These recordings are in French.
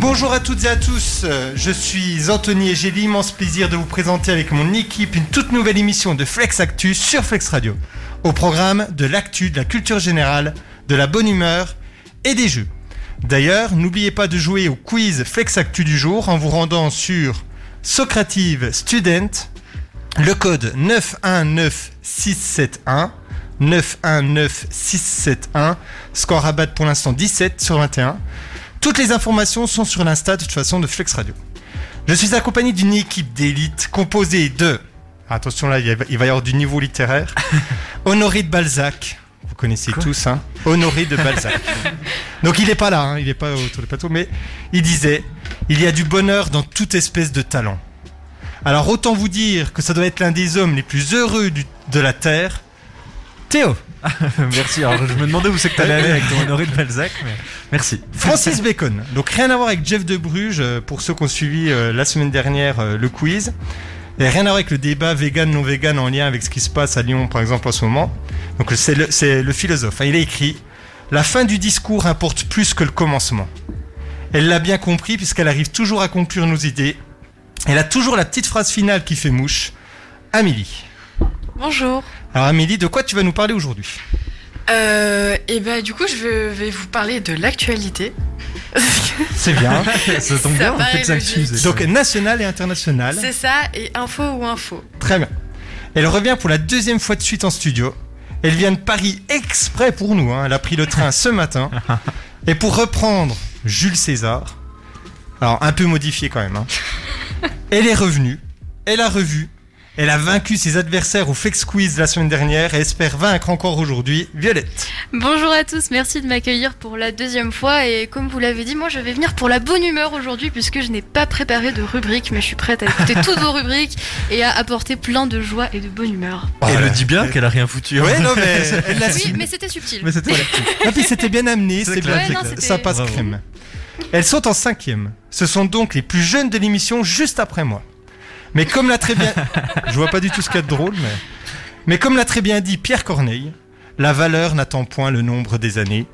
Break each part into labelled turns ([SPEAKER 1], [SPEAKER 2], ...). [SPEAKER 1] Bonjour à toutes et à tous, euh, je suis Anthony et j'ai l'immense plaisir de vous présenter avec mon équipe une toute nouvelle émission de Flex Actu sur Flex Radio. Au programme de l'actu, de la culture générale, de la bonne humeur et des jeux. D'ailleurs, n'oubliez pas de jouer au quiz Flex Actu du jour en vous rendant sur Socrative Student, le code 919671. 919671, score à battre pour l'instant 17 sur 21. Toutes les informations sont sur l'Insta de toute façon de Flex Radio. Je suis accompagné d'une équipe d'élite composée de. Attention là, il y a- il va y avoir du niveau littéraire. Honoré de Balzac. Vous connaissez tous, hein. Honoré de Balzac. Donc il n'est pas là, hein, il n'est pas autour du plateau, mais il disait Il y a du bonheur dans toute espèce de talent. Alors autant vous dire que ça doit être l'un des hommes les plus heureux du- de la Terre. Théo,
[SPEAKER 2] Merci. Alors, je me demandais où c'est que t'allais aller avec ton honoré de Balzac, mais merci.
[SPEAKER 1] Francis Bacon. Donc rien à voir avec Jeff de Bruges euh, pour ceux qui ont suivi euh, la semaine dernière euh, le quiz. Et rien à voir avec le débat vegan non vegan en lien avec ce qui se passe à Lyon par exemple en ce moment. Donc c'est le, c'est le philosophe. hein. Il a écrit La fin du discours importe plus que le commencement. Elle l'a bien compris puisqu'elle arrive toujours à conclure nos idées. Elle a toujours la petite phrase finale qui fait mouche. Amélie.
[SPEAKER 3] Bonjour.
[SPEAKER 1] Alors Amélie, de quoi tu vas nous parler aujourd'hui
[SPEAKER 3] Euh, et ben du coup, je vais- vais vous parler de l'actualité.
[SPEAKER 1] C'est bien.
[SPEAKER 2] Ça tombe
[SPEAKER 3] Ça
[SPEAKER 2] bien, on
[SPEAKER 3] paraît
[SPEAKER 2] fait que ça
[SPEAKER 3] logique.
[SPEAKER 2] accuse.
[SPEAKER 1] Donc national et international.
[SPEAKER 3] C'est ça et info ou info.
[SPEAKER 1] Très bien. Elle revient pour la deuxième fois de suite en studio. Elle vient de Paris exprès pour nous. hein. Elle a pris le train ce matin. Et pour reprendre Jules César, alors un peu modifié quand même, hein. elle est revenue, elle a revu, elle a vaincu ses adversaires au Flex Quiz la semaine dernière et espère vaincre encore aujourd'hui Violette.
[SPEAKER 4] Bonjour à tous, merci de m'accueillir pour la deuxième fois et comme vous l'avez dit, moi je vais venir pour la bonne humeur aujourd'hui puisque je n'ai pas préparé de rubrique mais je suis prête à écouter toutes vos rubriques et à apporter plein de joie et de bonne humeur.
[SPEAKER 2] Elle
[SPEAKER 1] Voilà.
[SPEAKER 2] le dit bien qu'elle a rien foutu. hein.
[SPEAKER 1] Ouais, non, mais elle l'a
[SPEAKER 4] Oui,
[SPEAKER 1] su.
[SPEAKER 4] mais c'était subtil.
[SPEAKER 2] Mais c'était.
[SPEAKER 1] Ah, puis c'était bien amené,
[SPEAKER 2] C'est
[SPEAKER 1] c'est
[SPEAKER 2] clair,
[SPEAKER 1] bien.
[SPEAKER 2] c'est
[SPEAKER 4] Ouais, non,
[SPEAKER 2] clair.
[SPEAKER 4] c'était-
[SPEAKER 1] Ça passe
[SPEAKER 2] Bravo.
[SPEAKER 1] crème. Elles sont en cinquième. Ce sont donc les plus jeunes de l'émission juste après moi. Mais comme l'a très bien... Je vois pas du tout ce qu'il y a de drôle, mais... Mais comme l'a très bien dit Pierre Corneille, la valeur n'attend point le nombre des années.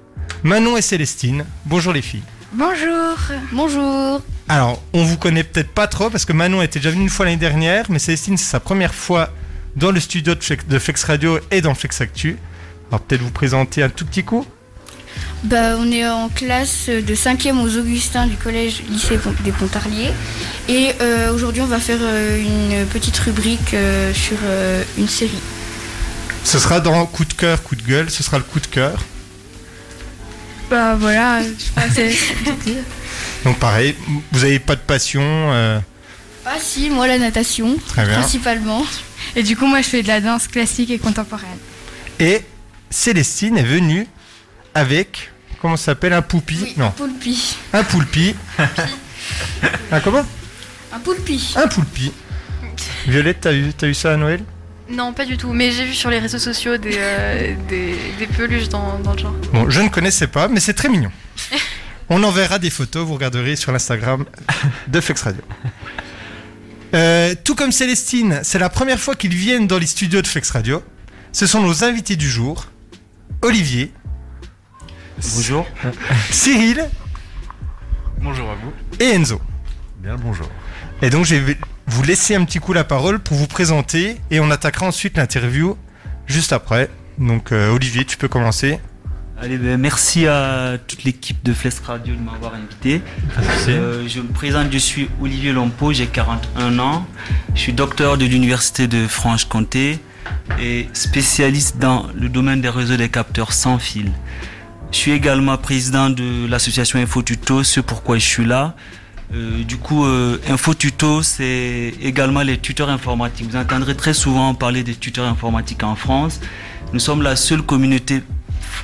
[SPEAKER 1] Manon et Célestine, bonjour les filles.
[SPEAKER 4] Bonjour. Bonjour.
[SPEAKER 1] Alors, on vous connaît peut-être pas trop parce que Manon était déjà venue une fois l'année dernière, mais Célestine, c'est sa première fois dans le studio de Flex, de Flex Radio et dans Flex Actu. Alors peut-être vous présenter un tout petit coup
[SPEAKER 5] Bah, on est en classe de 5e aux Augustins du collège lycée Pont- des Pontarliers. Et euh, aujourd'hui, on va faire euh, une petite rubrique euh, sur euh, une série.
[SPEAKER 1] Ce sera dans coup de cœur, coup de gueule, ce sera le coup de cœur.
[SPEAKER 5] Bah voilà, je pensais.
[SPEAKER 1] Donc pareil, vous n'avez pas de passion, euh,
[SPEAKER 5] ah si, moi la natation,
[SPEAKER 1] très bien.
[SPEAKER 5] principalement.
[SPEAKER 6] Et du coup, moi, je fais de la danse classique et contemporaine.
[SPEAKER 1] Et Célestine est venue avec, comment ça s'appelle, un poupi
[SPEAKER 5] Oui, un
[SPEAKER 1] Non,
[SPEAKER 5] poulpi.
[SPEAKER 1] un poulpi. un comment
[SPEAKER 5] Un poulpi.
[SPEAKER 1] Un poulpi. Violette, t'as eu, t'as eu ça à Noël
[SPEAKER 4] Non, pas du tout, mais j'ai vu sur les réseaux sociaux des, euh, des, des peluches dans, dans le genre.
[SPEAKER 1] Bon, je ne connaissais pas, mais c'est très mignon. On enverra des photos, vous regarderez sur l'Instagram de Fex Radio. Euh, tout comme Célestine, c'est la première fois qu'ils viennent dans les studios de Fex Radio. Ce sont nos invités du jour, Olivier,
[SPEAKER 2] Bonjour.
[SPEAKER 1] Cyril
[SPEAKER 7] Bonjour à vous.
[SPEAKER 1] et Enzo.
[SPEAKER 2] Bien le bonjour.
[SPEAKER 1] Et donc je vais vous laisser un petit coup la parole pour vous présenter et on attaquera ensuite l'interview juste après. Donc euh, Olivier, tu peux commencer.
[SPEAKER 8] Allez, ben, merci à toute l'équipe de Flesk Radio de m'avoir invité. Euh, je me présente, je suis Olivier Lompo, j'ai 41 ans. Je suis docteur de l'Université de Franche-Comté et spécialiste dans le domaine des réseaux des capteurs sans fil. Je suis également président de l'association InfoTuto, c'est pourquoi je suis là. Euh, du coup, euh, InfoTuto, c'est également les tuteurs informatiques. Vous entendrez très souvent parler des tuteurs informatiques en France. Nous sommes la seule communauté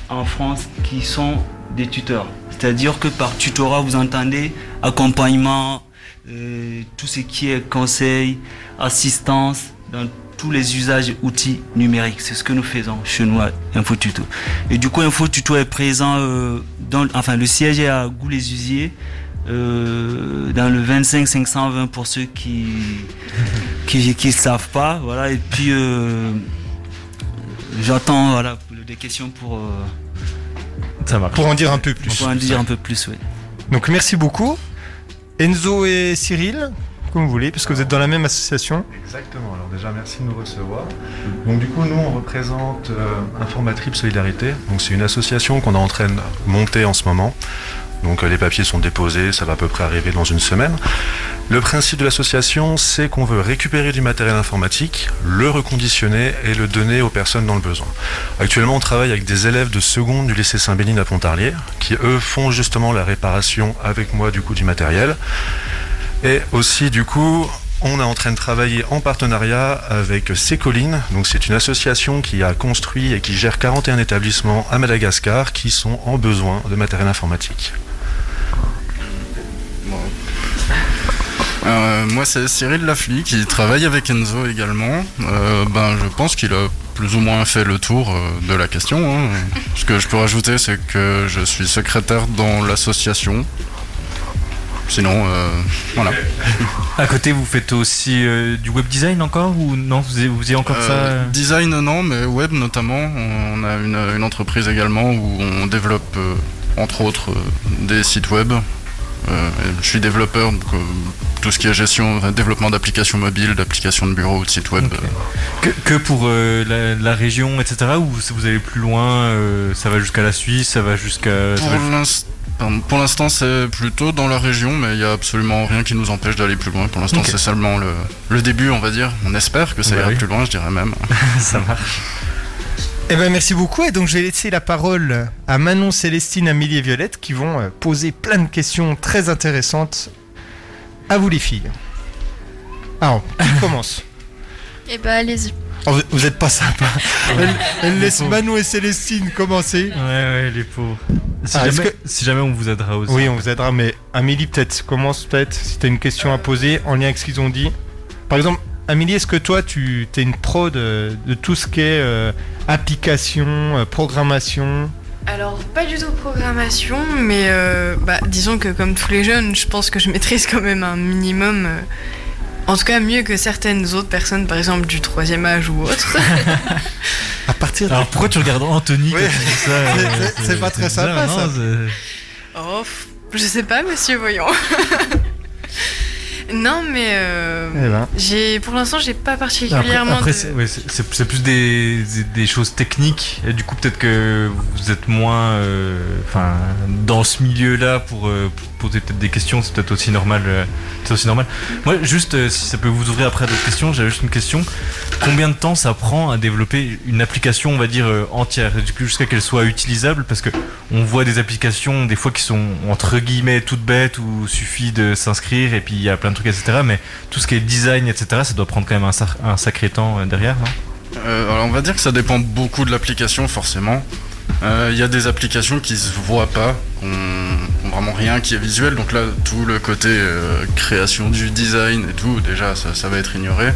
[SPEAKER 8] en France qui sont des tuteurs. C'est-à-dire que par tutorat, vous entendez accompagnement, euh, tout ce qui est conseil, assistance dans tous les usages et outils numériques. C'est ce que nous faisons chez nous à InfoTuto. Et du coup, InfoTuto est présent, euh, dans, enfin, le siège est à Goules-les-Usiers, euh, dans le 25-520 pour ceux qui qui qui savent pas. Voilà. Et puis, euh, j'attends voilà, des questions pour, euh,
[SPEAKER 2] Ça marche.
[SPEAKER 1] Pour en dire un peu plus.
[SPEAKER 8] pour en dire un peu plus. oui.
[SPEAKER 1] Donc merci beaucoup. Enzo et Cyril, comme vous voulez, parce que vous êtes dans la même association.
[SPEAKER 9] Exactement, alors déjà merci de nous recevoir. Donc du coup nous on représente euh, Informatrip Solidarité, donc c'est une association qu'on est en train de monter en ce moment. Donc euh, les papiers sont déposés, ça va à peu près arriver dans une semaine. Le principe de l'association c'est qu'on veut récupérer du matériel informatique, le reconditionner et le donner aux personnes dans le besoin. Actuellement on travaille avec des élèves de seconde du lycée Saint-Béline à Pontarlier, qui eux font justement la réparation avec moi du coup du matériel. Et aussi, du coup, on est en train de travailler en partenariat avec Sécoline. Donc, c'est une association qui a construit et qui gère 41 établissements à Madagascar qui sont en besoin de matériel informatique.
[SPEAKER 10] Euh, moi, c'est Cyril Lafli qui travaille avec Enzo également. Euh, ben, je pense qu'il a plus ou moins fait le tour euh, de la question. hein. Ce que je peux rajouter, c'est que je suis secrétaire dans l'association. Sinon, euh, voilà.
[SPEAKER 2] À côté, vous faites aussi euh, du web design encore ou non Vous faisiez, vous faisiez encore ça
[SPEAKER 10] Euh,
[SPEAKER 2] euh
[SPEAKER 10] Design, non, mais web notamment. On a une, une entreprise également où on développe, euh, entre autres, euh, des sites web. Euh, et je suis développeur, donc euh, tout ce qui est gestion, enfin, développement d'applications mobiles, d'applications de bureau ou de sites web. euh,
[SPEAKER 2] que, que pour euh, la, la région, etc. Ou si vous allez plus loin, euh, ça va jusqu'à la Suisse, ça va jusqu'à. ça
[SPEAKER 10] Pour
[SPEAKER 2] va ju-
[SPEAKER 10] l'inst- pardon, Pour l'instant, c'est plutôt dans la région, mais il n'y a absolument rien qui nous empêche d'aller plus loin. Pour l'instant,
[SPEAKER 2] Ok.
[SPEAKER 10] c'est seulement le, le début, on va dire. On espère que ça
[SPEAKER 2] Bah
[SPEAKER 10] ira
[SPEAKER 2] oui.
[SPEAKER 10] plus loin, je dirais même.
[SPEAKER 2] ça marche.
[SPEAKER 1] Eh ben merci beaucoup et donc je vais laisser la parole à Manon, Célestine, Amélie et Violette qui vont euh, poser plein de questions très intéressantes à vous les filles. Alors, qui commence
[SPEAKER 4] Et bah allez-y.
[SPEAKER 1] Oh, vous- Vous êtes pas sympa. Elle, elle laisse Manon et Célestine commencer.
[SPEAKER 2] Ouais, ouais, les pauvres. Si,
[SPEAKER 1] Ah, est-ce
[SPEAKER 2] jamais, si jamais on vous aidera aussi.
[SPEAKER 1] Oui, on vous aidera, mais Amélie peut-être commence peut-être si t'as une question à poser en lien avec ce qu'ils ont dit. Par exemple, Amélie, est-ce que toi tu t'es une pro de, de tout ce qui est euh, application, euh, programmation
[SPEAKER 3] Alors, pas du tout programmation, mais euh, bah, disons que comme tous les jeunes, je pense que je maîtrise quand même un minimum. euh, en tout cas, mieux que certaines autres personnes, par exemple du troisième âge ou autre.
[SPEAKER 1] À partir de
[SPEAKER 2] Alors pourquoi tu regardes Anthony quand
[SPEAKER 1] Oui.
[SPEAKER 2] tu dis ça euh,
[SPEAKER 1] C'est- c'est- c'est pas très sympa,
[SPEAKER 2] bizarre,
[SPEAKER 1] ça.
[SPEAKER 2] non,
[SPEAKER 3] oh, pff, je sais pas, monsieur, voyons. non, mais euh,
[SPEAKER 1] Eh ben.
[SPEAKER 3] j'ai, pour l'instant, j'ai pas
[SPEAKER 2] c'est- Après,
[SPEAKER 3] particulièrement
[SPEAKER 2] après,
[SPEAKER 3] de-
[SPEAKER 2] c'est ouais, c'est- c'est- c'est plus des, des- des choses techniques. Et du coup, peut-être que vous êtes moins euh, enfin, dans ce milieu-là pour, euh, pour poser peut-être des questions. C'est peut-être aussi normal. euh, c'est aussi normal. Moi, juste, euh, si ça peut vous ouvrir après à d'autres questions, j'avais juste une question. Combien de temps ça prend à développer une application, on va dire, euh, entière Du coup, Jusqu'à qu'elle soit utilisable Parce que on voit des applications, des fois, qui sont entre guillemets toutes bêtes, où suffit de s'inscrire et puis il y a plein de trucs, etc. Mais tout ce qui est design, etc., ça doit prendre quand même un, sac- un sacré temps euh, derrière, non
[SPEAKER 10] Euh, alors on va dire que ça dépend beaucoup de l'application forcément. Euh, Il y a des applications qui se voient pas, qui ont- qui ont vraiment rien qui est visuel. Donc là, tout le côté euh, création du design et tout, déjà, ça, ça va être ignoré.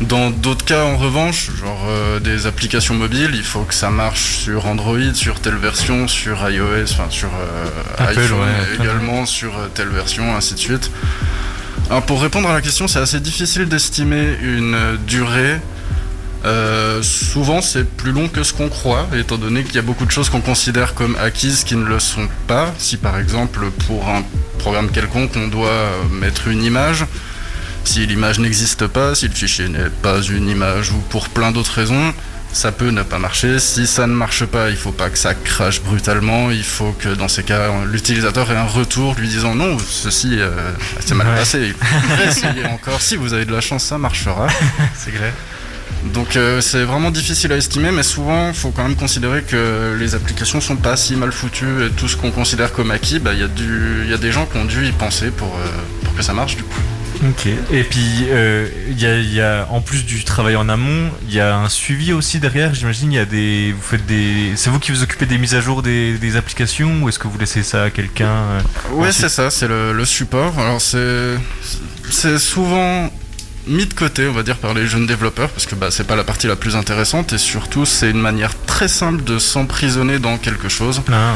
[SPEAKER 10] Dans d'autres cas, en revanche, genre euh, des applications mobiles, il faut que ça marche sur Android, sur telle version, sur iOS, enfin sur euh,
[SPEAKER 2] Apple,
[SPEAKER 10] iPhone
[SPEAKER 2] ouais, Apple.
[SPEAKER 10] également, sur euh, telle version, ainsi de suite. Alors pour répondre à la question, c'est assez difficile d'estimer une euh, durée. Euh, souvent, c'est plus long que ce qu'on croit, étant donné qu'il y a beaucoup de choses qu'on considère comme acquises qui ne le sont pas. Si par exemple, pour un programme quelconque, on doit euh, mettre une image, si l'image n'existe pas, si le fichier n'est pas une image ou pour plein d'autres raisons, ça peut ne pas marcher. Si ça ne marche pas, il faut pas que ça crache brutalement. Il faut que dans ces cas, l'utilisateur ait un retour lui disant non, ceci euh, c'est mal
[SPEAKER 2] Ouais.
[SPEAKER 10] passé. Essayez encore. Si vous avez de la chance, ça marchera.
[SPEAKER 2] C'est clair.
[SPEAKER 10] Donc euh, c'est vraiment difficile à estimer, mais souvent il faut quand même considérer que les applications sont pas si mal foutues et tout ce qu'on considère comme acquis, bah, il y, a du- il y a des gens qui ont dû y penser pour, euh, pour que ça marche du coup.
[SPEAKER 2] Ok. Et puis, euh, il y a- il y a, en plus du travail en amont, il y a un suivi aussi derrière. J'imagine, il y a des, vous faites des, c'est vous qui vous occupez des mises à jour des, des applications ou est-ce que vous laissez ça à quelqu'un euh,
[SPEAKER 10] Ouais,
[SPEAKER 2] Ensuite-
[SPEAKER 10] c'est ça, c'est le, le support. Alors c'est c'est souvent mis de côté, on va dire, par les jeunes développeurs parce que bah c'est pas la partie la plus intéressante et surtout c'est une manière très simple de s'emprisonner dans quelque chose.
[SPEAKER 2] Ah.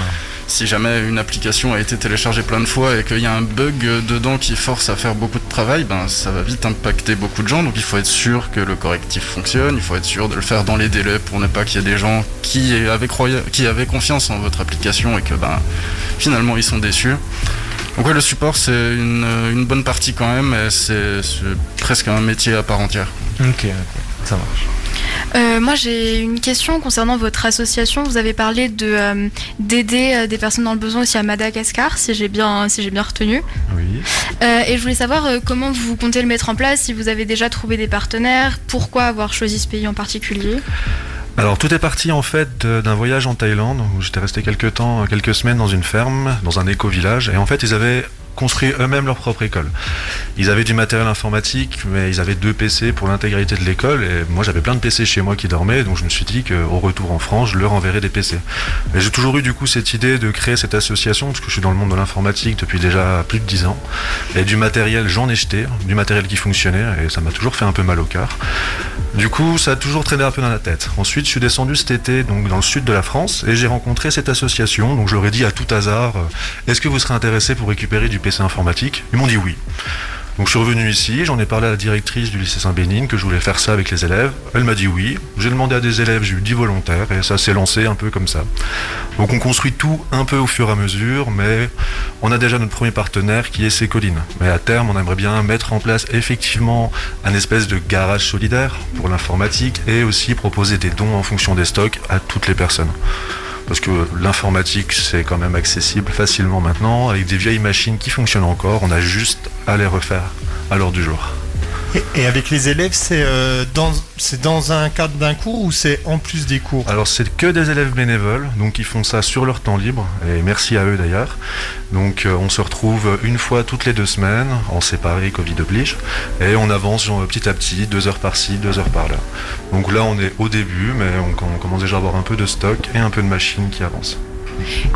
[SPEAKER 10] Si jamais une application a été téléchargée plein de fois et qu'il y a un bug euh, dedans qui force à faire beaucoup de travail, ben ça va vite impacter beaucoup de gens. Donc il faut être sûr que le correctif fonctionne, il faut être sûr de le faire dans les délais pour ne pas qu'il y ait des gens qui avaient, croya- qui avaient confiance en votre application et que ben finalement ils sont déçus. Donc ouais, le support, c'est une, une bonne partie quand même, et c'est c'est presque un métier à part entière.
[SPEAKER 2] Ok, ça marche.
[SPEAKER 4] Euh, moi, j'ai une question concernant votre association. Vous avez parlé de euh, d'aider euh, des personnes dans le besoin aussi à Madagascar, si j'ai bien si j'ai bien retenu.
[SPEAKER 9] Oui.
[SPEAKER 4] Euh, et je voulais savoir euh, comment vous comptez le mettre en place, si vous avez déjà trouvé des partenaires, pourquoi avoir choisi ce pays en particulier.
[SPEAKER 9] Alors tout est parti en fait de- d'un voyage en Thaïlande où j'étais resté quelques temps, quelques semaines dans une ferme, dans un éco-village et en fait ils avaient construit eux-mêmes leur propre école. Ils avaient du matériel informatique mais ils avaient deux PC pour l'intégralité de l'école et moi j'avais plein de PC chez moi qui dormaient donc je me suis dit qu'au retour en France je leur enverrais des PC. Et j'ai toujours eu du coup cette idée de créer cette association parce que je suis dans le monde de l'informatique depuis déjà plus de 10 ans et du matériel j'en ai jeté, du matériel qui fonctionnait et ça m'a toujours fait un peu mal au cœur. Du coup, ça a toujours traîné un peu dans la tête. Ensuite, je suis descendu cet été donc dans le sud de la France et j'ai rencontré cette association. Donc, je leur ai dit à tout hasard euh, Est-ce que vous serez intéressé pour récupérer du PC informatique Ils m'ont dit oui. Donc, je suis revenu ici, j'en ai parlé à la directrice du lycée Saint-Bénigne que je voulais faire ça avec les élèves. Elle m'a dit oui. J'ai demandé à des élèves, j'ai eu 10 volontaires et ça s'est lancé un peu comme ça. Donc, on construit tout un peu au fur et à mesure, mais on a déjà notre premier partenaire qui est Cécoline. Mais à terme, on aimerait bien mettre en place effectivement un espèce de garage solidaire pour l'informatique et aussi proposer des dons en fonction des stocks à toutes les personnes. Parce que l'informatique, c'est quand même accessible facilement maintenant, avec des vieilles machines qui fonctionnent encore, on a juste à les refaire à l'heure du jour.
[SPEAKER 1] Et, et avec les élèves, c'est euh, dans, c'est dans un cadre d'un cours ou c'est en plus des cours
[SPEAKER 9] Alors c'est que des élèves bénévoles, donc ils font ça sur leur temps libre, et merci à eux d'ailleurs. Donc euh, on se retrouve une fois toutes les deux semaines, en séparé, Covid oblige, et on avance genre, petit à petit, deux heures par-ci, deux heures par-là. Donc là on est au début, mais on, on commence déjà à avoir un peu de stock et un peu de machines qui avancent.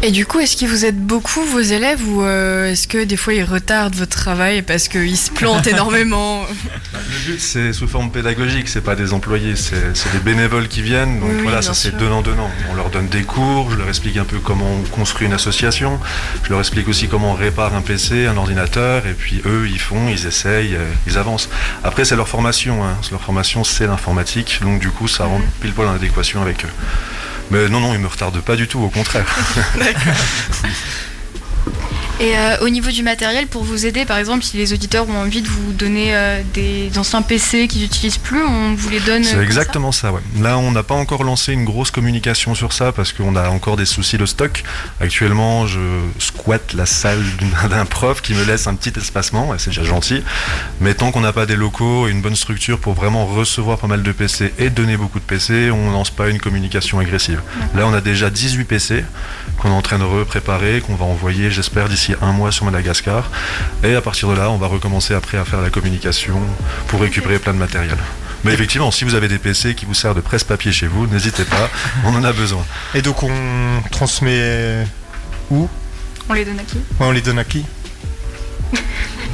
[SPEAKER 3] Et du coup, est-ce qu'ils vous aident beaucoup, vos élèves, ou euh, est-ce que des fois ils retardent votre travail parce qu'ils se plantent énormément
[SPEAKER 9] Le but, c'est sous forme pédagogique, c'est pas des employés, c'est c'est des bénévoles qui viennent. Donc
[SPEAKER 3] Oui, oui,
[SPEAKER 9] voilà,
[SPEAKER 3] bien
[SPEAKER 9] ça c'est
[SPEAKER 3] sûr.
[SPEAKER 9] donnant-donnant. On leur donne des cours, je leur explique un peu comment on construit une association, je leur explique aussi comment on répare un PC, un ordinateur, et puis eux, ils font, ils essayent, euh, ils avancent. Après, c'est leur formation, hein. leur formation, c'est l'informatique, donc du coup, ça rentre pile poil en adéquation avec eux. Mais non, non, ils me retardent pas du tout, au contraire.
[SPEAKER 4] Et euh, au niveau du matériel, pour vous aider, par exemple, si les auditeurs ont envie de vous donner euh, des anciens PC qu'ils n'utilisent plus, on vous les donne. euh,
[SPEAKER 9] C'est
[SPEAKER 4] comme
[SPEAKER 9] exactement ça, ouais. Là, on n'a pas encore lancé une grosse communication sur ça parce qu'on a encore des soucis de stock. Actuellement, je squatte la salle d'une- d'un prof qui me laisse un petit espacement, et c'est déjà gentil. Mais tant qu'on n'a pas des locaux et une bonne structure pour vraiment recevoir pas mal de PC et donner beaucoup de PC, on lance pas une communication agressive. Là, on a déjà 18 PC qu'on est en train de repréparer, qu'on va envoyer, j'espère, d'ici un mois sur Madagascar. Et à partir de là, on va recommencer après à faire la communication pour récupérer plein de matériel. Mais effectivement, si vous avez des PC qui vous servent de presse-papier chez vous, n'hésitez pas, on en a besoin.
[SPEAKER 1] Et donc on transmet euh, où
[SPEAKER 4] ça On les donne à qui
[SPEAKER 1] Ouais, On les donne à qui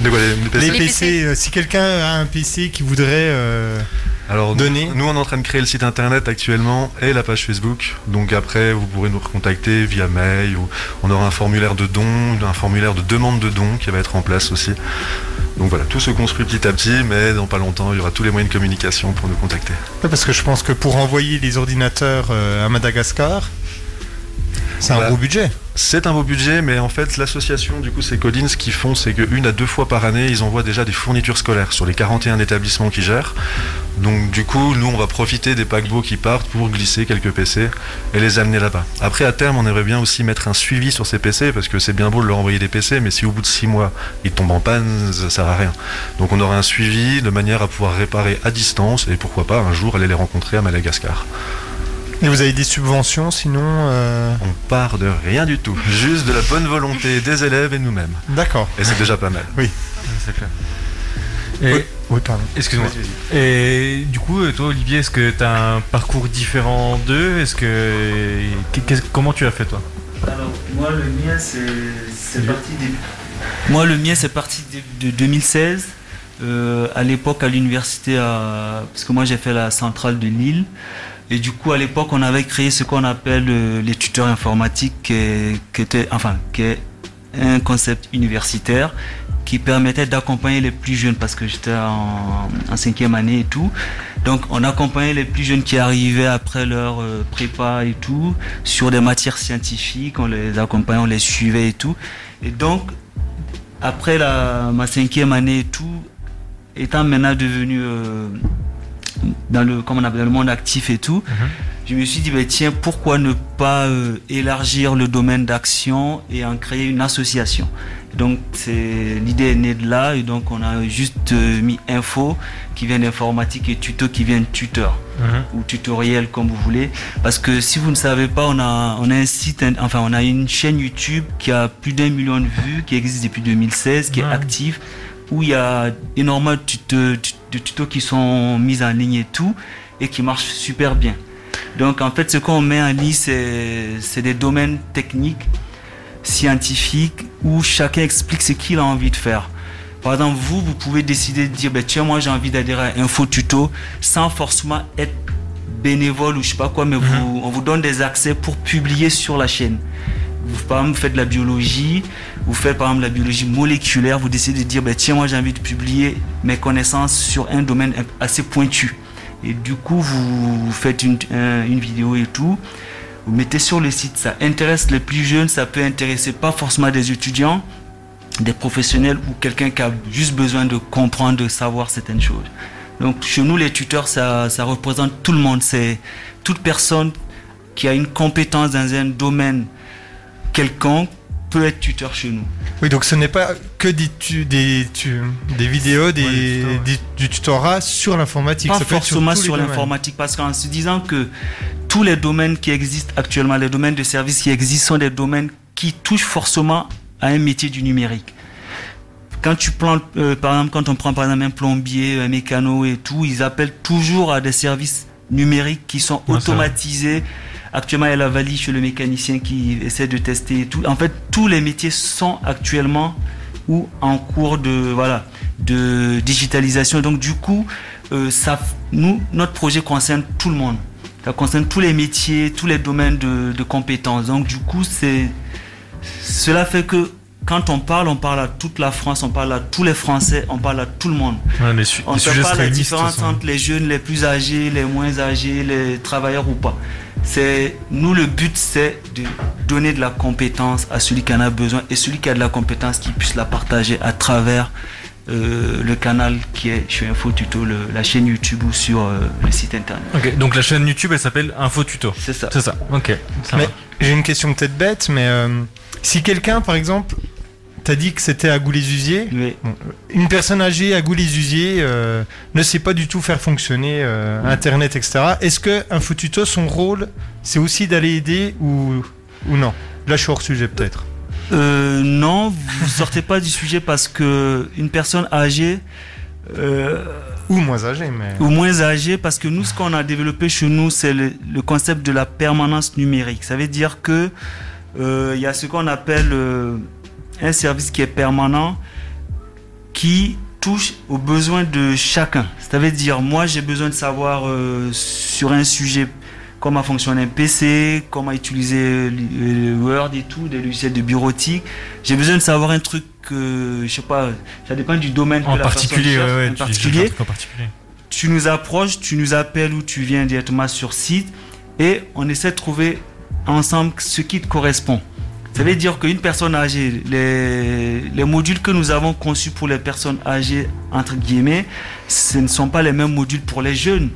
[SPEAKER 9] De quoi, les, les PC
[SPEAKER 1] Les PC, euh, si quelqu'un a un PC qui voudrait... euh,
[SPEAKER 9] Alors, nous-
[SPEAKER 1] donner.
[SPEAKER 9] Nous, on est en train de créer le site internet actuellement et la page Facebook. Donc après, vous pourrez nous recontacter via mail ou on aura un formulaire de don, un formulaire de demande de don qui va être en place aussi. Donc voilà, tout se construit petit à petit, mais dans pas longtemps, il y aura tous les moyens de communication pour nous contacter.
[SPEAKER 1] ouais, parce que je pense que pour envoyer les ordinateurs euh, à Madagascar, c'est un
[SPEAKER 9] Bah,
[SPEAKER 1] gros budget.
[SPEAKER 9] C'est un beau budget, mais en fait, l'association, du coup, c'est Collins, ce qu'ils font, c'est qu'une à deux fois par année, ils envoient déjà des fournitures scolaires sur les 41 établissements qu'ils gèrent. Donc, du coup, nous, on va profiter des paquebots qui partent pour glisser quelques PC et les amener là-bas. Après, à terme, on aimerait bien aussi mettre un suivi sur ces PC, parce que c'est bien beau de leur envoyer des PC, mais si au bout de six mois, ils tombent en panne, ça sert à rien. Donc, on aura un suivi de manière à pouvoir réparer à distance et pourquoi pas un jour aller les rencontrer à Madagascar.
[SPEAKER 1] Et vous avez des subventions sinon euh,
[SPEAKER 9] On part de rien du tout, juste de la bonne volonté des élèves et nous-mêmes.
[SPEAKER 1] D'accord.
[SPEAKER 9] Et c'est déjà pas mal.
[SPEAKER 2] C'est clair. Et-
[SPEAKER 1] Oui, pardon.
[SPEAKER 2] Excuse-moi. Et du coup, euh, toi, Olivier, est-ce que tu as un parcours différent d'eux Est-ce que qu'est-ce- comment tu as fait toi
[SPEAKER 8] Alors, moi, le mien, c'est c'est parti des- Moi, le mien, c'est parti de, de 2016. Euh, à l'époque, à l'université, à- parce que moi, j'ai fait la centrale de Lille. Et du coup, à l'époque, on avait créé ce qu'on appelle euh, les tuteurs informatiques, qui, est- qui était, enfin, qui est un concept universitaire qui permettait d'accompagner les plus jeunes parce que j'étais en, en cinquième année et tout. Donc on accompagnait les plus jeunes qui arrivaient après leur euh, prépa et tout sur des matières scientifiques, on les accompagnait, on les suivait et tout. Et donc après la, ma cinquième année et tout, étant maintenant devenu euh, dans, le, comment on appelle, dans le monde actif et tout, je me suis dit, ben, tiens, pourquoi ne pas euh, élargir le domaine d'action et en créer une association Donc c'est- l'idée est née de là et donc on a juste euh, mis info qui vient d'informatique et tuto qui vient de tuteur
[SPEAKER 11] Mhm.
[SPEAKER 8] ou tutoriel comme vous voulez. Parce que si vous ne savez pas, on a, on a un site, in- enfin on a une chaîne YouTube qui a plus d'un million de vues, qui existe depuis 2016, qui est active, où il y a énormément de tutos, de tutos qui sont mis en ligne et tout, et qui marchent super bien. Donc en fait, ce qu'on met en ligne, c'est c'est des domaines techniques, scientifiques, où chacun explique ce qu'il a envie de faire. Par exemple, vous, vous pouvez décider de dire, ben, tiens, moi j'ai envie d'adhérer à Info Tuto sans forcément être bénévole ou je sais pas quoi, mais vous, on vous donne des accès pour publier sur la chaîne. Vous, par exemple, vous faites de la biologie, vous faites par exemple la biologie moléculaire, vous décidez de dire, ben, tiens, moi j'ai envie de publier mes connaissances sur un domaine assez pointu. Et du coup, vous, vous faites une, un- une vidéo et tout. Vous mettez sur le site, ça intéresse les plus jeunes, ça peut intéresser pas forcément des étudiants, des professionnels ou quelqu'un qui a juste besoin de comprendre, de savoir certaines choses. Donc chez nous, les tuteurs, ça, ça représente tout le monde. C'est toute personne qui a une compétence dans un domaine quelconque peut être tuteur chez nous.
[SPEAKER 1] Oui, donc ce n'est pas que des, tu- des, tu- des vidéos, des, des- du tutorat sur l'informatique.
[SPEAKER 8] Pas
[SPEAKER 1] ça peut être
[SPEAKER 8] forcément
[SPEAKER 1] tous les
[SPEAKER 8] sur
[SPEAKER 1] domaines.
[SPEAKER 8] l'informatique, parce qu'en se disant que tous les domaines qui existent actuellement, les domaines de services qui existent, sont des domaines qui touchent forcément à un métier du numérique. Quand tu prends, euh, par exemple, quand on prend par exemple un plombier, un mécano et tout, ils appellent toujours à des services numériques qui sont
[SPEAKER 2] Ouais, c'est vrai.
[SPEAKER 8] automatisés. Actuellement, il y a la valise chez le mécanicien qui essaie de tester et tout. En fait, tous les métiers sont actuellement ou en cours de voilà de digitalisation. Donc du coup, euh, ça, nous, notre projet concerne tout le monde. Ça concerne tous les métiers, tous les domaines de, de compétences. Donc du coup, c'est cela fait que quand on parle, on parle à toute la France, on parle à tous les Français, on parle à tout le monde.
[SPEAKER 2] Ouais, les su-
[SPEAKER 8] on
[SPEAKER 2] les
[SPEAKER 8] ne fait
[SPEAKER 2] sujets
[SPEAKER 8] pas
[SPEAKER 2] se
[SPEAKER 8] la
[SPEAKER 2] réunissent, de toute
[SPEAKER 8] différence
[SPEAKER 2] façon.
[SPEAKER 8] entre les jeunes, les plus âgés, les moins âgés, les travailleurs ou pas. C'est nous le but, c'est de donner de la compétence à celui qui en a besoin et celui qui a de la compétence qui puisse la partager à travers euh, le canal qui est chez Info Tuto, le- la chaîne YouTube ou sur euh, le site internet.
[SPEAKER 2] Ok, donc la chaîne YouTube elle s'appelle Info Tuto.
[SPEAKER 8] C'est ça.
[SPEAKER 2] C'est ça. Ok. ça
[SPEAKER 1] Mais
[SPEAKER 2] va.
[SPEAKER 1] j'ai une question peut-être bête, mais euh, si quelqu'un, par exemple, t'as dit que c'était à Goulet-Usier, une personne âgée à Goulet-Usier euh, ne sait pas du tout faire fonctionner euh, Internet, etc. Est-ce que Infotuto, son rôle, c'est aussi d'aller aider ou, ou non Là, je suis hors sujet peut-être.
[SPEAKER 8] Euh, non, vous sortez pas du sujet parce que une personne âgée euh,
[SPEAKER 1] ou moins âgée, mais
[SPEAKER 8] ou moins âgée, parce que nous, ce qu'on a développé chez nous, c'est le, le concept de la permanence numérique. Ça veut dire que euh, il y a ce qu'on appelle euh, un service qui est permanent, qui touche aux besoins de chacun. Ça veut dire, moi, j'ai besoin de savoir euh, sur un sujet comment fonctionne un PC, comment utiliser le- le Word et tout, des logiciels de bureautique. J'ai besoin de savoir un truc, euh, je sais pas, ça dépend du domaine que
[SPEAKER 2] En
[SPEAKER 8] la personne
[SPEAKER 2] particulier, ouais,
[SPEAKER 8] cherche,
[SPEAKER 2] ouais,
[SPEAKER 8] en
[SPEAKER 2] tu-
[SPEAKER 8] particulier
[SPEAKER 2] un truc en particulier.
[SPEAKER 8] tu nous approches, tu nous appelles ou tu viens directement sur site et on essaie de trouver ensemble ce qui te correspond. Ça veut dire qu'une personne âgée, les, les modules que nous avons conçus pour les personnes âgées, entre guillemets, ce ne sont pas les mêmes modules pour les jeunes.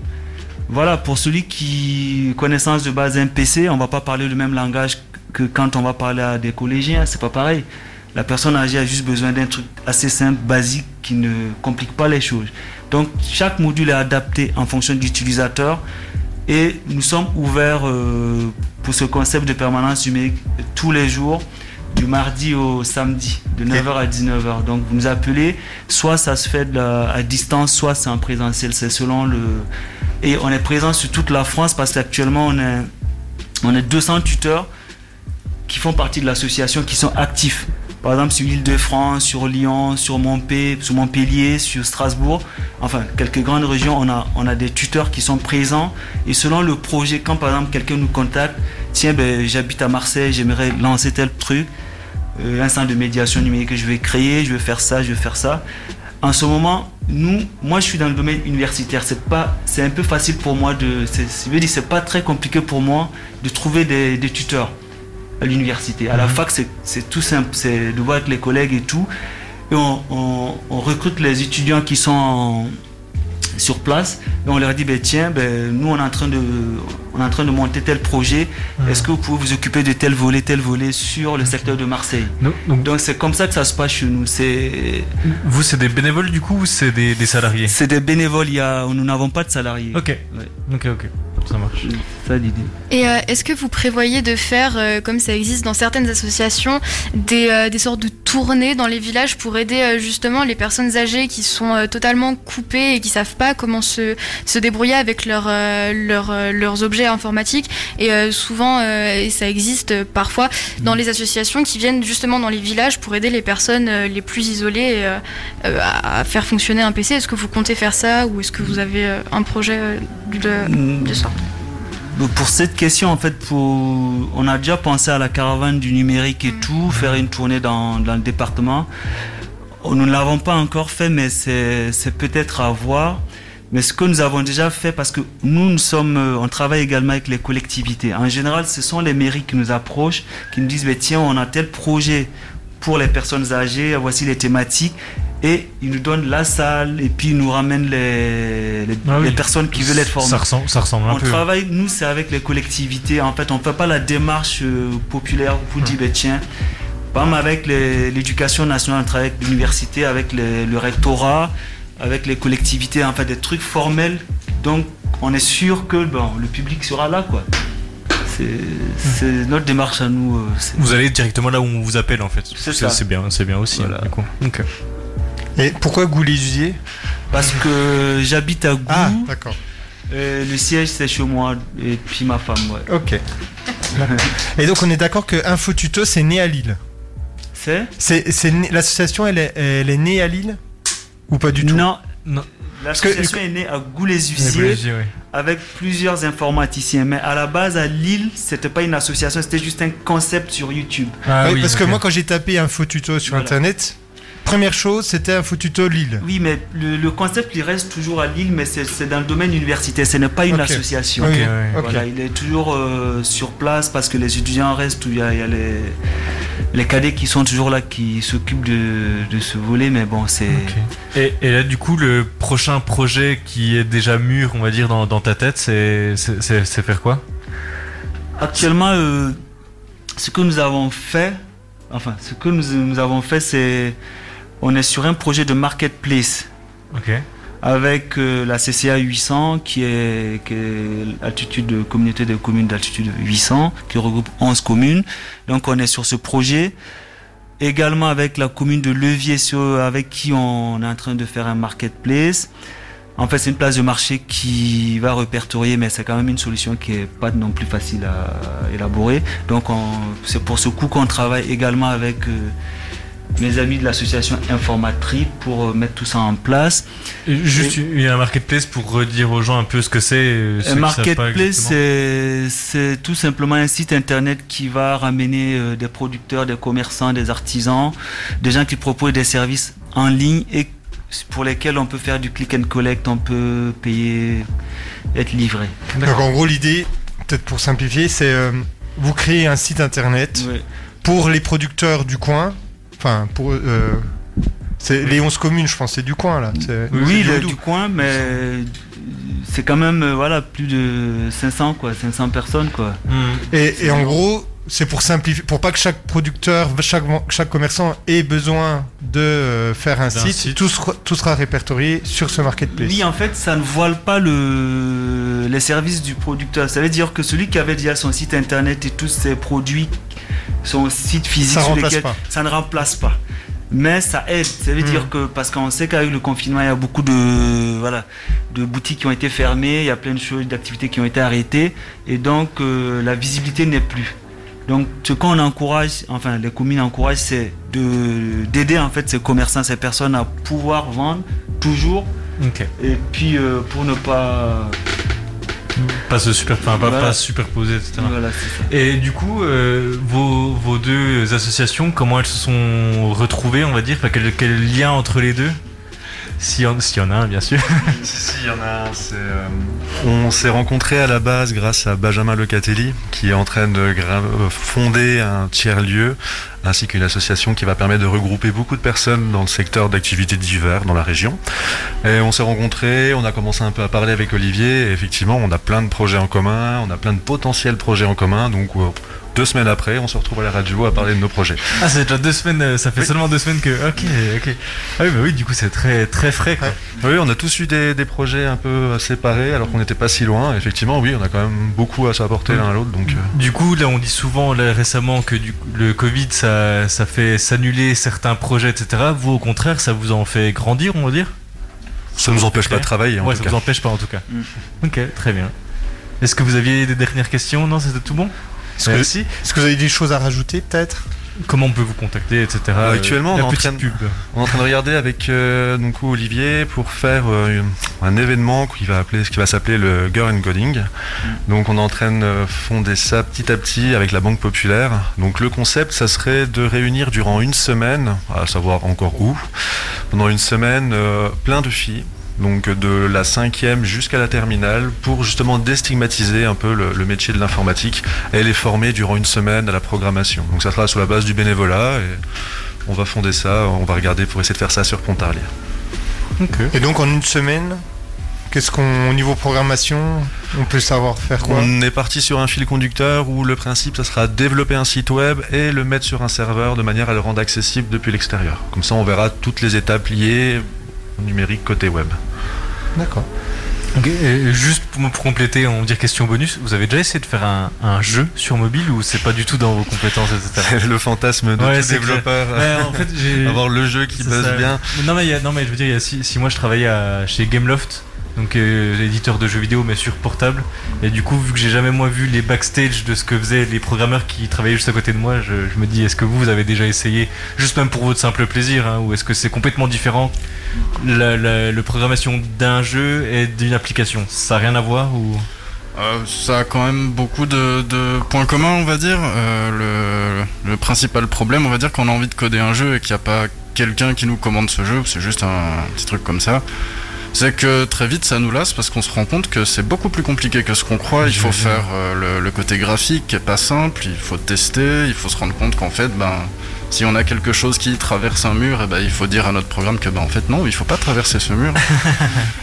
[SPEAKER 8] Voilà, pour celui qui connaissance de base un PC, on va pas parler le même langage que quand on va parler à des collégiens, c'est pas pareil. La personne âgée a juste besoin d'un truc assez simple, basique, qui ne complique pas les choses. Donc chaque module est adapté en fonction de l'utilisateur et nous sommes ouverts euh, pour ce concept de permanence numérique tous les jours, du mardi au samedi, de 9h à 19h. Donc vous nous appelez, soit ça se fait de la- à distance, soit c'est en présentiel, c'est selon le... Et on est présent sur toute la France parce qu'actuellement on est, on est 200 tuteurs qui font partie de l'association, qui sont actifs. Par exemple, sur l'île de France, sur Lyon, sur, Montpé- sur Montpellier, sur Strasbourg, enfin, quelques grandes régions, on a, on a des tuteurs qui sont présents. Et selon le projet, quand par exemple quelqu'un nous contacte, tiens, ben, j'habite à Marseille, j'aimerais lancer tel truc, euh, un centre de médiation numérique que je vais créer, je vais faire ça, je vais faire ça. En ce moment, nous, moi, je suis dans le domaine universitaire. C'est pas, c'est un peu facile pour moi de, c'est, je veux dire, c'est pas très compliqué pour moi de trouver des, des tuteurs à l'université. À la fac, c'est- c'est tout simple, c'est de voir avec les collègues et tout. et on, on- on recrute les étudiants qui sont en- sur place et on leur dit ben, tiens ben, nous on est en train de on est en train de monter tel projet est-ce que vous pouvez vous occuper de tel volet tel volet sur le secteur de Marseille donc c'est comme ça que ça se passe chez nous c'est
[SPEAKER 2] Vous, c'est des bénévoles du coup ou c'est des, des salariés
[SPEAKER 8] C'est des bénévoles, il y a- nous n'avons pas de salariés.
[SPEAKER 2] Ok. Ok, ok. Ça marche.
[SPEAKER 8] Ça, l'idée.
[SPEAKER 4] Et euh, est-ce que vous prévoyez de faire, euh, comme ça existe dans certaines associations, des, euh, des sortes de tournées dans les villages pour aider euh, justement les personnes âgées qui sont euh, totalement coupées et qui savent pas comment se, se débrouiller avec leur, euh, leur, euh, leurs objets informatiques Et euh, souvent, euh, et ça existe euh, parfois dans les associations qui viennent justement dans les villages pour aider les personnes euh, les plus isolées euh, euh, à, à faire fonctionner un PC. Est-ce que vous comptez faire ça ou est-ce que vous avez euh, un projet euh, de, de sorte
[SPEAKER 8] Donc, Pour cette question, en fait, pour... on a déjà pensé à la caravane du numérique et tout, faire une tournée dans, dans le département. Oh, Nous ne l'avons pas encore fait, mais c'est c'est peut-être à voir. Mais ce que nous avons déjà fait, parce que nous, nous sommes, euh, on travaille également avec les collectivités. En général, ce sont les mairies qui nous approchent, qui nous disent, Ben, tiens, on a tel projet pour les personnes âgées, voici les thématiques. Et ils nous donnent la salle, et puis ils nous ramènent les, les-
[SPEAKER 2] Ah oui.
[SPEAKER 8] les personnes qui veulent être formées.
[SPEAKER 2] Ça ressemble- ça ressemble un
[SPEAKER 8] On
[SPEAKER 2] peu.
[SPEAKER 8] travaille travail, nous, c'est avec les collectivités. En fait, on ne fait pas la démarche euh, populaire pour dire, ben, tiens, par exemple, avec les- l'éducation nationale, on travaille avec l'université, avec les- le rectorat, avec les collectivités, en fait, des trucs formels. Donc, on est sûr que ben, le public sera là, quoi.
[SPEAKER 2] Mmh.
[SPEAKER 8] C'est c'est notre démarche à nous. euh, c'est-
[SPEAKER 2] Vous allez directement là où on vous appelle en fait. C'est
[SPEAKER 8] ça.
[SPEAKER 2] C'est bien, c'est bien aussi. Du coup. Ok.
[SPEAKER 1] Et pourquoi Goulet-Jusier
[SPEAKER 8] Parce que j'habite à Gou.
[SPEAKER 1] Ah, d'accord.
[SPEAKER 8] Euh, le siège, c'est chez moi et puis ma femme, ouais.
[SPEAKER 1] Ok. Et donc on est d'accord que InfoTuto c'est né à Lille.
[SPEAKER 8] C'est
[SPEAKER 1] C'est c'est né- l'association elle est, elle est née à Lille ou pas du tout
[SPEAKER 8] Non.
[SPEAKER 2] Non.
[SPEAKER 8] L'association est née à
[SPEAKER 2] À Goût-les-Huissiers,
[SPEAKER 8] Goût-les-Huissiers
[SPEAKER 2] oui.
[SPEAKER 8] avec plusieurs informaticiens. Mais à la base, à Lille, c'était pas une association, c'était juste un concept sur YouTube.
[SPEAKER 1] Ah oui, parce que moi quand j'ai tapé InfoTuto sur
[SPEAKER 8] Voilà.
[SPEAKER 1] internet, première chose c'était InfoTuto Lille.
[SPEAKER 8] Oui, mais le, le concept, il reste toujours à Lille, mais c'est c'est dans le domaine universitaire, ce n'est pas une
[SPEAKER 1] Ok.
[SPEAKER 8] association.
[SPEAKER 1] Ok, Oui, ouais. ok.
[SPEAKER 8] Voilà, il est toujours euh, sur place parce que les étudiants restent, où il y a, il y a les, les cadets qui sont toujours là, qui s'occupent de, de ce volet, mais bon, c'est...
[SPEAKER 2] Et, et là, du coup, le prochain projet qui est déjà mûr, on va dire, dans, dans ta tête, c'est c'est- c'est- c'est faire quoi
[SPEAKER 8] Actuellement, euh, ce que nous avons fait, enfin, ce que nous, nous avons fait, c'est. On est sur un projet de marketplace.
[SPEAKER 2] Ok.
[SPEAKER 8] Avec euh, la CCA 800, qui est, qui est l'altitude de communauté des communes d'altitude 800, qui regroupe 11 communes. Donc, on est sur ce projet. Également avec la commune de Levier, sur- avec qui on est en train de faire un marketplace. En fait, c'est une place de marché qui va répertorier, mais c'est quand même une solution qui est pas non plus facile à élaborer. Donc, on- c'est pour ce coup qu'on travaille également avec euh, mes amis de l'association Informatrip pour euh, mettre tout ça en place.
[SPEAKER 2] Juste il y a un marketplace pour redire aux gens un peu ce que c'est. euh, ceux
[SPEAKER 8] Un
[SPEAKER 2] qui savent pas
[SPEAKER 8] marketplace,
[SPEAKER 2] exactement.
[SPEAKER 8] c'est- c'est tout simplement un site internet qui va ramener euh, des producteurs, des commerçants, des artisans, des gens qui proposent des services en ligne et pour lesquels on peut faire du click and collect, on peut payer, être livré.
[SPEAKER 1] Donc en gros l'idée, peut-être pour simplifier, c'est euh, vous créez un site internet pour les producteurs du coin, enfin pour euh, c'est les 11 communes je pense, c'est du coin là. c'est- c'est
[SPEAKER 8] Oui,
[SPEAKER 1] du
[SPEAKER 8] le-
[SPEAKER 1] Haut-Doubs.
[SPEAKER 8] du coin, mais euh, c'est quand même euh, voilà plus de 500 quoi, 500 personnes quoi.
[SPEAKER 2] Hmm.
[SPEAKER 1] Et, et en gros, c'est pour simplifier, pour pas que chaque producteur, chaque, chaque commerçant ait besoin de euh, faire un
[SPEAKER 8] D'un
[SPEAKER 1] site,
[SPEAKER 8] site.
[SPEAKER 1] Tout, sera, tout sera répertorié sur ce marketplace.
[SPEAKER 8] Oui, en fait, ça ne voile pas le, les services du producteur. Ça veut dire que celui qui avait déjà son site internet et tous ses produits, son site physique,
[SPEAKER 1] Ça
[SPEAKER 8] sur
[SPEAKER 1] remplace
[SPEAKER 8] lequel-
[SPEAKER 1] pas. Hmm.
[SPEAKER 8] ça ne remplace pas. Mais ça aide. Ça veut dire que, parce qu'on sait qu'avec le confinement, il y a beaucoup de, voilà, de boutiques qui ont été fermées, il y a plein de choses, d'activités qui ont été arrêtées. Et donc, euh, la visibilité n'est plus. Donc, ce qu'on encourage, enfin, les communes encouragent, c'est de- d'aider en fait ces commerçants, ces personnes à pouvoir vendre toujours
[SPEAKER 2] Ok.
[SPEAKER 8] et puis euh, pour ne pas.
[SPEAKER 2] Pas se super, enfin, pas,
[SPEAKER 8] Voilà.
[SPEAKER 2] pas se superposer, etc.
[SPEAKER 8] Voilà, c'est
[SPEAKER 2] Et du coup, euh, vos, vos deux associations, comment elles se sont retrouvées, on va dire Enfin, quel, quel lien entre les deux S'il y, en- s'il y en a un, bien sûr.
[SPEAKER 9] S'il y en a un, c'est. euh, On s'est rencontrés à la base grâce à Benjamin Locatelli, qui est en train de gra- euh, fonder un tiers-lieu, ainsi qu'une association qui va permettre de regrouper beaucoup de personnes dans le secteur d'activités divers dans la région. Et on s'est rencontrés, on a commencé un peu à parler avec Olivier, et effectivement, on a plein de projets en commun, on a plein de potentiels projets en commun, donc euh, deux semaines après, on se retrouve à la radio à parler de nos projets.
[SPEAKER 2] Ah, c'est déjà deux semaines, euh, ça fait seulement deux semaines que. Ok, ok. Ah oui, bah oui, du coup, c'est très, très frais. Quoi.
[SPEAKER 9] Oui, on a tous eu des, des projets un peu euh, séparés alors qu'on n'était pas si loin. Effectivement, oui, on a quand même beaucoup à s'apporter l'un à l'autre. Donc, euh,
[SPEAKER 2] Du coup, là, on dit souvent là, récemment que du, le Covid, ça, ça fait s'annuler certains projets, etc. Vous, au contraire, ça vous en fait grandir, on va dire
[SPEAKER 9] Ça nous empêche pas de travailler, en
[SPEAKER 2] ouais,
[SPEAKER 9] tout
[SPEAKER 2] ça
[SPEAKER 9] cas.
[SPEAKER 2] vous empêche pas, en tout cas. Ok, très bien. Est-ce que vous aviez des dernières questions Non, c'était tout bon
[SPEAKER 1] Est-ce que- est-ce que vous avez des choses à rajouter, peut-être
[SPEAKER 2] Comment on peut vous contacter, etc.
[SPEAKER 9] euh, actuellement,
[SPEAKER 2] Euh,
[SPEAKER 9] on est,
[SPEAKER 2] la
[SPEAKER 9] en
[SPEAKER 2] petite
[SPEAKER 9] train, de-
[SPEAKER 2] pub.
[SPEAKER 9] on est en train de regarder avec euh, donc, Olivier pour faire euh, une- un événement qui va, appeler, qui va s'appeler le Girl and Coding. Donc, on est en train de fonder ça petit à petit avec la Banque Populaire. Donc, le concept, ça serait de réunir durant une semaine, à savoir encore où, pendant une semaine, euh, plein de filles. donc de la cinquième jusqu'à la terminale, pour justement déstigmatiser un peu le, le métier de l'informatique et les former durant une semaine à la programmation. Donc ça sera sur la base du bénévolat et on va fonder ça, on va regarder pour essayer de faire ça sur Pontarlier.
[SPEAKER 1] Et donc en une semaine, qu'est-ce qu'on au niveau programmation, on peut savoir faire quoi
[SPEAKER 9] On est parti sur un fil conducteur où le principe, ça sera développer un site web et le mettre sur un serveur de manière à le rendre accessible depuis l'extérieur. Comme ça, on verra toutes les étapes liées au numérique côté web.
[SPEAKER 1] D'accord.
[SPEAKER 2] Ok, et juste pour, pour compléter, on va dire question bonus, vous avez déjà essayé de faire un, un jeu sur mobile ou c'est pas du tout dans vos compétences, etc.
[SPEAKER 9] le fantasme de
[SPEAKER 2] Ouais,
[SPEAKER 9] tout
[SPEAKER 2] c'est
[SPEAKER 9] développeur.
[SPEAKER 2] clair. Ouais, en fait, j'ai-
[SPEAKER 9] Avoir le jeu qui
[SPEAKER 2] C'est
[SPEAKER 9] buzz
[SPEAKER 2] ça.
[SPEAKER 9] bien.
[SPEAKER 2] Mais Non mais, il y a- non, mais je veux dire, il y a six, six mois je travaillais à- chez Gameloft, donc euh, éditeur de jeux vidéo mais sur portable. Et du coup, vu que j'ai jamais moi vu les backstage de ce que faisaient les programmeurs qui travaillaient juste à côté de moi, je, je me dis, est-ce que vous, vous avez déjà essayé, juste même pour votre simple plaisir, hein, ou est-ce que c'est complètement différent la, la- la programmation d'un jeu et d'une application Ça n'a rien à voir ou
[SPEAKER 10] Euh, ça a quand même beaucoup de, de points communs, on va dire. Euh, le, le principal problème, on va dire, qu'on a envie de coder un jeu et qu'il n'y a pas quelqu'un qui nous commande ce jeu, c'est juste un petit truc comme ça. C'est que très vite ça nous lasse parce qu'on se rend compte que c'est beaucoup plus compliqué que ce qu'on croit. Il faut
[SPEAKER 2] J'imagine.
[SPEAKER 10] faire euh, le, le côté graphique qui est pas simple, il faut tester, il faut se rendre compte qu'en fait, ben, si on a quelque chose qui traverse un mur, eh ben, il faut dire à notre programme que ben, en fait non, il faut pas traverser ce mur.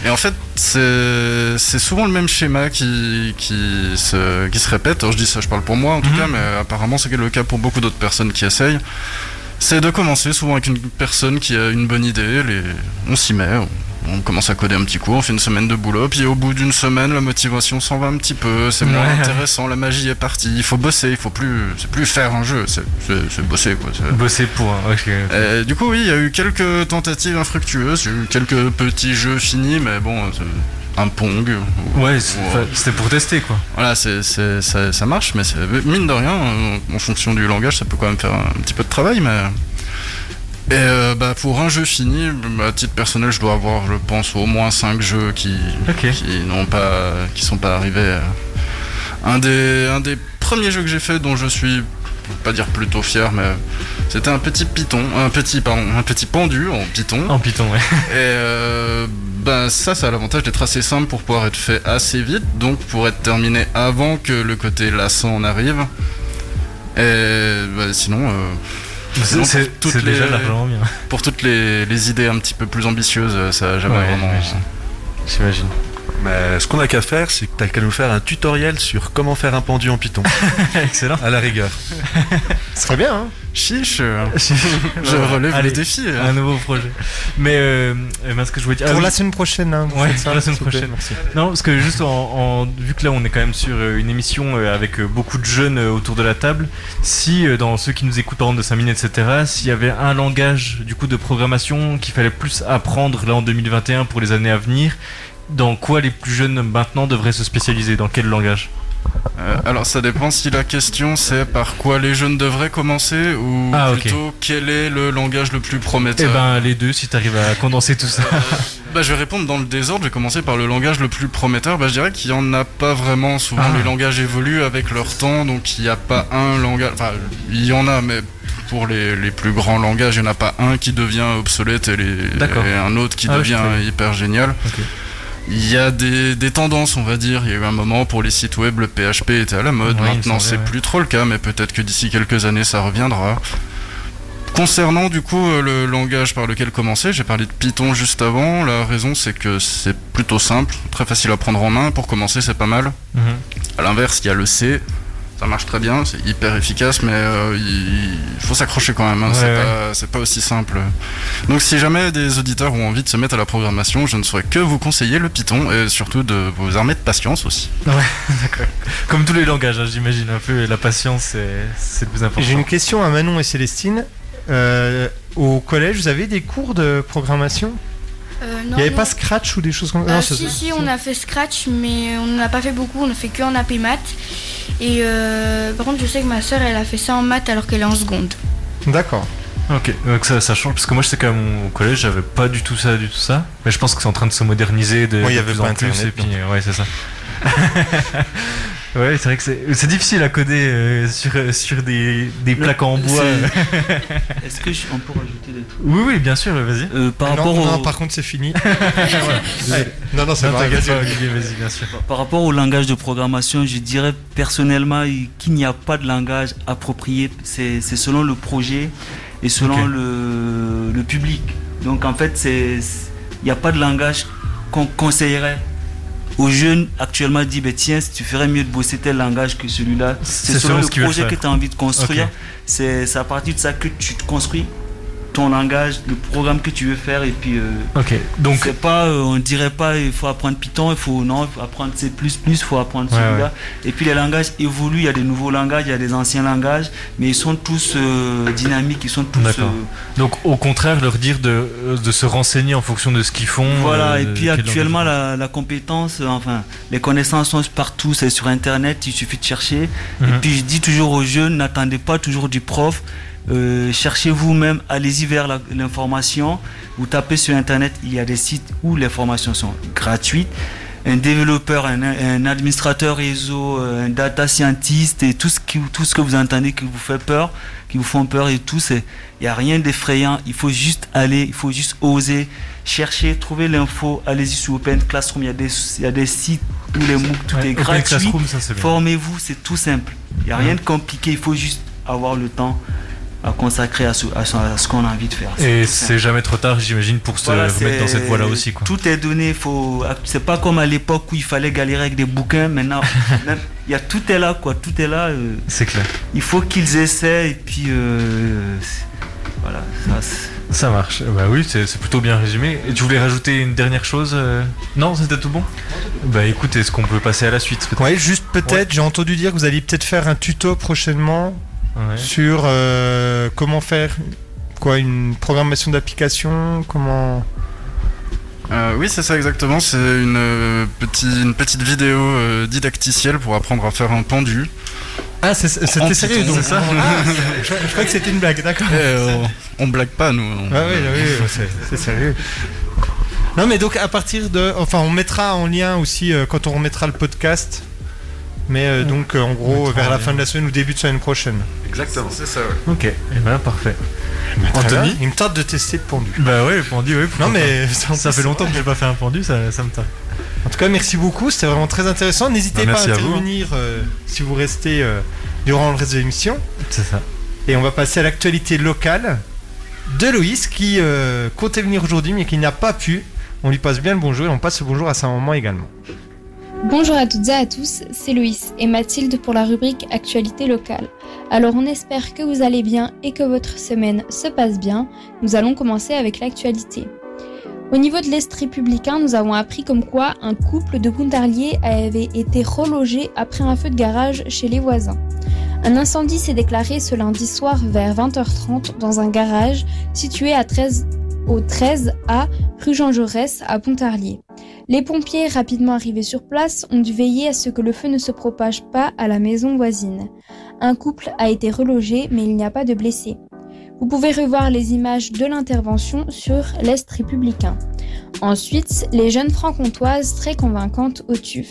[SPEAKER 10] Et en fait, c'est c'est souvent le même schéma qui, qui, se, qui se répète. Alors, je dis ça, je parle pour moi en tout cas, mais apparemment c'est le cas pour beaucoup d'autres personnes qui essayent. C'est de commencer souvent avec une personne qui a une bonne idée, les- on s'y met, on, on commence à coder un petit coup, on fait une semaine de boulot, puis au bout d'une semaine, la motivation s'en va un petit peu, c'est moins
[SPEAKER 2] Ouais.
[SPEAKER 10] intéressant, la magie est partie, il faut bosser, il faut plus, c'est plus faire un jeu, c'est- c'est c'est bosser quoi. c'est-
[SPEAKER 2] bosser pour hein, un... ouais, je-
[SPEAKER 10] euh, du coup, oui, il y a eu quelques tentatives infructueuses, il y a eu quelques petits jeux finis, mais bon, euh, un pong. ou-
[SPEAKER 2] Ouais, c'est-
[SPEAKER 10] ou-
[SPEAKER 2] enfin, c'était pour tester quoi.
[SPEAKER 10] Voilà, c'est- c'est- ça, ça marche, mais c'est- mine de rien, en, en fonction du langage, ça peut quand même faire un petit peu de travail, mais. Et euh, bah, pour un jeu fini, bah, à titre personnel, je dois avoir, je pense, au moins 5 jeux qui, qui n'ont pas, qui sont pas arrivés. euh. Un des, un des premiers jeux que j'ai fait, dont je suis, je vais pas dire plutôt fier, mais c'était un petit python, un petit, pardon, un petit pendu en python.
[SPEAKER 2] En Python, ouais.
[SPEAKER 10] Et euh, ben ça, ça a l'avantage d'être assez simple pour pouvoir être fait assez vite, donc pour être terminé avant que le côté lassant en arrive. Et bah, sinon, euh,
[SPEAKER 2] C'est-
[SPEAKER 10] sinon, pour
[SPEAKER 2] c'est-
[SPEAKER 10] toutes
[SPEAKER 2] c'est déjà
[SPEAKER 10] les-
[SPEAKER 2] largement bien.
[SPEAKER 10] Pour toutes les, les idées un petit peu plus ambitieuses, euh, ça a jamais
[SPEAKER 2] Ouais,
[SPEAKER 10] vraiment.
[SPEAKER 2] J'imagine.
[SPEAKER 9] Mais ce qu'on a qu'à faire, c'est que t'as qu'à nous faire un tutoriel sur comment faire un pendu en Python.
[SPEAKER 2] Excellent.
[SPEAKER 9] À la rigueur.
[SPEAKER 1] Ce serait bien, hein
[SPEAKER 10] Chiche Je relève le défi.
[SPEAKER 2] euh. Un nouveau projet. Mais euh, eh ben, ce que je voulais dire.
[SPEAKER 1] Pour
[SPEAKER 2] ah oui.
[SPEAKER 1] la semaine prochaine, hein, vous
[SPEAKER 2] Ouais,
[SPEAKER 1] faites ça,
[SPEAKER 2] pour la semaine
[SPEAKER 1] s'il vous plaît,
[SPEAKER 2] prochaine.
[SPEAKER 1] merci.
[SPEAKER 2] Non, parce que juste en, en- vu que là on est quand même sur euh, une émission euh, avec euh, beaucoup de jeunes euh, autour de la table, si euh, dans ceux qui nous écoutent par exemple de 5 minutes, etc., s'il y avait un langage du coup de programmation qu'il fallait plus apprendre là en 2021 pour les années à venir, dans quoi les plus jeunes maintenant devraient se spécialiser Dans quel langage
[SPEAKER 10] Euh, alors ça dépend si la question c'est par quoi les jeunes devraient commencer ou
[SPEAKER 2] Ah, ok.
[SPEAKER 10] plutôt quel est le langage le plus prometteur.
[SPEAKER 2] Eh ben, les deux, si t'arrives à condenser tout ça.
[SPEAKER 10] Bah, je vais répondre dans le désordre. Je vais commencer par le langage le plus prometteur. Bah, je dirais qu'il n'y en a pas vraiment. Souvent,
[SPEAKER 2] Ah.
[SPEAKER 10] les langages évoluent avec leur temps, donc il n'y a pas un langage. Enfin, il y en a, mais pour les, les plus grands langages, il n'y en a pas un qui devient obsolète et, les-
[SPEAKER 2] D'accord.
[SPEAKER 10] et un autre qui
[SPEAKER 2] Ah ouais, je
[SPEAKER 10] devient
[SPEAKER 2] savais.
[SPEAKER 10] hyper génial. Il y a des, des tendances, on va dire. Il y a eu un moment pour les sites web, le PHP était à la mode.
[SPEAKER 2] Ouais, il me
[SPEAKER 10] Maintenant, c'est
[SPEAKER 2] semblait, ouais.
[SPEAKER 10] plus trop le cas, mais peut-être que d'ici quelques années, ça reviendra. Concernant du coup euh, le langage par lequel commencer, j'ai parlé de Python juste avant. La raison c'est que c'est plutôt simple, très facile à prendre en main. Pour commencer, c'est pas mal.
[SPEAKER 2] Mhm.
[SPEAKER 10] À l'inverse, il y a le C. Ça marche très bien, c'est hyper efficace, mais euh, il il faut s'accrocher quand même. hein.
[SPEAKER 2] Ouais,
[SPEAKER 10] c'est,
[SPEAKER 2] ouais.
[SPEAKER 10] Pas, c'est pas aussi simple. Donc, si jamais des auditeurs ont envie de se mettre à la programmation, je ne saurais que vous conseiller le Python et surtout de vous armer de patience aussi.
[SPEAKER 2] Ouais, d'accord. Comme tous les langages, hein, j'imagine un peu. La patience, c'est- c'est le plus important.
[SPEAKER 1] J'ai une question à Manon et Célestine. Euh, au collège, vous avez des cours de programmation
[SPEAKER 5] Euh,
[SPEAKER 1] Il
[SPEAKER 5] non,
[SPEAKER 1] n'y avait
[SPEAKER 5] non.
[SPEAKER 1] pas Scratch ou des choses comme ça
[SPEAKER 5] Euh,
[SPEAKER 1] Non,
[SPEAKER 5] si,
[SPEAKER 1] c'est-
[SPEAKER 5] si, on a fait Scratch, mais on n'a pas fait beaucoup, on a fait que en AP maths. Et euh, par contre, je sais que ma sœur, elle a fait ça en maths alors qu'elle est en seconde.
[SPEAKER 1] D'accord.
[SPEAKER 2] Ok, donc ça, ça change parce que moi je sais qu'à mon collège j'avais pas du tout ça, du tout ça. Mais je pense que c'est en train de se moderniser de,
[SPEAKER 1] Ouais, il y
[SPEAKER 2] de
[SPEAKER 1] avait
[SPEAKER 2] plus
[SPEAKER 1] pas
[SPEAKER 2] en plus.
[SPEAKER 1] Internet,
[SPEAKER 2] et puis, euh, ouais, c'est ça. ouais, c'est vrai que c'est c'est difficile à coder euh, sur, euh, sur des, des
[SPEAKER 8] Le-
[SPEAKER 2] plaques en bois.
[SPEAKER 8] c'est- Est-ce que je- on peut rajouter des trucs
[SPEAKER 2] Oui, oui, bien sûr, vas-y.
[SPEAKER 8] par
[SPEAKER 1] non,
[SPEAKER 8] rapport au-
[SPEAKER 1] non, par contre, c'est fini.
[SPEAKER 2] Voilà.
[SPEAKER 1] Allez. Non, non, c'est
[SPEAKER 2] Non,
[SPEAKER 1] pas
[SPEAKER 2] t'inquiète
[SPEAKER 1] grave.
[SPEAKER 2] pas, Olivier, vas-y, bien sûr.
[SPEAKER 8] Par rapport au langage de programmation, je dirais personnellement il- qu'il n'y a pas de langage approprié. C'est c'est selon le projet et selon
[SPEAKER 2] Ok.
[SPEAKER 8] le, le public. Donc en fait, c'est- c'est- il n'y a pas de langage qu'on conseillerait aux jeunes actuellement dit ben tiens si tu ferais mieux de bosser tel langage que celui-là c'est
[SPEAKER 2] C'est selon
[SPEAKER 8] selon le
[SPEAKER 2] ce qu'ils veulent
[SPEAKER 8] projet que
[SPEAKER 2] faire.
[SPEAKER 8] tu as envie de construire
[SPEAKER 2] Ok.
[SPEAKER 8] c'est c'est à partir de ça que tu te construis ton langage le programme que tu veux faire et puis euh,
[SPEAKER 2] Ok, donc
[SPEAKER 8] c'est pas, euh, on dirait pas, il faut apprendre Python, il faut non, il faut apprendre C++, il faut apprendre
[SPEAKER 2] Ouais,
[SPEAKER 8] celui-là. Et puis les langages évoluent, il y a des nouveaux langages, il y a des anciens langages, mais ils sont tous euh, dynamiques, ils sont tous.
[SPEAKER 2] D'accord.
[SPEAKER 8] euh,
[SPEAKER 2] Donc au contraire, leur dire de, euh, de se renseigner en fonction de ce qu'ils font.
[SPEAKER 8] voilà.
[SPEAKER 2] euh,
[SPEAKER 8] et
[SPEAKER 2] de
[SPEAKER 8] puis
[SPEAKER 2] quel
[SPEAKER 8] actuellement,
[SPEAKER 2] langage.
[SPEAKER 8] la, la compétence, euh, enfin, les connaissances sont partout, c'est sur Internet, il suffit de chercher. Et
[SPEAKER 2] Mhm.
[SPEAKER 8] puis je dis toujours aux jeunes, n'attendez pas toujours du prof. euh, cherchez vous-même, allez-y vers la- l'information. Vous tapez sur Internet, il y a des sites où les formations sont gratuites. Un développeur, un, un administrateur réseau, euh, un data scientist et tout ce, qui, tout ce que vous entendez qui vous fait peur, qui vous font peur et tout, c'est- il n'y a rien d'effrayant. Il faut juste aller, il faut juste oser, chercher, trouver l'info. Allez-y sur Open Classroom, il y a des, il y a des sites, tous les MOOC, tout
[SPEAKER 2] Ouais,
[SPEAKER 8] est
[SPEAKER 2] Open
[SPEAKER 8] gratuit.
[SPEAKER 2] Classroom, ça, c'est bien.
[SPEAKER 8] Formez-vous, c'est tout simple. Il n'y a rien
[SPEAKER 2] Ouais.
[SPEAKER 8] de compliqué, il faut juste avoir le temps à consacrer à ce, à ce- à ce qu'on a envie de faire.
[SPEAKER 2] Et
[SPEAKER 8] tout simple.
[SPEAKER 2] c'est jamais trop tard, j'imagine, pour se
[SPEAKER 8] Voilà,
[SPEAKER 2] remettre dans
[SPEAKER 8] c'est-
[SPEAKER 2] cette voie-là aussi. Quoi.
[SPEAKER 8] Tout est donné, faut. C'est pas comme à l'époque où il fallait galérer avec des bouquins. Maintenant, même- il y a tout est là, quoi. Tout est là. euh,
[SPEAKER 2] C'est clair.
[SPEAKER 8] il faut qu'ils essaient et puis euh, c'est- voilà. ça, c'est-
[SPEAKER 2] Ça marche. Bah oui, c'est c'est plutôt bien résumé. Et tu voulais rajouter une dernière chose euh Non, c'était tout bon Bah écoute, est-ce qu'on peut passer à la suite peut-être
[SPEAKER 1] Ouais, juste peut-être, j'ai entendu dire que vous alliez peut-être faire un tuto prochainement
[SPEAKER 2] Ouais.
[SPEAKER 1] sur euh, comment faire quoi une programmation d'application, comment
[SPEAKER 10] Euh, oui, c'est ça exactement. C'est une, euh, petite- une petite vidéo euh, didacticielle pour apprendre à faire un pendu.
[SPEAKER 1] Ah, c'est- c'était
[SPEAKER 10] En
[SPEAKER 1] sérieux
[SPEAKER 10] Python,
[SPEAKER 1] donc.
[SPEAKER 10] c'est ça
[SPEAKER 1] Ah, je, je crois que c'était une blague, d'accord.
[SPEAKER 10] Eh, euh, on blague pas, nous. on-
[SPEAKER 1] Ah oui, oui, oui, c'est- c'est sérieux. Non mais donc à partir de, enfin on mettra en lien aussi euh, quand on remettra le podcast, mais euh, donc euh, en
[SPEAKER 2] On
[SPEAKER 1] gros
[SPEAKER 2] mettra
[SPEAKER 1] vers
[SPEAKER 2] en
[SPEAKER 1] la
[SPEAKER 2] lien.
[SPEAKER 1] fin de la semaine ou début de semaine prochaine.
[SPEAKER 10] Exactement, c'est ça. ouais.
[SPEAKER 2] Ok, et ben parfait.
[SPEAKER 1] Anthony,
[SPEAKER 2] Anthony
[SPEAKER 1] il me tente de tester le pendu.
[SPEAKER 2] Bah ouais, le pendu, oui. pourquoi
[SPEAKER 1] Bah, Non mais ça,
[SPEAKER 2] pas. Ça fait longtemps que j'ai pas fait un pendu, ça, ça me tente.
[SPEAKER 1] En tout cas, merci beaucoup, c'était vraiment très intéressant. N'hésitez
[SPEAKER 2] Ah,
[SPEAKER 1] pas à
[SPEAKER 2] merci à vous.
[SPEAKER 1] intervenir euh, si vous restez euh, durant le reste de l'émission.
[SPEAKER 2] C'est ça.
[SPEAKER 1] Et on va passer à l'actualité locale de Loïs qui euh, comptait venir aujourd'hui mais qui n'a pas pu. On lui passe bien le bonjour et on passe le bonjour à sa maman également.
[SPEAKER 11] Bonjour à toutes et à tous, c'est Loïs et Mathilde pour la rubrique Actualité locale. Alors on espère que vous allez bien et que votre semaine se passe bien. Nous allons commencer avec l'actualité. Au niveau de l'Est républicain, nous avons appris comme quoi un couple de Gundarliers avait été relogé après un feu de garage chez les voisins. Un incendie s'est déclaré ce lundi soir vers 20h30 dans un garage situé à 13, au 13 A rue Jean Jaurès à Pontarlier. Les pompiers, rapidement arrivés sur place, ont dû veiller à ce que le feu ne se propage pas à la maison voisine. Un couple a été relogé, mais il n'y a pas de blessés. Vous pouvez revoir les images de l'intervention sur l'Est républicain. Ensuite, les jeunes franc-comtoises très convaincantes au TUF.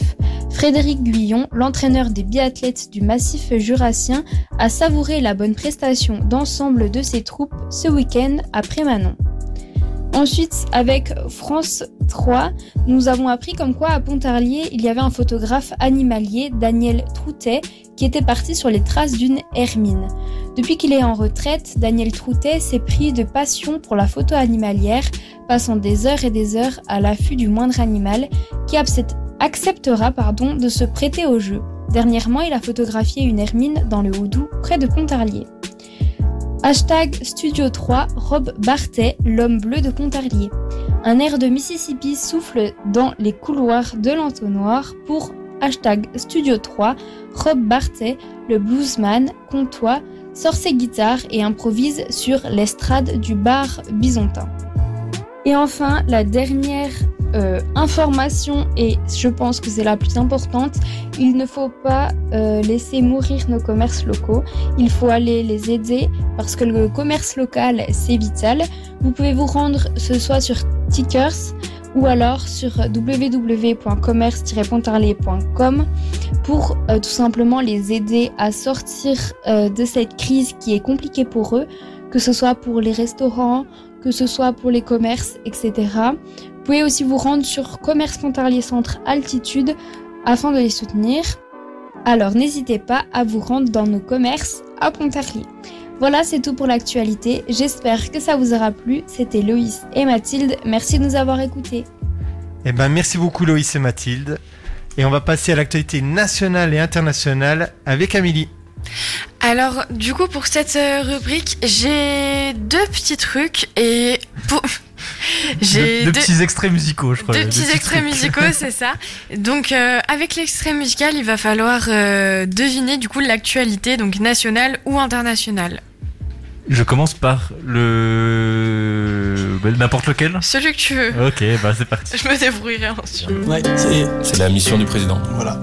[SPEAKER 11] Frédéric Guyon, l'entraîneur des biathlètes du massif jurassien, a savouré la bonne prestation d'ensemble de ses troupes ce week-end après Manon. Ensuite, avec France 3, nous avons appris comme quoi à Pontarlier, il y avait un photographe animalier, Daniel Troutet, qui était parti sur les traces d'une hermine. Depuis qu'il est en retraite, Daniel Troutet s'est pris de passion pour la photo animalière, passant des heures et des heures à l'affût du moindre animal qui accept- acceptera pardon, de se prêter au jeu. Dernièrement, il a photographié une hermine dans le Houdou, près de Pontarlier. Hashtag Studio 3, Rob Bartet, l'homme bleu de Pontarlier. Un air de Mississippi souffle dans les couloirs de l'entonnoir pour hashtag Studio 3, Rob Bartet, le bluesman, comtois, sort ses guitares et improvise sur l'estrade du bar bisontin. Et enfin, la dernière euh, information, et je pense que c'est la plus importante, il ne faut pas euh, laisser mourir nos commerces locaux, il faut aller les aider parce que le commerce local, c'est vital. Vous pouvez vous rendre ce soit sur Tickers ou alors sur www.commerce-pontarlier.com pour euh, tout simplement les aider à sortir euh, de cette crise qui est compliquée pour eux, que ce soit pour les restaurants, que ce soit pour les commerces, etc. Vous pouvez aussi vous rendre sur Commerce Pontarlier Centre Altitude afin de les soutenir. Alors n'hésitez pas à vous rendre dans nos commerces à Pontarlier. Voilà, c'est tout pour l'actualité. J'espère que ça vous aura plu. C'était Loïs et Mathilde. Merci de nous avoir écoutés.
[SPEAKER 1] Eh ben, merci beaucoup Loïs et Mathilde. Et on va passer à l'actualité nationale et internationale avec Amélie.
[SPEAKER 3] Alors, du coup, pour cette euh, rubrique, j'ai deux petits trucs et pour- j'ai
[SPEAKER 2] Deux, deux petits extraits musicaux, je crois.
[SPEAKER 3] deux
[SPEAKER 2] deux
[SPEAKER 3] petits extraits
[SPEAKER 2] trucs.
[SPEAKER 3] musicaux, c'est ça. Donc, euh, avec l'extrait musical, il va falloir euh, deviner du coup l'actualité, donc nationale ou internationale.
[SPEAKER 2] Je commence par le. bah, N'importe lequel
[SPEAKER 3] Celui que tu veux.
[SPEAKER 2] Ok, bah c'est parti.
[SPEAKER 3] Je me débrouillerai ensuite.
[SPEAKER 12] C'est la mission du président. Voilà.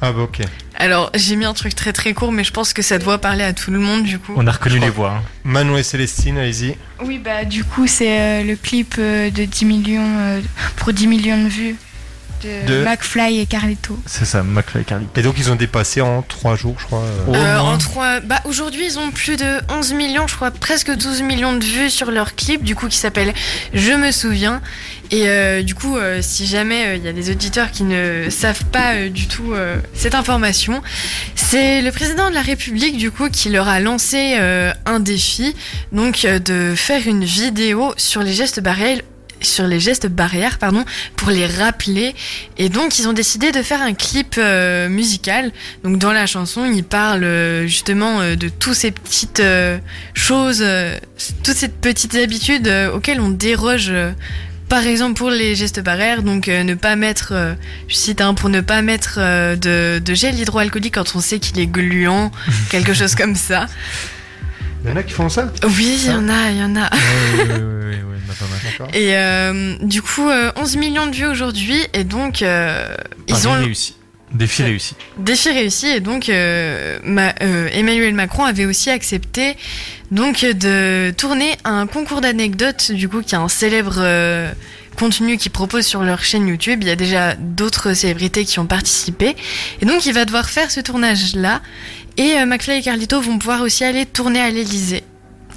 [SPEAKER 1] Ah bah ok.
[SPEAKER 3] Alors, j'ai mis un truc très très court, mais je pense que ça doit parler à tout le monde du coup.
[SPEAKER 2] On a reconnu les voix. hein.
[SPEAKER 1] Manon et Célestine, allez-y.
[SPEAKER 6] Oui, bah du coup, c'est euh, le clip euh, de 10 millions, euh, pour 10 millions de vues de,
[SPEAKER 1] De-
[SPEAKER 6] McFly et Carlito.
[SPEAKER 2] C'est ça, McFly et Carlito.
[SPEAKER 1] Et donc ils ont dépassé en 3 jours, je crois. euh.
[SPEAKER 3] Euh, en trois- bah, aujourd'hui, ils ont plus de 11 millions, je crois, presque 12 millions de vues sur leur clip, du coup, qui s'appelle Je me souviens. Et euh, du coup, euh, si jamais euh, il y a des auditeurs qui ne savent pas euh, du tout euh, cette information, c'est le président de la République, du coup, qui leur a lancé euh, un défi, donc euh, de faire une vidéo sur les gestes barrières sur les gestes barrières, pardon, pour les rappeler. Et donc, ils ont décidé de faire un clip euh, musical. Donc, dans la chanson, ils parlent euh, justement euh, de toutes ces petites euh, choses, euh, toutes ces petites habitudes euh, auxquelles on déroge. euh, par exemple, pour les gestes barrières, donc euh, ne pas mettre, euh, je cite, hein, pour ne pas mettre euh, de, de gel hydroalcoolique quand on sait qu'il est gluant, quelque chose comme ça.
[SPEAKER 1] Il y en a qui font ça Euh,
[SPEAKER 3] Oui, il y en a, il y en a. Et euh, du coup, euh, 11 millions de vues aujourd'hui, et donc euh, ils
[SPEAKER 2] Pari
[SPEAKER 3] ont
[SPEAKER 2] réussi. Défi réussi.
[SPEAKER 3] défi réussi, et donc euh, Ma- euh, Emmanuel Macron avait aussi accepté donc de tourner un concours d'anecdotes, du coup, qui a un célèbre euh, contenu qu'ils proposent sur leur chaîne YouTube. Il y a déjà d'autres célébrités qui ont participé, et donc il va devoir faire ce tournage-là, et euh, McFly et Carlito vont pouvoir aussi aller tourner à l'Elysée.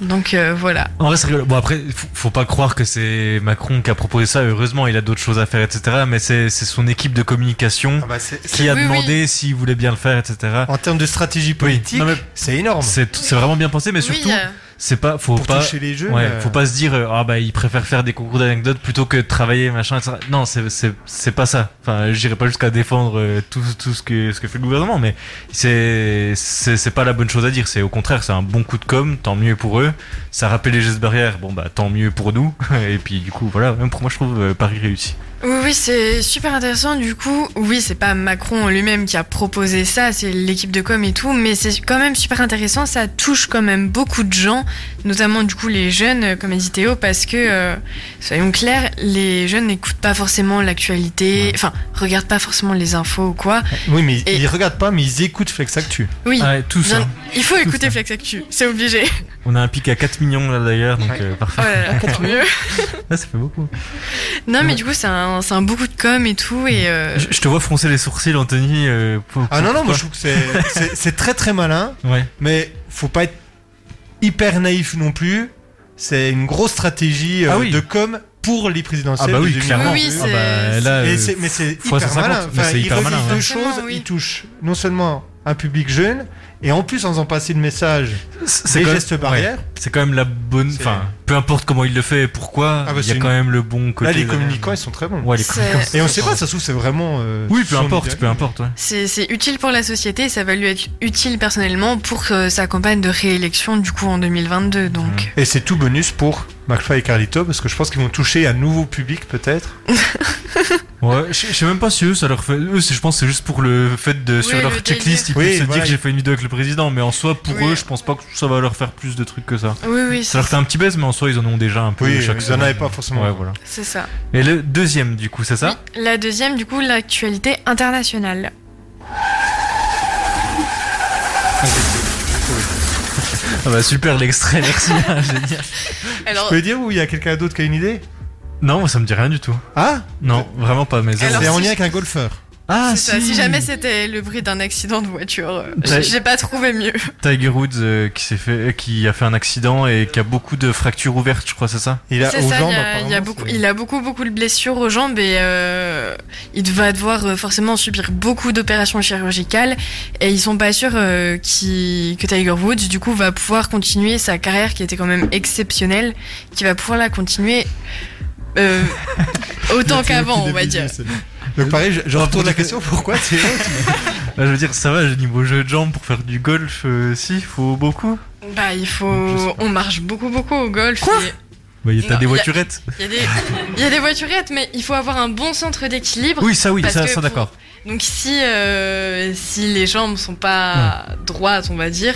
[SPEAKER 3] Donc euh, voilà.
[SPEAKER 2] En vrai, c'est rigolo. Bon, après, faut, faut pas croire que c'est Macron qui a proposé ça. Heureusement, il a d'autres choses à faire, etc. Mais c'est c'est son équipe de communication
[SPEAKER 1] Ah
[SPEAKER 2] qui a
[SPEAKER 1] bah, Oui,
[SPEAKER 2] demandé s'il voulait bien le faire, etc.
[SPEAKER 1] En termes de stratégie politique, c'est énorme.
[SPEAKER 2] C'est c'est vraiment bien pensé, mais surtout,
[SPEAKER 1] euh,
[SPEAKER 2] c'est pas, faut
[SPEAKER 1] pour
[SPEAKER 2] pas,
[SPEAKER 1] toucher les jeunes,
[SPEAKER 2] ouais,
[SPEAKER 1] euh,
[SPEAKER 2] faut pas se dire, euh, ah bah, il préfère faire des concours d'anecdotes plutôt que de travailler, machin, etc. Non, c'est- c'est c'est pas ça. Enfin, j'irai pas jusqu'à défendre euh, tout, tout ce que, ce que fait le gouvernement, mais c'est, c'est c'est pas la bonne chose à dire. C'est au contraire, c'est un bon coup de com, tant mieux pour eux. Ça rappelle les gestes barrières, bon bah, tant mieux pour nous. Et puis, du coup, voilà, même pour moi, je trouve euh, Paris réussi.
[SPEAKER 3] Oui, oui, c'est super intéressant. Du coup, oui, c'est pas Macron lui-même qui a proposé ça, c'est l'équipe de com et tout, mais c'est quand même super intéressant. Ça touche quand même beaucoup de gens, notamment du coup les jeunes, euh, comme a dit Théo, parce que, euh, soyons clairs, les jeunes n'écoutent pas forcément l'actualité, enfin, regardent pas forcément les infos ou quoi.
[SPEAKER 1] Oui, mais
[SPEAKER 3] Et-
[SPEAKER 1] ils regardent pas, mais ils écoutent Flex Actu.
[SPEAKER 3] Oui,
[SPEAKER 2] tout ça.
[SPEAKER 3] bien- il faut
[SPEAKER 2] Tout
[SPEAKER 3] écouter
[SPEAKER 2] ça.
[SPEAKER 3] Flex Actu, c'est obligé.
[SPEAKER 2] hein. On a un pic à 4 millions là d'ailleurs, donc euh,
[SPEAKER 3] Oh
[SPEAKER 2] parfait.
[SPEAKER 3] là là, tant mieux.
[SPEAKER 2] Là, ça fait beaucoup.
[SPEAKER 3] Non, mais du coup, c'est un, c'est un beaucoup de com et tout, et. euh,
[SPEAKER 2] Je, je te vois froncer les sourcils, Anthony. euh, pour-
[SPEAKER 1] Ah non, non,
[SPEAKER 2] pourquoi
[SPEAKER 1] moi je trouve que c'est- c'est- c'est très très malin,
[SPEAKER 2] Ouais.
[SPEAKER 1] mais faut pas être hyper naïf non plus. C'est une grosse stratégie euh,
[SPEAKER 2] Ah oui.
[SPEAKER 1] de com pour les présidentielles.
[SPEAKER 2] Ah bah oui,
[SPEAKER 1] de 2022.
[SPEAKER 2] clairement. Oui, oui, Ah c'est- bah là,
[SPEAKER 1] Et
[SPEAKER 2] euh,
[SPEAKER 1] c'est- mais c'est
[SPEAKER 2] fois
[SPEAKER 1] hyper
[SPEAKER 2] 150,
[SPEAKER 1] malin.
[SPEAKER 2] mais
[SPEAKER 1] Enfin,
[SPEAKER 2] c'est
[SPEAKER 1] ils
[SPEAKER 2] hyper
[SPEAKER 1] relient
[SPEAKER 2] malin, hein.
[SPEAKER 1] deux
[SPEAKER 2] ouais.
[SPEAKER 1] choses, ils touchent non seulement un public jeune, et en plus en faisant passer le message des
[SPEAKER 2] quand même-
[SPEAKER 1] gestes barrières.
[SPEAKER 2] ouais. C'est quand même la bonne. Enfin, peu importe comment il le fait et pourquoi,
[SPEAKER 1] Ah bah,
[SPEAKER 2] il y
[SPEAKER 1] c'est
[SPEAKER 2] a
[SPEAKER 1] une-
[SPEAKER 2] quand même le bon côté.
[SPEAKER 1] Là, les
[SPEAKER 2] derrière.
[SPEAKER 1] communicants, ils sont très bons.
[SPEAKER 2] Ouais, les communicants.
[SPEAKER 1] Et on sait pas, ça se trouve, c'est vraiment. euh,
[SPEAKER 2] Oui, peu
[SPEAKER 1] son
[SPEAKER 2] importe,
[SPEAKER 1] idéal.
[SPEAKER 2] peu importe. ouais.
[SPEAKER 3] C'est c'est utile pour la société, ça va lui être utile personnellement pour euh, sa campagne de réélection du coup en 2022. Donc
[SPEAKER 1] Et c'est tout bonus pour McFly et Carlito, parce que je pense qu'ils vont toucher un nouveau public peut-être.
[SPEAKER 2] Ouais, je je sais même pas si eux, ça leur fait. Eux, c'est- je pense que c'est juste pour le fait de. sur
[SPEAKER 1] Oui,
[SPEAKER 2] leur
[SPEAKER 1] le
[SPEAKER 2] checklist, ils
[SPEAKER 1] délire. Oui,
[SPEAKER 2] peuvent se
[SPEAKER 1] voilà.
[SPEAKER 2] dire que j'ai fait une vidéo avec le président, mais en soi, pour
[SPEAKER 1] Oui.
[SPEAKER 2] eux, je pense pas que ça va leur faire plus de trucs que ça.
[SPEAKER 3] Oui, oui, c'est
[SPEAKER 2] Ça leur fait un petit baisse, mais en soi, ils en ont déjà un peu.
[SPEAKER 1] Oui,
[SPEAKER 2] chaque
[SPEAKER 1] ils en
[SPEAKER 2] semaine.
[SPEAKER 1] avaient pas forcément.
[SPEAKER 2] Ouais, voilà.
[SPEAKER 3] c'est ça.
[SPEAKER 2] Et le deuxième, du coup, c'est ça
[SPEAKER 3] La deuxième du coup l'actualité internationale.
[SPEAKER 2] Ah bah super l'extrait, merci. Génial.
[SPEAKER 3] Alors-
[SPEAKER 1] hein, Je peux dire où il y a quelqu'un d'autre qui a une idée
[SPEAKER 2] Non, moi, ça me dit rien du tout.
[SPEAKER 1] Ah
[SPEAKER 2] Non, vraiment pas, mais zéro.
[SPEAKER 1] C'est en lien avec un golfeur.
[SPEAKER 2] Ah,
[SPEAKER 3] C'est ça,
[SPEAKER 2] si. Bah,
[SPEAKER 3] si jamais c'était le bruit d'un accident de voiture, euh,
[SPEAKER 2] T'as-
[SPEAKER 3] j'ai pas trouvé mieux.
[SPEAKER 2] Tiger Woods euh, qui s'est fait, euh, qui a fait un accident et qui a beaucoup de fractures ouvertes, je crois, c'est ça
[SPEAKER 1] Il
[SPEAKER 3] C'est ça, il, y a, il y a beaucoup, il a beaucoup beaucoup de blessures aux jambes et euh, il va devoir euh, forcément subir beaucoup d'opérations chirurgicales et ils sont pas sûrs euh, qui- que Tiger Woods du coup va pouvoir continuer sa carrière qui était quand même exceptionnelle, qui va pouvoir la continuer euh, autant qu'avant on va dire.
[SPEAKER 1] Donc pareil, je, je retourne la question pourquoi tu
[SPEAKER 2] Bah, je veux dire, ça va, j'ai niveau jeu de jambes pour faire du golf, euh, si, faut beaucoup.
[SPEAKER 3] Bah il faut, on marche beaucoup beaucoup au golf. et-
[SPEAKER 2] Bah, y a-
[SPEAKER 3] Non,
[SPEAKER 2] t'as des
[SPEAKER 3] il y a-
[SPEAKER 2] voiturettes.
[SPEAKER 3] Il y, a des- il y a des voiturettes, mais il faut avoir un bon centre d'équilibre.
[SPEAKER 2] Oui, ça, oui,
[SPEAKER 3] parce
[SPEAKER 2] ça,
[SPEAKER 3] que
[SPEAKER 2] ça,
[SPEAKER 3] pour-
[SPEAKER 2] d'accord.
[SPEAKER 3] Donc si, euh, si les jambes sont pas
[SPEAKER 2] Hmm.
[SPEAKER 3] droites, on va dire,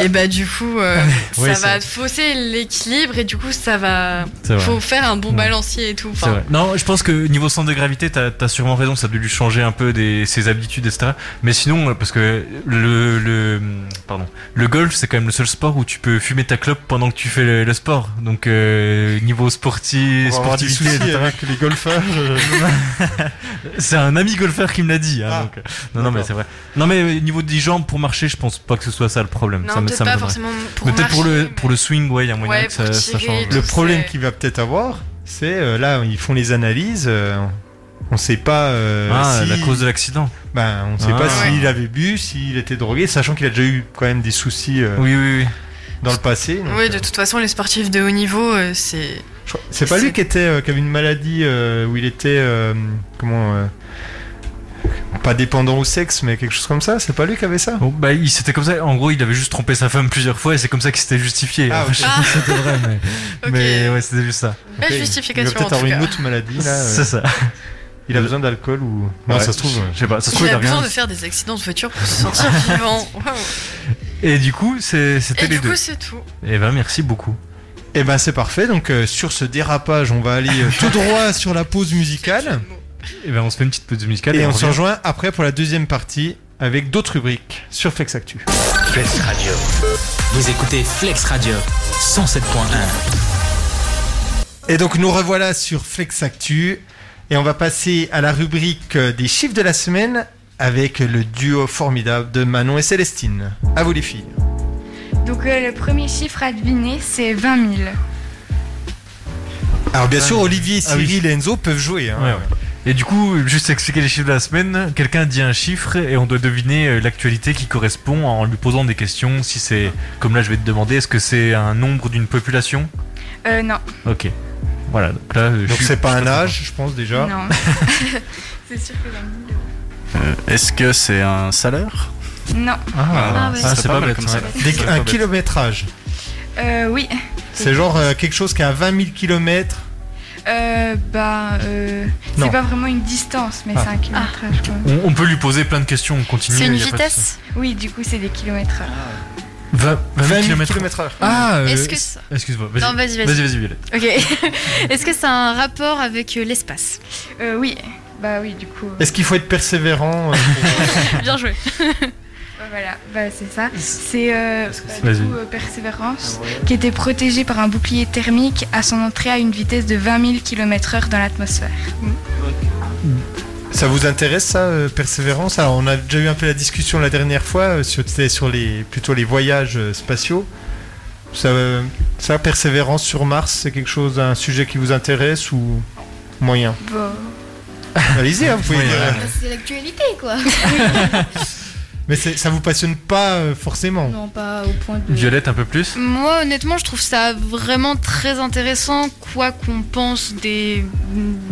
[SPEAKER 3] et bah du coup, euh, ça
[SPEAKER 2] Ah, Ouais,
[SPEAKER 3] va
[SPEAKER 2] ça-
[SPEAKER 3] fausser l'équilibre et du coup, ça va.
[SPEAKER 2] C'est vrai.
[SPEAKER 3] Faut faire un bon
[SPEAKER 2] Ouais.
[SPEAKER 3] balancier et tout.
[SPEAKER 2] C'est
[SPEAKER 3] enfin.
[SPEAKER 2] vrai. Non, je pense que niveau centre de gravité, t'as as sûrement raison, ça a dû lui changer un peu des, ses habitudes, etc. Mais sinon, euh, parce que le, le, pardon, le golf, c'est quand même le seul sport où tu peux fumer ta clope pendant que tu fais le, le sport. Donc, euh, niveau sportif, sportivité, etc.
[SPEAKER 1] les golfeurs.
[SPEAKER 2] c'est un ami golfeur qui me l'a dit. hein, donc, euh, non, non, mais c'est vrai. Non, mais euh, niveau des jambes pour marcher, je pense pas que ce soit ça le problème.
[SPEAKER 3] Non,
[SPEAKER 2] ça me-
[SPEAKER 3] peut-être
[SPEAKER 2] ça me
[SPEAKER 3] pas
[SPEAKER 2] donnerait.
[SPEAKER 3] forcément pour
[SPEAKER 2] Mais peut-être pour
[SPEAKER 3] marcher,
[SPEAKER 2] le, pour le swing, ouais, il y a moyen
[SPEAKER 3] Ouais,
[SPEAKER 2] que
[SPEAKER 3] pour
[SPEAKER 2] ça, ça
[SPEAKER 3] tirer,
[SPEAKER 2] change.
[SPEAKER 1] Le
[SPEAKER 3] tout,
[SPEAKER 1] problème
[SPEAKER 3] c'est-
[SPEAKER 1] qu'il va peut-être avoir, c'est euh, là, ils font les analyses, euh, on sait pas. euh,
[SPEAKER 2] Ah,
[SPEAKER 1] si-
[SPEAKER 2] la cause de l'accident.
[SPEAKER 1] Ben, on sait
[SPEAKER 2] Ah.
[SPEAKER 1] pas
[SPEAKER 2] Ouais.
[SPEAKER 1] s'il avait bu, s'il était drogué, sachant qu'il a déjà eu quand même des soucis euh,
[SPEAKER 2] Oui, oui, oui.
[SPEAKER 1] dans le passé. donc,
[SPEAKER 3] Oui,
[SPEAKER 1] euh,
[SPEAKER 3] de toute façon, les sportifs de haut niveau, euh, c'est.
[SPEAKER 1] C'est pas lui qui était euh, qui avait une maladie euh, où il était euh, comment euh, pas dépendant au sexe mais quelque chose comme ça. C'est pas lui qui avait ça.
[SPEAKER 2] Bon, bah, il c'était comme ça. En gros, il avait juste trompé sa femme plusieurs fois et c'est comme ça qu'il s'était justifié.
[SPEAKER 1] Ah,
[SPEAKER 2] Après, je sais pas si c'était vrai, mais, mais ouais, c'était juste ça.
[SPEAKER 3] Belle
[SPEAKER 1] Ok,
[SPEAKER 3] justification,
[SPEAKER 1] Il va peut-être
[SPEAKER 3] en tout
[SPEAKER 1] avoir une
[SPEAKER 3] cas.
[SPEAKER 1] autre maladie là. euh,
[SPEAKER 2] C'est ça.
[SPEAKER 1] Il a besoin d'alcool ou non
[SPEAKER 2] Ouais,
[SPEAKER 1] ça se trouve.
[SPEAKER 2] je sais pas, Ah, ça se trouve,
[SPEAKER 3] Il
[SPEAKER 2] il
[SPEAKER 3] a
[SPEAKER 2] a rien.
[SPEAKER 3] besoin de faire des accidents de voiture pour se sentir vivant. Waouh.
[SPEAKER 2] Et du coup, c'est- c'était
[SPEAKER 3] Et
[SPEAKER 2] les
[SPEAKER 3] du
[SPEAKER 2] deux.
[SPEAKER 3] coup, c'est tout.
[SPEAKER 2] Eh ben, merci beaucoup.
[SPEAKER 1] Et ben c'est parfait. Donc euh, sur ce dérapage, on va aller euh, tout droit sur la pause musicale
[SPEAKER 2] Et ben, on se fait une petite pause musicale.
[SPEAKER 1] et on se
[SPEAKER 2] revient.
[SPEAKER 1] rejoint après pour la deuxième partie avec d'autres rubriques sur Flex Actu.
[SPEAKER 13] Flex Radio. Vous écoutez Flex Radio 107.1.
[SPEAKER 1] Et donc nous revoilà sur Flex Actu et on va passer à la rubrique euh, des chiffres de la semaine avec le duo formidable de Manon et Célestine. À vous les filles.
[SPEAKER 6] Donc euh, le premier chiffre à deviner, c'est 20 000.
[SPEAKER 1] Alors bien
[SPEAKER 2] Ah
[SPEAKER 1] sûr
[SPEAKER 2] oui.
[SPEAKER 1] Olivier,
[SPEAKER 2] Ah oui.
[SPEAKER 1] Cyril et Enzo peuvent jouer. hein.
[SPEAKER 2] Ouais, ouais. Et du coup, juste expliquer les chiffres de la semaine, quelqu'un dit un chiffre et on doit deviner euh, l'actualité qui correspond en lui posant des questions. Si c'est, comme là, je vais te demander, est-ce que c'est un nombre d'une population
[SPEAKER 6] Euh, non,
[SPEAKER 2] Ok. Voilà, donc là, euh, je
[SPEAKER 1] Donc
[SPEAKER 2] suis-
[SPEAKER 1] c'est pas
[SPEAKER 2] je suis
[SPEAKER 1] un âge, je pense déjà.
[SPEAKER 6] non. c'est sûr que 20
[SPEAKER 10] Euh, Est-ce que c'est un salaire
[SPEAKER 6] 000. Non.
[SPEAKER 10] Ah, Ah ouais. ça serait
[SPEAKER 1] c'est
[SPEAKER 10] pas
[SPEAKER 1] pas,
[SPEAKER 10] mal
[SPEAKER 1] bête.
[SPEAKER 10] comme
[SPEAKER 1] ouais.
[SPEAKER 10] ça.
[SPEAKER 1] Des-
[SPEAKER 10] Ça serait pas
[SPEAKER 1] un
[SPEAKER 10] bête.
[SPEAKER 1] kilométrage. euh,
[SPEAKER 6] Euh, oui.
[SPEAKER 1] C'est genre euh, quelque chose qui a 20 000 km.
[SPEAKER 6] euh, bah, euh,
[SPEAKER 2] Non.
[SPEAKER 6] c'est pas vraiment une distance, mais
[SPEAKER 2] Ah.
[SPEAKER 6] c'est un kilométrage. quoi.
[SPEAKER 2] On, on peut lui poser plein de questions, on continue. il y a pas de souci. Ah.
[SPEAKER 6] Oui, du coup, c'est des kilomètres. euh,
[SPEAKER 2] Vingt- 20
[SPEAKER 1] 000
[SPEAKER 2] kilomètres.
[SPEAKER 1] kilomètres heure.
[SPEAKER 2] Ah, euh,
[SPEAKER 4] Est-ce que ça-
[SPEAKER 2] excuse-moi.
[SPEAKER 4] Non, vas-y, vas-y.
[SPEAKER 2] Vas-y, vas-y, Violette.
[SPEAKER 4] Ok. Est-ce que ça a un rapport avec euh, l'espace
[SPEAKER 6] Oui. Bah oui, du coup. euh,
[SPEAKER 1] Est-ce qu'il faut être persévérant euh,
[SPEAKER 4] Bien joué.
[SPEAKER 6] bah, voilà, bah, c'est ça. C'est euh, bah,
[SPEAKER 1] c'est-
[SPEAKER 6] du
[SPEAKER 1] Vas-y.
[SPEAKER 6] coup, euh, Persévérance, qui était protégée par un bouclier thermique à son entrée à une vitesse de 20 000 km/h dans l'atmosphère.
[SPEAKER 1] Ça vous intéresse ça, euh, persévérance Alors, on a déjà eu un peu la discussion la dernière fois, euh, sur- c'était sur les plutôt les voyages euh, spatiaux. Ça, euh, ça, persévérance sur Mars, c'est quelque chose, un sujet qui vous intéresse ou moyen
[SPEAKER 6] Bon.
[SPEAKER 1] Allez-y, hein, vous pouvez
[SPEAKER 2] Moyen.
[SPEAKER 1] dire.
[SPEAKER 5] Bah, C'est l'actualité, quoi.
[SPEAKER 1] Mais c'est- ça vous passionne pas euh, forcément.
[SPEAKER 5] non, pas au point de.
[SPEAKER 2] Violette, un peu plus
[SPEAKER 4] Moi, honnêtement, je trouve ça vraiment très intéressant, quoi qu'on pense des,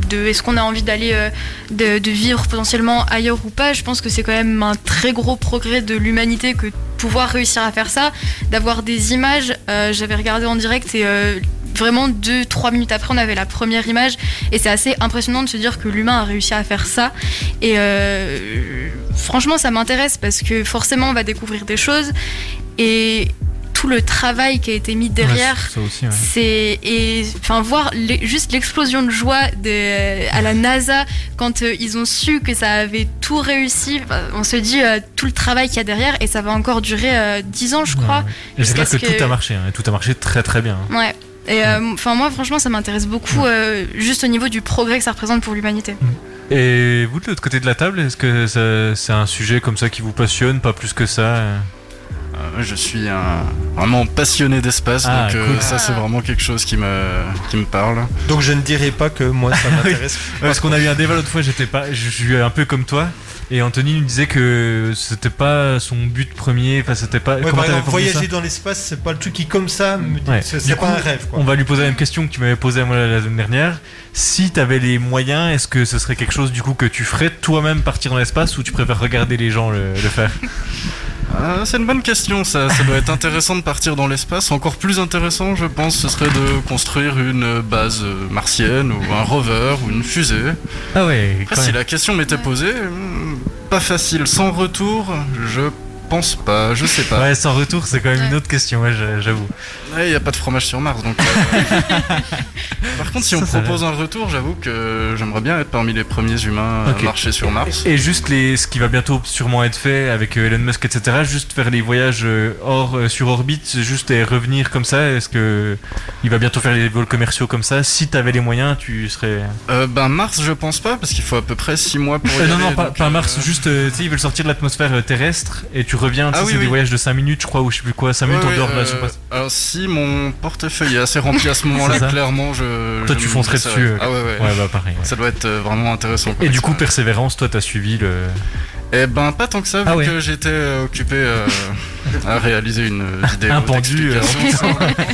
[SPEAKER 4] de est-ce qu'on a envie d'aller euh, de, de vivre potentiellement ailleurs ou pas. Je pense que c'est quand même un très gros progrès de l'humanité que de pouvoir réussir à faire ça, d'avoir des images. euh, J'avais regardé en direct et euh, vraiment deux, trois minutes après, on avait la première image et c'est assez impressionnant de se dire que l'humain a réussi à faire ça. Et euh, franchement, ça m'intéresse parce que forcément, on va découvrir des choses et tout le travail qui a été mis derrière.
[SPEAKER 2] Ouais, ça aussi, ouais.
[SPEAKER 4] C'est et enfin voir les- juste l'explosion de joie de, à la NASA quand euh, ils ont su que ça avait tout réussi. enfin, On se dit euh, tout le travail qu'il y a derrière et ça va encore durer euh, 10 ans, je crois.
[SPEAKER 2] Et c'est
[SPEAKER 4] jusqu'à
[SPEAKER 2] clair que,
[SPEAKER 4] ce que-
[SPEAKER 2] tout a marché, hein, et tout a marché très très bien. hein.
[SPEAKER 4] Ouais. Et euh, enfin moi franchement ça m'intéresse beaucoup euh, juste au niveau du progrès que ça représente pour l'humanité.
[SPEAKER 2] Mm. Et vous de l'autre côté de la table, est-ce que ça- c'est un sujet comme ça qui vous passionne, pas plus que ça euh
[SPEAKER 10] Euh, Je suis un vraiment passionné d'espace,
[SPEAKER 2] Ah,
[SPEAKER 10] donc euh,
[SPEAKER 2] cool.
[SPEAKER 10] ça c'est vraiment quelque chose qui me, qui me parle.
[SPEAKER 1] Donc je ne dirais pas que moi ça m'intéresse.
[SPEAKER 2] Ah Ouais, Parce qu'on a eu un débat l'autre fois, j'étais pas, je je suis un peu comme toi. Et Anthony nous disait que c'était pas son but premier, enfin c'était pas.
[SPEAKER 1] Ouais,
[SPEAKER 2] comment
[SPEAKER 1] par
[SPEAKER 2] t'avais
[SPEAKER 1] exemple,
[SPEAKER 2] formulé ça
[SPEAKER 1] voyager dans l'espace, c'est pas le truc qui comme ça, me dit-
[SPEAKER 2] Ouais.
[SPEAKER 1] c'est
[SPEAKER 2] Du
[SPEAKER 1] c'est
[SPEAKER 2] coup,
[SPEAKER 1] pas un rêve. Quoi.
[SPEAKER 2] On va lui poser la même question que tu m'avais posée à moi la semaine dernière. Si t'avais les moyens, est-ce que ce serait quelque chose du coup que tu ferais toi-même partir dans l'espace ou tu préfères regarder les gens le, le faire
[SPEAKER 10] Ah, c'est une bonne question, ça. ça doit être intéressant de partir dans l'espace. Encore plus intéressant, je pense, ce serait de construire une base euh, martienne ou un rover ou une fusée.
[SPEAKER 2] Ah ouais.
[SPEAKER 10] Après, si la question m'était posée, hmm, pas facile. Sans retour, je pense pas, je sais pas.
[SPEAKER 2] Ouais, sans retour, c'est quand même une autre question, ouais, j'a- j'avoue.
[SPEAKER 10] Il n'y a pas de fromage sur Mars, donc. euh, Par contre, si on
[SPEAKER 2] Ça, ça
[SPEAKER 10] propose un retour, j'avoue que j'aimerais bien être parmi les premiers humains
[SPEAKER 2] Ok.
[SPEAKER 10] à marcher sur Mars.
[SPEAKER 2] Et juste les, ce qui va bientôt sûrement être fait avec euh, Elon Musk, etc. Juste faire les voyages euh, hors euh, sur orbite, juste et revenir comme ça. Est-ce que il va bientôt faire les vols commerciaux comme ça Si t'avais les moyens, tu serais.
[SPEAKER 10] Euh, ben Mars, je pense pas, parce qu'il faut à peu près 6 mois pour. y
[SPEAKER 2] Euh, non,
[SPEAKER 10] aller,
[SPEAKER 2] non, pas,
[SPEAKER 10] donc,
[SPEAKER 2] pas
[SPEAKER 10] euh,
[SPEAKER 2] Mars, juste, euh, tu sais, ils veulent sortir de l'atmosphère euh, terrestre et tu reviens, tu
[SPEAKER 10] Ah
[SPEAKER 2] sais,
[SPEAKER 10] oui,
[SPEAKER 2] c'est des
[SPEAKER 10] oui.
[SPEAKER 2] voyages de 5 minutes, je crois, ou je sais plus quoi, 5
[SPEAKER 10] Ouais,
[SPEAKER 2] minutes en
[SPEAKER 10] ouais,
[SPEAKER 2] dehors de la
[SPEAKER 10] euh,
[SPEAKER 2] surface.
[SPEAKER 10] Alors si mon portefeuille est assez rempli à ce moment-là,
[SPEAKER 2] C'est ça.
[SPEAKER 10] clairement je.
[SPEAKER 2] Toi,
[SPEAKER 10] je
[SPEAKER 2] tu
[SPEAKER 10] me
[SPEAKER 2] foncerais
[SPEAKER 10] laisserai.
[SPEAKER 2] dessus, euh,
[SPEAKER 10] Ah ouais ouais.
[SPEAKER 2] ouais, bah, pareil, ouais.
[SPEAKER 10] Ça doit être euh, vraiment intéressant.
[SPEAKER 2] Et du coup, Persévérance, toi, t'as suivi le.
[SPEAKER 10] Eh ben pas tant que ça vu
[SPEAKER 2] Ah ouais.
[SPEAKER 10] que j'étais euh, occupé euh, à réaliser une vidéo.
[SPEAKER 2] Un pendu, euh,
[SPEAKER 10] d'explication.
[SPEAKER 2] en même temps.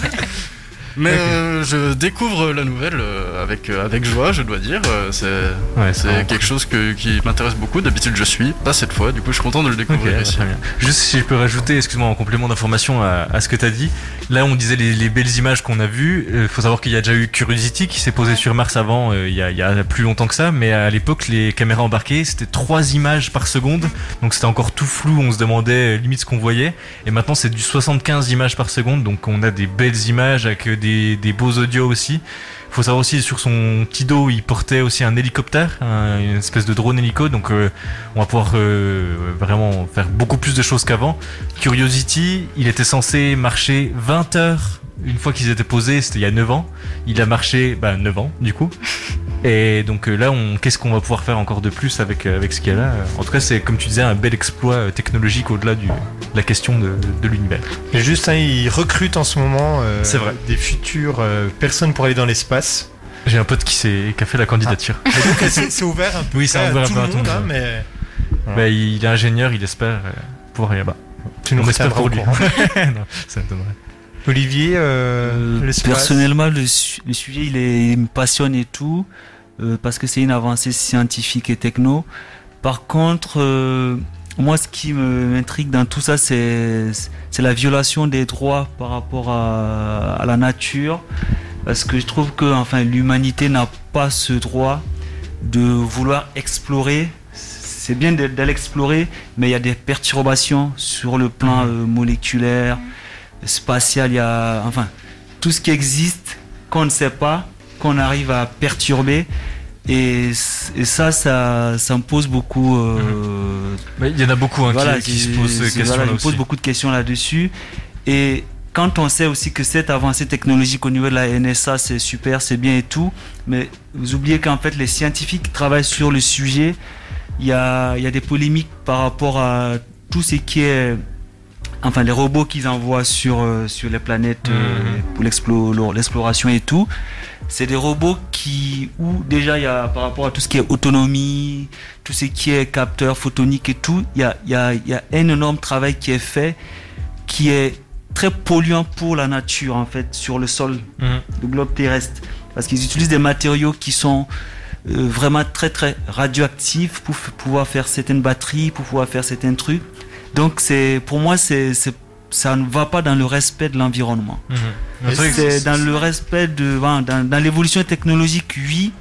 [SPEAKER 10] Mais
[SPEAKER 2] Ok.
[SPEAKER 10] euh, je découvre la nouvelle euh, avec, euh, avec joie, je dois dire. Euh, C'est
[SPEAKER 2] Ouais,
[SPEAKER 10] c'est
[SPEAKER 2] vraiment.
[SPEAKER 10] quelque chose que- qui m'intéresse beaucoup. D'habitude, je suis, pas cette fois. Du coup, je suis content de le
[SPEAKER 2] Ok,
[SPEAKER 10] découvrir
[SPEAKER 2] bah,
[SPEAKER 10] ici.
[SPEAKER 2] très bien. Juste si je peux rajouter, excuse-moi, en complément d'information à, à ce que tu as dit, là on disait les, les belles images qu'on a vues, il faut savoir qu'il y a déjà eu Curiosity qui s'est posé sur Mars avant, euh, il y, a, il y a plus longtemps que ça, mais à l'époque les caméras embarquées c'était trois images par seconde, donc c'était encore tout flou, on se demandait euh, limite ce qu'on voyait, et maintenant c'est du 75 images par seconde, donc on a des belles images avec euh, des, des beaux audios aussi. Faut savoir aussi sur son petit dos, il portait aussi un hélicoptère, un- une espèce de drone hélico. Donc euh, on va pouvoir euh, vraiment faire beaucoup plus de choses qu'avant. Curiosity, il était censé marcher 20 heures une fois qu'ils étaient posés, c'était il y a 9 ans. Il a marché bah, 9 ans du coup. Et donc euh, là, on, qu'est-ce qu'on va pouvoir faire encore de plus avec, euh, avec ce qu'il y a là En tout cas, c'est comme tu disais, un bel exploit euh, technologique au-delà du- de la question de, de l'univers.
[SPEAKER 1] Mais juste, hein, ils recrutent en ce moment euh,
[SPEAKER 2] C'est vrai.
[SPEAKER 1] des futures euh, personnes pour aller dans l'espace.
[SPEAKER 2] J'ai un pote qui, s'est, qui a fait la candidature.
[SPEAKER 1] Et donc, c'est c'est ouvert un peu
[SPEAKER 2] Oui, ça
[SPEAKER 1] à
[SPEAKER 2] a ouvert un
[SPEAKER 1] tout
[SPEAKER 2] peu
[SPEAKER 1] le
[SPEAKER 2] à tout
[SPEAKER 1] monde,
[SPEAKER 2] le
[SPEAKER 1] hein,
[SPEAKER 2] monde.
[SPEAKER 1] mais
[SPEAKER 2] Bah, il est ingénieur, il espère euh, pouvoir aller là-bas.
[SPEAKER 1] Tu nous
[SPEAKER 2] On espère
[SPEAKER 1] retiendras
[SPEAKER 2] pour
[SPEAKER 1] au
[SPEAKER 2] lui.
[SPEAKER 1] courant.
[SPEAKER 2] Non, ça m'étonnerait.
[SPEAKER 1] Olivier, euh, l'espace.
[SPEAKER 8] Personnellement, le, su- le sujet, il, est, il me passionne et tout, euh, parce que c'est une avancée scientifique et techno. Par contre, euh, moi, ce qui me- m'intrigue dans tout ça, c'est c'est la violation des droits par rapport à, à la nature. parce que je trouve que enfin l'humanité n'a pas ce droit de vouloir explorer. C'est bien de- d'aller explorer, mais il y a des perturbations sur le
[SPEAKER 2] Mm.
[SPEAKER 8] plan euh, moléculaire, spatial. Il y a enfin tout ce qui existe qu'on ne sait pas, qu'on arrive à perturber. Et, c- et ça, ça, ça me pose beaucoup. euh,
[SPEAKER 2] Mm. Mais il y en a beaucoup, hein, qui- qui se posent ces
[SPEAKER 8] c'est-
[SPEAKER 2] questions-là
[SPEAKER 8] voilà, ils me
[SPEAKER 2] aussi.
[SPEAKER 8] posent beaucoup de questions là-dessus. Et quand on sait aussi que cette avancée technologique au niveau de la NSA, c'est super, c'est bien et tout, mais vous oubliez qu'en fait, les scientifiques travaillent sur le sujet. Il y a, il y a des polémiques par rapport à tout ce qui est. Enfin, les robots qu'ils envoient sur, euh, sur les planètes euh,
[SPEAKER 2] Mhm.
[SPEAKER 8] pour l'explo- l'exploration et tout. C'est des robots qui, où déjà, il y a, par rapport à tout ce qui est autonomie, tout ce qui est capteur photonique et tout, il y a, il y a- il y a un énorme travail qui est fait qui est très polluant pour la nature en fait sur le sol
[SPEAKER 2] Mhm.
[SPEAKER 8] du globe terrestre parce qu'ils utilisent des matériaux qui sont euh, vraiment très très radioactifs pour f- pouvoir faire certaines batteries pour pouvoir faire certains trucs donc c'est pour moi c'est c'est- ça ne va pas dans le respect de l'environnement
[SPEAKER 2] Mhm.
[SPEAKER 8] Et
[SPEAKER 2] C'est vrai que
[SPEAKER 8] c'est
[SPEAKER 2] c'est-
[SPEAKER 8] dans le respect de ben, dans, dans l'évolution technologique oui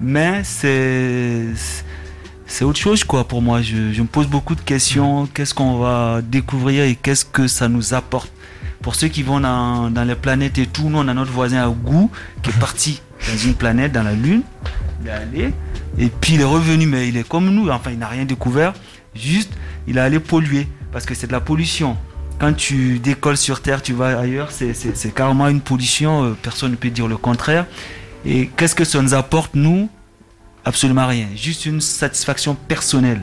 [SPEAKER 8] mais c'est c'est autre chose quoi pour moi. Je, je me pose beaucoup de
[SPEAKER 2] Mhm.
[SPEAKER 8] questions. Qu'est-ce qu'on va découvrir et qu'est-ce que ça nous apporte Pour ceux qui vont dans, dans les planètes et tout, nous on a notre voisin à Gou qui
[SPEAKER 2] Mhm.
[SPEAKER 8] est parti dans une planète, dans la Lune. Il est allé et puis il est revenu, mais il est comme nous. Enfin, il n'a rien découvert. Juste, il est allé polluer parce que c'est de la pollution. Quand tu décolles sur Terre, tu vas ailleurs, c'est- c'est c'est carrément une pollution. euh, Personne ne peut dire le contraire. Et qu'est-ce que ça nous apporte, nous Absolument rien. Juste une satisfaction personnelle.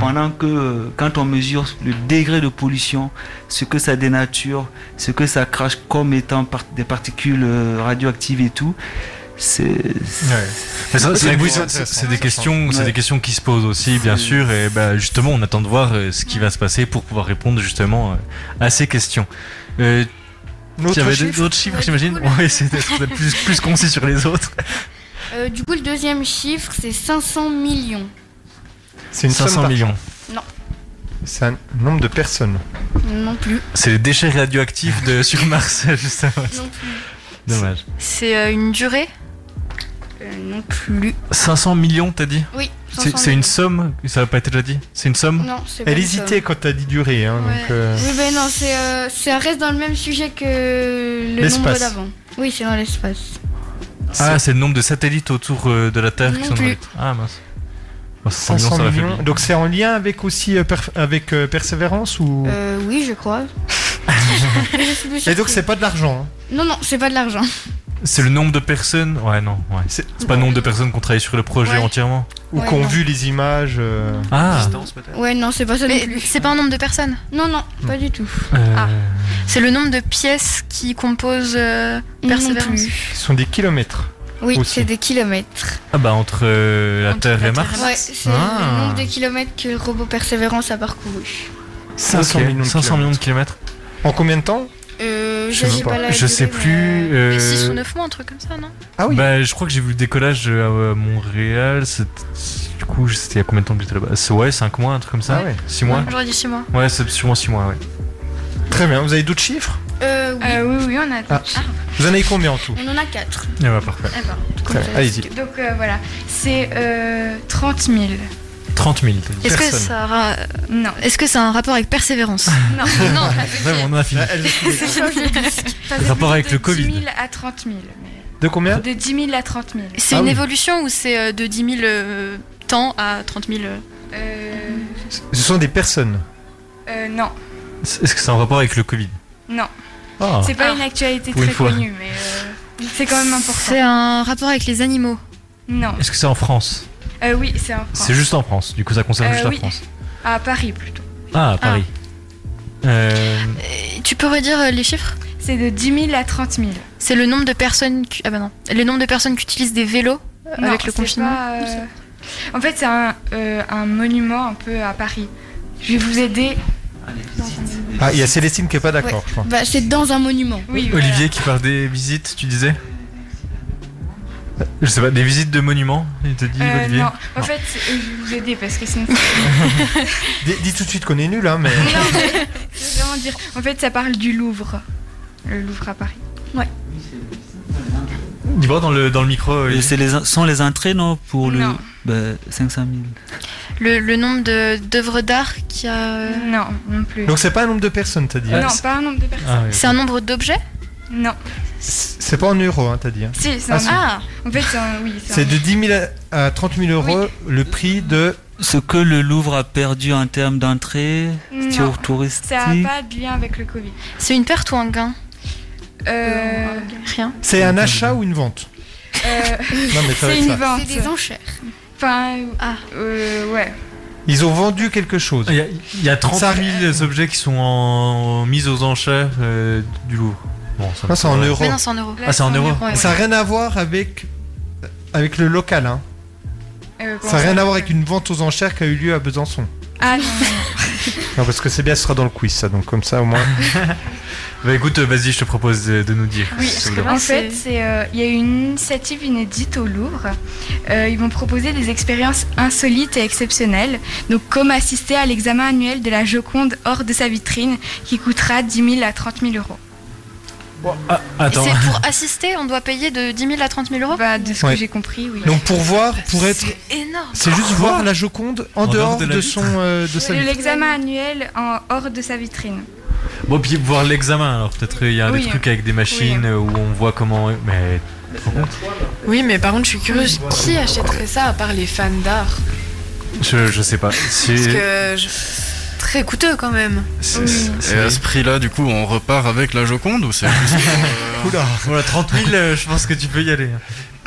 [SPEAKER 8] Pendant que euh, quand on mesure le degré de pollution, ce que ça dénature, ce que ça crache comme étant par- des particules euh, radioactives et tout, c'est...
[SPEAKER 2] Mais ça, c'est-
[SPEAKER 8] c'est-
[SPEAKER 2] oui, c'est- c'est- c'est des questions, c'est
[SPEAKER 8] Ouais.
[SPEAKER 2] des questions qui se posent aussi, bien sûr. Et bah, justement, on attend de voir euh, ce qui va se passer pour pouvoir répondre justement euh, à ces questions. Euh,
[SPEAKER 1] Notre
[SPEAKER 2] tu avais des-
[SPEAKER 1] chiffre
[SPEAKER 2] d'autres chiffres, j'imagine. Oui, c'est peut-être plus, plus concis sur les autres.
[SPEAKER 5] Euh, du coup, le deuxième chiffre, c'est 500 millions.
[SPEAKER 1] C'est une
[SPEAKER 2] 500 millions.
[SPEAKER 5] Non,
[SPEAKER 1] C'est un nombre de personnes.
[SPEAKER 5] non plus.
[SPEAKER 2] C'est les déchets radioactifs de sur Mars, justement. Dommage.
[SPEAKER 4] C'est euh, une durée
[SPEAKER 5] Euh, Non plus.
[SPEAKER 2] 500 millions, t'as dit
[SPEAKER 5] Oui,
[SPEAKER 2] C'est
[SPEAKER 5] 500
[SPEAKER 2] c'est une
[SPEAKER 5] millions.
[SPEAKER 2] somme Ça n'a pas été déjà dit C'est une somme
[SPEAKER 5] Non, c'est pas Elle une hésitait somme.
[SPEAKER 1] quand t'as dit durée. Hein,
[SPEAKER 5] Ouais. Oui, ben non, c'est, euh, ça reste dans le même sujet que le nombre
[SPEAKER 2] L'espace.
[SPEAKER 5] d'avant. Oui, c'est dans l'espace.
[SPEAKER 2] Ah, c'est le nombre de satellites autour euh, de la Terre
[SPEAKER 5] Non
[SPEAKER 2] qui sont dans les-
[SPEAKER 5] plus.
[SPEAKER 2] Ah mince. Bon, 500 millions,
[SPEAKER 1] 500
[SPEAKER 2] ça va
[SPEAKER 1] Bah, millions. Donc c'est en lien avec aussi euh, Perf- avec euh, Persévérance ou
[SPEAKER 5] Euh, oui, je crois. Je suis plus
[SPEAKER 1] Et donc
[SPEAKER 5] sûre.
[SPEAKER 1] c'est pas de l'argent. hein.
[SPEAKER 5] Non, non, c'est pas de l'argent.
[SPEAKER 2] C'est le nombre de personnes Ouais, non, ouais. C'est pas le nombre de personnes qui ont travaillé sur le projet
[SPEAKER 5] Ouais.
[SPEAKER 2] entièrement
[SPEAKER 1] Ou
[SPEAKER 5] Ouais,
[SPEAKER 1] qu'on
[SPEAKER 5] non.
[SPEAKER 1] vu les images. euh,
[SPEAKER 2] Ah.
[SPEAKER 5] Ouais, non, c'est pas ça non plus.
[SPEAKER 4] C'est pas un nombre de personnes
[SPEAKER 5] Non, non, pas du tout.
[SPEAKER 2] Euh.
[SPEAKER 6] Ah.
[SPEAKER 4] C'est le nombre de pièces qui composent euh,
[SPEAKER 5] Non
[SPEAKER 4] Persévérance.
[SPEAKER 1] Ce sont des kilomètres.
[SPEAKER 5] Oui,
[SPEAKER 1] Aussi.
[SPEAKER 5] c'est des kilomètres.
[SPEAKER 2] Ah bah entre euh, la Terre et Mars
[SPEAKER 5] Ouais, c'est le
[SPEAKER 2] Ah.
[SPEAKER 5] nombre de kilomètres que le robot Persévérance a parcouru.
[SPEAKER 1] 500
[SPEAKER 2] Ok,
[SPEAKER 1] millions de
[SPEAKER 2] 500 millions de kilomètres.
[SPEAKER 1] En combien de temps
[SPEAKER 5] Euh,
[SPEAKER 2] Je
[SPEAKER 5] je
[SPEAKER 2] sais
[SPEAKER 5] sais pas
[SPEAKER 2] pas.
[SPEAKER 5] la
[SPEAKER 2] Je sais
[SPEAKER 5] durée,
[SPEAKER 2] plus,
[SPEAKER 5] mais-
[SPEAKER 2] euh,
[SPEAKER 4] 6 ou 9 mois, un truc comme ça, non
[SPEAKER 1] Ah oui
[SPEAKER 2] Bah, je crois que j'ai vu le décollage euh, à Montréal. c'est- Du coup, c'était il y a combien de temps que j'étais là-bas C'est- Ouais, 5 mois, un truc comme
[SPEAKER 1] Ah
[SPEAKER 2] ça. 6 mois
[SPEAKER 4] J'aurais dit 6 mois.
[SPEAKER 2] Ouais, c'est sûrement 6 mois, ouais.
[SPEAKER 1] Très bien. Vous avez d'autres chiffres
[SPEAKER 5] Euh, oui.
[SPEAKER 6] oui, oui, on a
[SPEAKER 1] Ah. Vous en avez combien en tout
[SPEAKER 5] On en a 4.
[SPEAKER 2] Ah,
[SPEAKER 1] Eh bah, parfait.
[SPEAKER 6] Eh ben,
[SPEAKER 1] Très bien, Allez-y.
[SPEAKER 6] Donc euh, voilà, c'est euh, 30 000.
[SPEAKER 2] 30 000. t'as dit.
[SPEAKER 4] Est-ce que,
[SPEAKER 2] Personnes.
[SPEAKER 4] ça a ra-
[SPEAKER 6] Non.
[SPEAKER 4] Est-ce que ça a un rapport avec Persévérance
[SPEAKER 6] Non.
[SPEAKER 4] non.
[SPEAKER 2] Ouais, on en a fini.
[SPEAKER 6] Passé
[SPEAKER 2] Rapport avec le
[SPEAKER 6] de 10
[SPEAKER 2] Covid.
[SPEAKER 6] 000 à 30 000.
[SPEAKER 1] De combien
[SPEAKER 6] De 10 000 à 30 000.
[SPEAKER 2] Ah
[SPEAKER 4] C'est une évolution ou c'est euh, de 10 000 euh, temps à 30 000 euh,
[SPEAKER 6] Euh,
[SPEAKER 1] Ce sont des personnes.
[SPEAKER 6] euh, non,
[SPEAKER 2] Est-ce que c'est en rapport avec le Covid
[SPEAKER 6] non.
[SPEAKER 2] Ah.
[SPEAKER 6] C'est pas une actualité
[SPEAKER 2] Pour une
[SPEAKER 6] très
[SPEAKER 2] fois.
[SPEAKER 6] connue, mais euh, c'est quand même important.
[SPEAKER 4] C'est un rapport avec les animaux.
[SPEAKER 6] Non.
[SPEAKER 2] Est-ce que c'est en France
[SPEAKER 6] Euh, oui, c'est en France.
[SPEAKER 2] C'est juste en France, du coup ça concerne
[SPEAKER 6] Euh,
[SPEAKER 2] juste
[SPEAKER 6] oui.
[SPEAKER 2] la France.
[SPEAKER 6] À Paris plutôt. Ah.
[SPEAKER 2] Ah, à Paris. Euh,
[SPEAKER 4] Tu peux redire euh, les chiffres
[SPEAKER 6] C'est de 10 000 à 30 000.
[SPEAKER 4] C'est le nombre de personnes qui... Ah bah non. Le nombre de personnes qui utilisent des vélos euh,
[SPEAKER 6] Non,
[SPEAKER 4] avec le
[SPEAKER 6] c'est
[SPEAKER 4] confinement.
[SPEAKER 6] pas, euh, En fait, c'est un, euh, un monument un peu à Paris. Je vais vous aider.
[SPEAKER 1] Ah, il y a Célestine qui est pas d'accord, je crois.
[SPEAKER 5] Bah, c'est dans un monument.
[SPEAKER 6] Oui,
[SPEAKER 2] Olivier qui part des visites, tu disais Je sais pas, des visites de monuments, il te dit
[SPEAKER 6] Euh,
[SPEAKER 2] Olivier
[SPEAKER 6] non, en fait, c'est- euh, je vais vous aider parce que sinon,
[SPEAKER 1] Dis, dis tout de suite qu'on est nul, hein, mais.
[SPEAKER 6] c'est vraiment dire. En fait, ça parle du Louvre. Le Louvre à Paris. Ouais.
[SPEAKER 2] Il va dans le, dans le micro. euh,
[SPEAKER 8] Et c'est les, sont les entrées, non Pour le.
[SPEAKER 4] Non.
[SPEAKER 8] Bah, 500 000.
[SPEAKER 4] Le, le nombre de- d'œuvres d'art qu'il y a. euh,
[SPEAKER 6] Non, non plus.
[SPEAKER 1] Donc c'est pas un nombre de personnes, t'as dit hein
[SPEAKER 6] Non, pas un nombre de personnes.
[SPEAKER 1] Ah oui,
[SPEAKER 4] C'est un nombre d'objets
[SPEAKER 6] Non.
[SPEAKER 1] C'est pas en euros, hein, t'as dit. hein.
[SPEAKER 6] Si, c'est
[SPEAKER 1] Ah,
[SPEAKER 6] un
[SPEAKER 1] si.
[SPEAKER 6] Ah En fait, c'est un. Oui,
[SPEAKER 1] C'est de 10 000 à 30 000 euros le prix de.
[SPEAKER 8] Ce que le Louvre a perdu en termes d'entrée,
[SPEAKER 6] Non.
[SPEAKER 8] tour touristique.
[SPEAKER 6] Ça n'a pas de lien avec le Covid.
[SPEAKER 4] C'est une perte ou un gain
[SPEAKER 6] Euh.
[SPEAKER 4] Rien.
[SPEAKER 1] C'est un achat ou une vente
[SPEAKER 6] euh,
[SPEAKER 1] Non, mais ça va
[SPEAKER 6] c'est
[SPEAKER 1] être
[SPEAKER 6] une
[SPEAKER 1] ça.
[SPEAKER 6] vente.
[SPEAKER 4] C'est des enchères.
[SPEAKER 6] Enfin, euh, ouais.
[SPEAKER 1] Ils ont vendu quelque chose.
[SPEAKER 2] Il y a, il y a 30
[SPEAKER 1] Ça-
[SPEAKER 2] 000 objets qui sont en, mise aux enchères euh, du Louvre. Bon, ça me
[SPEAKER 1] Non, Ah, c'est en
[SPEAKER 2] paraît-
[SPEAKER 1] euros.
[SPEAKER 4] Mais non, c'est en euros.
[SPEAKER 2] Ah, c'est en euros.
[SPEAKER 1] Ça n'a rien à voir avec, avec le local. Hein.
[SPEAKER 6] Euh,
[SPEAKER 1] Ça n'a rien à voir avec une vente aux enchères qui a eu lieu à Besançon.
[SPEAKER 6] Ah non, non.
[SPEAKER 1] Non, parce que c'est bien, ce sera dans le quiz, ça. Donc comme ça, au moins.
[SPEAKER 2] Bah écoute, euh, vas-y, je te propose de, de nous dire.
[SPEAKER 6] Oui,
[SPEAKER 2] s'il
[SPEAKER 6] parce
[SPEAKER 2] vous
[SPEAKER 6] que
[SPEAKER 2] plaît.
[SPEAKER 6] en fait, c'est, euh, il y a eu une initiative inédite au Louvre. Euh, ils vont proposer des expériences insolites et exceptionnelles, donc comme assister à l'examen annuel de la Joconde hors de sa vitrine, qui coûtera 10 000 à 30 000 euros.
[SPEAKER 2] Ah,
[SPEAKER 4] Et
[SPEAKER 2] attends.
[SPEAKER 4] c'est pour assister, on doit payer de 10 000 à 30 000 euros
[SPEAKER 6] Bah, de ce
[SPEAKER 1] Ouais.
[SPEAKER 6] que j'ai compris, oui.
[SPEAKER 1] Donc pour voir, pour être.
[SPEAKER 4] Énorme.
[SPEAKER 1] C'est juste voir la Joconde en,
[SPEAKER 2] En
[SPEAKER 1] dehors
[SPEAKER 2] dehors
[SPEAKER 1] de,
[SPEAKER 2] de la vitre.
[SPEAKER 1] son, euh, de sa vitre.
[SPEAKER 6] L'examen annuel en hors de sa vitrine.
[SPEAKER 2] Bon, puis voir l'examen, alors peut-être il y a
[SPEAKER 6] Oui.
[SPEAKER 2] des trucs avec des machines euh, où on voit comment. Mais. par contre,
[SPEAKER 3] Oui, mais par contre, je suis curieuse. Qui achèterait ça à part les fans d'art
[SPEAKER 2] Je, je sais pas.
[SPEAKER 3] Parce
[SPEAKER 2] C'est-
[SPEAKER 3] que. je- Très coûteux quand même. Oui.
[SPEAKER 4] Mmh.
[SPEAKER 10] Et à ce prix-là, du coup, on repart avec la Joconde ou c'est
[SPEAKER 2] Oula, voilà, 30 000, euh, je pense que tu peux y
[SPEAKER 1] hein.
[SPEAKER 2] aller.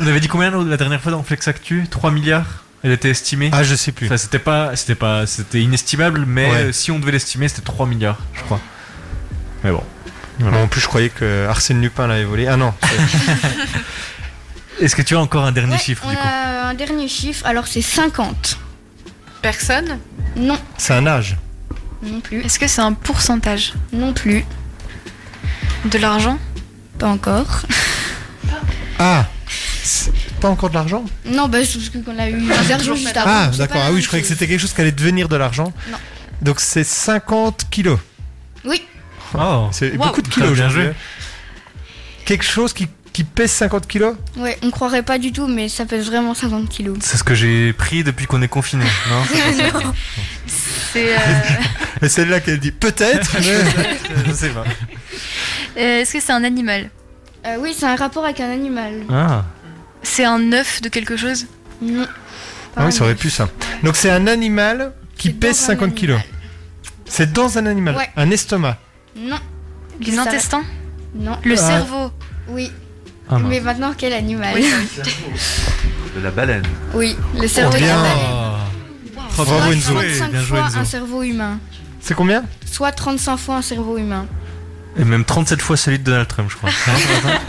[SPEAKER 2] On avait dit combien la dernière fois dans Flex Actu 3 milliards Elle était estimée
[SPEAKER 1] Ah, je sais plus.
[SPEAKER 2] Enfin, c'était pas, c'était pas, c'était inestimable, mais
[SPEAKER 1] Ouais.
[SPEAKER 2] euh, si on devait l'estimer, c'était 3 milliards, je crois. Mais bon.
[SPEAKER 1] Non, en plus, je croyais que Arsène Lupin l'avait volé. Ah non.
[SPEAKER 2] Est-ce que tu as encore un dernier chiffre
[SPEAKER 5] On
[SPEAKER 2] du coup
[SPEAKER 5] a un dernier chiffre, alors c'est 50.
[SPEAKER 4] Personne
[SPEAKER 5] Non,
[SPEAKER 1] C'est un âge.
[SPEAKER 5] non plus.
[SPEAKER 4] Est-ce que c'est un pourcentage
[SPEAKER 5] Non plus.
[SPEAKER 4] De l'argent
[SPEAKER 5] Pas encore.
[SPEAKER 1] Ah c'est Pas encore de l'argent
[SPEAKER 5] Non, bah, c'est parce que qu'on a eu des argent juste avant.
[SPEAKER 1] Ah,
[SPEAKER 5] c'est
[SPEAKER 1] d'accord.
[SPEAKER 5] pas
[SPEAKER 1] Ah
[SPEAKER 5] la
[SPEAKER 1] oui,
[SPEAKER 5] même
[SPEAKER 1] je croyais que
[SPEAKER 5] chose.
[SPEAKER 1] c'était quelque chose qui allait devenir de l'argent.
[SPEAKER 5] Non.
[SPEAKER 1] Donc c'est 50 kilos.
[SPEAKER 5] Oui,
[SPEAKER 2] Oh,
[SPEAKER 1] C'est
[SPEAKER 5] Wow.
[SPEAKER 1] beaucoup de
[SPEAKER 2] Putain,
[SPEAKER 1] kilos,
[SPEAKER 2] bien
[SPEAKER 1] bien
[SPEAKER 2] joué.
[SPEAKER 1] Quelque chose qui, qui pèse 50 kilos
[SPEAKER 5] ouais, on croirait pas du tout, mais ça pèse vraiment 50 kilos.
[SPEAKER 2] C'est ce que j'ai pris depuis qu'on est confiné, non
[SPEAKER 5] Non.
[SPEAKER 4] C'est. euh,
[SPEAKER 1] Et celle-là qu'elle dit peut-être. mais-
[SPEAKER 2] Je sais pas.
[SPEAKER 4] euh, Est-ce que c'est un animal
[SPEAKER 5] Euh, oui, c'est un rapport avec un animal.
[SPEAKER 2] Ah.
[SPEAKER 4] C'est un œuf de quelque chose
[SPEAKER 5] Non.
[SPEAKER 1] Ah oui, ça aurait pu ça. Donc c'est un animal qui
[SPEAKER 5] C'est
[SPEAKER 1] pèse
[SPEAKER 5] dans un
[SPEAKER 1] 50 kilos. C'est dans un animal,
[SPEAKER 5] Ouais.
[SPEAKER 1] un estomac.
[SPEAKER 5] Non.
[SPEAKER 4] Les
[SPEAKER 5] Ça-
[SPEAKER 4] intestins
[SPEAKER 5] Non.
[SPEAKER 4] Le
[SPEAKER 1] Ah.
[SPEAKER 4] cerveau
[SPEAKER 5] Oui.
[SPEAKER 2] Ah, mince.
[SPEAKER 5] mais maintenant, quel animal
[SPEAKER 9] De la baleine.
[SPEAKER 5] Oui, le cerveau
[SPEAKER 1] bien.
[SPEAKER 5] d'un animal.
[SPEAKER 2] Oh,
[SPEAKER 1] Ah, Bravo,
[SPEAKER 5] Soit
[SPEAKER 1] Enzo.
[SPEAKER 5] 35
[SPEAKER 2] Bien joué,
[SPEAKER 5] fois
[SPEAKER 2] Enzo.
[SPEAKER 5] un cerveau humain.
[SPEAKER 1] C'est combien
[SPEAKER 5] Soit 35 fois un cerveau humain.
[SPEAKER 2] Et même 37 fois celui de Donald Trump, je crois.
[SPEAKER 1] Hein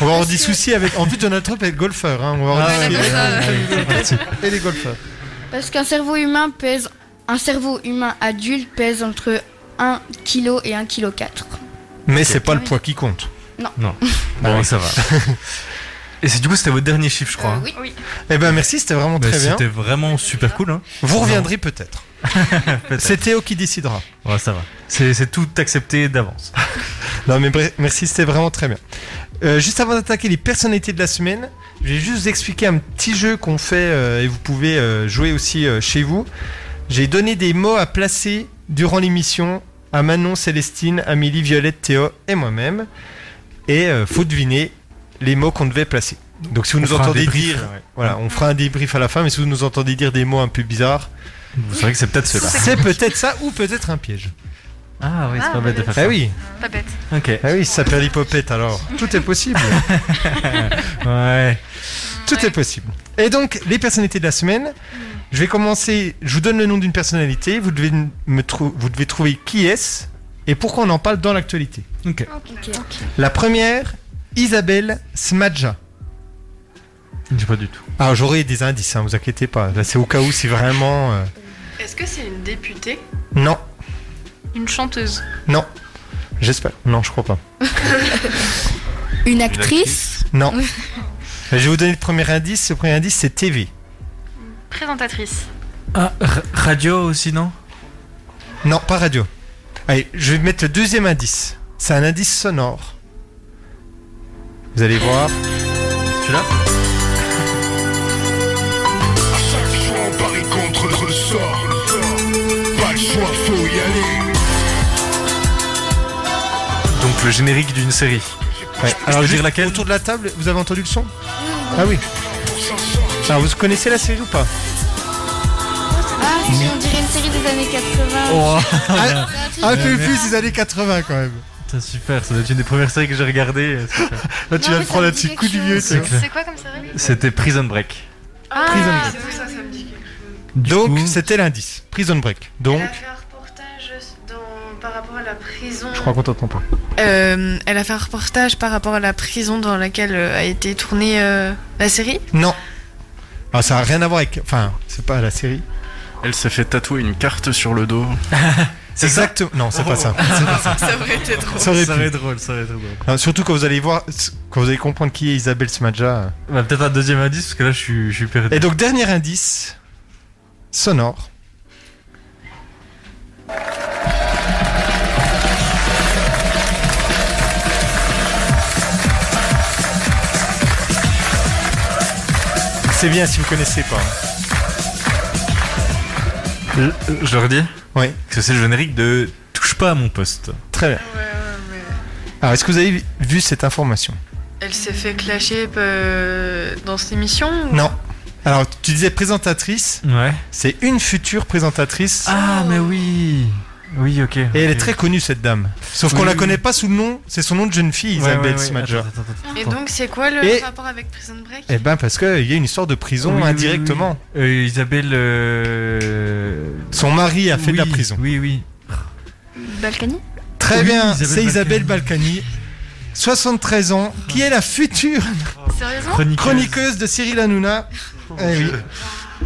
[SPEAKER 1] On va avoir des soucis avec. En plus, Donald Trump est golfeur. hein, On va avoir
[SPEAKER 2] Ah,
[SPEAKER 1] des
[SPEAKER 2] ouais,
[SPEAKER 1] soucis.
[SPEAKER 2] ouais, ouais, ouais.
[SPEAKER 1] Et les golfeurs.
[SPEAKER 5] Parce qu'un cerveau humain pèse. Un cerveau humain adulte pèse entre 1 kg et 1 kg 4.
[SPEAKER 1] Mais c'est pas le poids qui compte.
[SPEAKER 2] Non. Bon, ça va. Et c'est du coup, c'était votre dernier chiffre, je crois.
[SPEAKER 4] Euh,
[SPEAKER 2] hein.
[SPEAKER 5] oui.
[SPEAKER 1] Eh ben merci, c'était vraiment
[SPEAKER 2] Bah,
[SPEAKER 1] très bien.
[SPEAKER 2] C'était vraiment super cool. Hein.
[SPEAKER 1] Vous reviendrez peut-être.
[SPEAKER 2] Peut-être.
[SPEAKER 1] C'est Théo qui décidera.
[SPEAKER 2] Ouais, ça va. C'est c'est tout accepté d'avance.
[SPEAKER 1] Non mais bref, merci, c'était vraiment très bien. Euh, juste avant d'attaquer les personnalités de la semaine, je vais juste vous expliquer un petit jeu qu'on fait euh, et vous pouvez euh, jouer aussi euh, chez vous. J'ai donné des mots à placer durant l'émission à Manon, Célestine, Amélie, Violette, Théo et moi-même. Et euh, faut deviner les mots qu'on devait placer. Donc si vous
[SPEAKER 2] On
[SPEAKER 1] nous
[SPEAKER 2] fera un
[SPEAKER 1] entendez
[SPEAKER 2] débrief,
[SPEAKER 1] dire...
[SPEAKER 2] ouais.
[SPEAKER 1] Voilà, on fera un débrief à la fin, mais si vous nous entendez dire des mots un peu bizarres,
[SPEAKER 2] Vous savez que c'est peut-être cela.
[SPEAKER 1] c'est peut-être ça ou peut-être un piège.
[SPEAKER 2] Ah oui, c'est
[SPEAKER 4] Ah,
[SPEAKER 2] pas bête de
[SPEAKER 4] peut-être.
[SPEAKER 2] faire ça.
[SPEAKER 1] Ah oui,
[SPEAKER 4] Pas bête.
[SPEAKER 2] Ok.
[SPEAKER 1] ah oui, ça s'appelle l'hypopète alors. Tout est possible.
[SPEAKER 2] Ouais.
[SPEAKER 1] Tout est possible. Et donc, les personnalités de la semaine, je vais commencer, je vous donne le nom d'une personnalité, vous devez, me trou- vous devez trouver qui est-ce et pourquoi on en parle dans l'actualité.
[SPEAKER 2] Ok.
[SPEAKER 1] La première, Isabelle Smadja.
[SPEAKER 2] Je sais pas du tout.
[SPEAKER 1] Ah, j'aurai des indices, hein, vous inquiétez pas. Là, c'est au cas où si vraiment. euh,
[SPEAKER 3] Est-ce que c'est une députée
[SPEAKER 1] Non,
[SPEAKER 4] Une chanteuse
[SPEAKER 1] non. J'espère. Non, je crois pas.
[SPEAKER 5] Une actrice
[SPEAKER 1] Non. je vais vous donner le premier indice. Le premier indice, c'est TV.
[SPEAKER 4] Présentatrice
[SPEAKER 2] Ah, r- radio aussi, non
[SPEAKER 1] Non, pas radio. Allez, je vais mettre le deuxième indice. C'est un indice sonore. Vous allez voir.
[SPEAKER 2] Celui-là
[SPEAKER 14] À chaque fois, on parie contre le sort. Pas le choix, faut y aller.
[SPEAKER 2] Donc le générique d'une série.
[SPEAKER 1] Alors, juste Autour de la table, vous avez entendu le son Ah oui. Alors, vous connaissez la série ou pas
[SPEAKER 5] Ah, si on dirait une série des années 80.
[SPEAKER 1] Ah, Un peu plus des années 80 quand même.
[SPEAKER 2] Putain, super, ça doit être une des premières séries que j'ai regardées. euh, super.
[SPEAKER 1] Là,
[SPEAKER 4] Non,
[SPEAKER 1] tu vas
[SPEAKER 4] mais
[SPEAKER 1] le
[SPEAKER 4] ça
[SPEAKER 1] prendre
[SPEAKER 4] me
[SPEAKER 1] un
[SPEAKER 4] dit
[SPEAKER 1] petit
[SPEAKER 4] quelque
[SPEAKER 1] coup du vieux.
[SPEAKER 4] chose.
[SPEAKER 1] tu vois.
[SPEAKER 4] C'est quoi comme série
[SPEAKER 2] C'était Prison Break.
[SPEAKER 4] Ah,
[SPEAKER 1] Prison
[SPEAKER 4] c'est pour ça, ça me dit quelque chose.
[SPEAKER 1] Donc, c'était l'indice. Prison Break. Donc,
[SPEAKER 3] Elle a fait un reportage dans- par rapport à la prison.
[SPEAKER 1] je crois qu'on t'entend pas.
[SPEAKER 3] Euh, elle a fait un reportage par rapport à la prison dans laquelle euh, a été tournée euh, la série.
[SPEAKER 1] Non. Alors, ça n'a rien à voir avec. Enfin, c'est pas la série.
[SPEAKER 10] Elle s'est fait tatouer une carte sur le dos.
[SPEAKER 1] Exactement. Non, c'est pas ça. C'est pas ça.
[SPEAKER 3] aurait été drôle.
[SPEAKER 1] Ça aurait pu.
[SPEAKER 2] Oh. drôle, ça aurait été drôle.
[SPEAKER 1] Non, surtout quand vous allez voir, quand vous allez comprendre qui est Isabelle Smadja.
[SPEAKER 2] Bah, Peut-être un deuxième indice, parce que là, je suis, je suis perdu.
[SPEAKER 1] Et donc, dernier indice sonore. C'est bien si vous connaissez pas. Euh,
[SPEAKER 2] Je, je le redis
[SPEAKER 1] Oui.
[SPEAKER 2] Que c'est le générique de Touche pas à mon poste.
[SPEAKER 1] Très bien. Alors, est-ce que vous avez vu cette information
[SPEAKER 3] Elle s'est fait clasher euh, dans cette émission ou-
[SPEAKER 1] Non. Alors, tu disais présentatrice.
[SPEAKER 2] Ouais.
[SPEAKER 1] C'est une future présentatrice.
[SPEAKER 2] Ah, mais oui Oui, ok.
[SPEAKER 1] Et elle est très connue, cette dame. Sauf qu'on
[SPEAKER 2] Oui,
[SPEAKER 1] la
[SPEAKER 2] oui.
[SPEAKER 1] connaît pas sous le nom, c'est son nom de jeune fille,
[SPEAKER 2] Ouais,
[SPEAKER 1] Isabelle
[SPEAKER 2] ouais, ouais.
[SPEAKER 1] Smadja.
[SPEAKER 2] Attends, attends,
[SPEAKER 3] Et donc, c'est quoi le
[SPEAKER 1] Et-
[SPEAKER 3] rapport avec Prison Break
[SPEAKER 1] Eh ben, parce qu'il y a une histoire de prison
[SPEAKER 2] Oui, oui,
[SPEAKER 1] indirectement.
[SPEAKER 2] oui. Euh, Isabelle. euh,
[SPEAKER 1] Son mari a fait de la
[SPEAKER 2] oui,
[SPEAKER 1] prison.
[SPEAKER 2] Oui, oui.
[SPEAKER 5] Balkany
[SPEAKER 1] Très
[SPEAKER 2] Oui,
[SPEAKER 1] bien,
[SPEAKER 2] Isabelle
[SPEAKER 1] c'est Isabelle Balkany, 73 ans, qui est la future
[SPEAKER 4] Sérieusement
[SPEAKER 1] chroniqueuse, de Cyril Hanouna. Eh oui.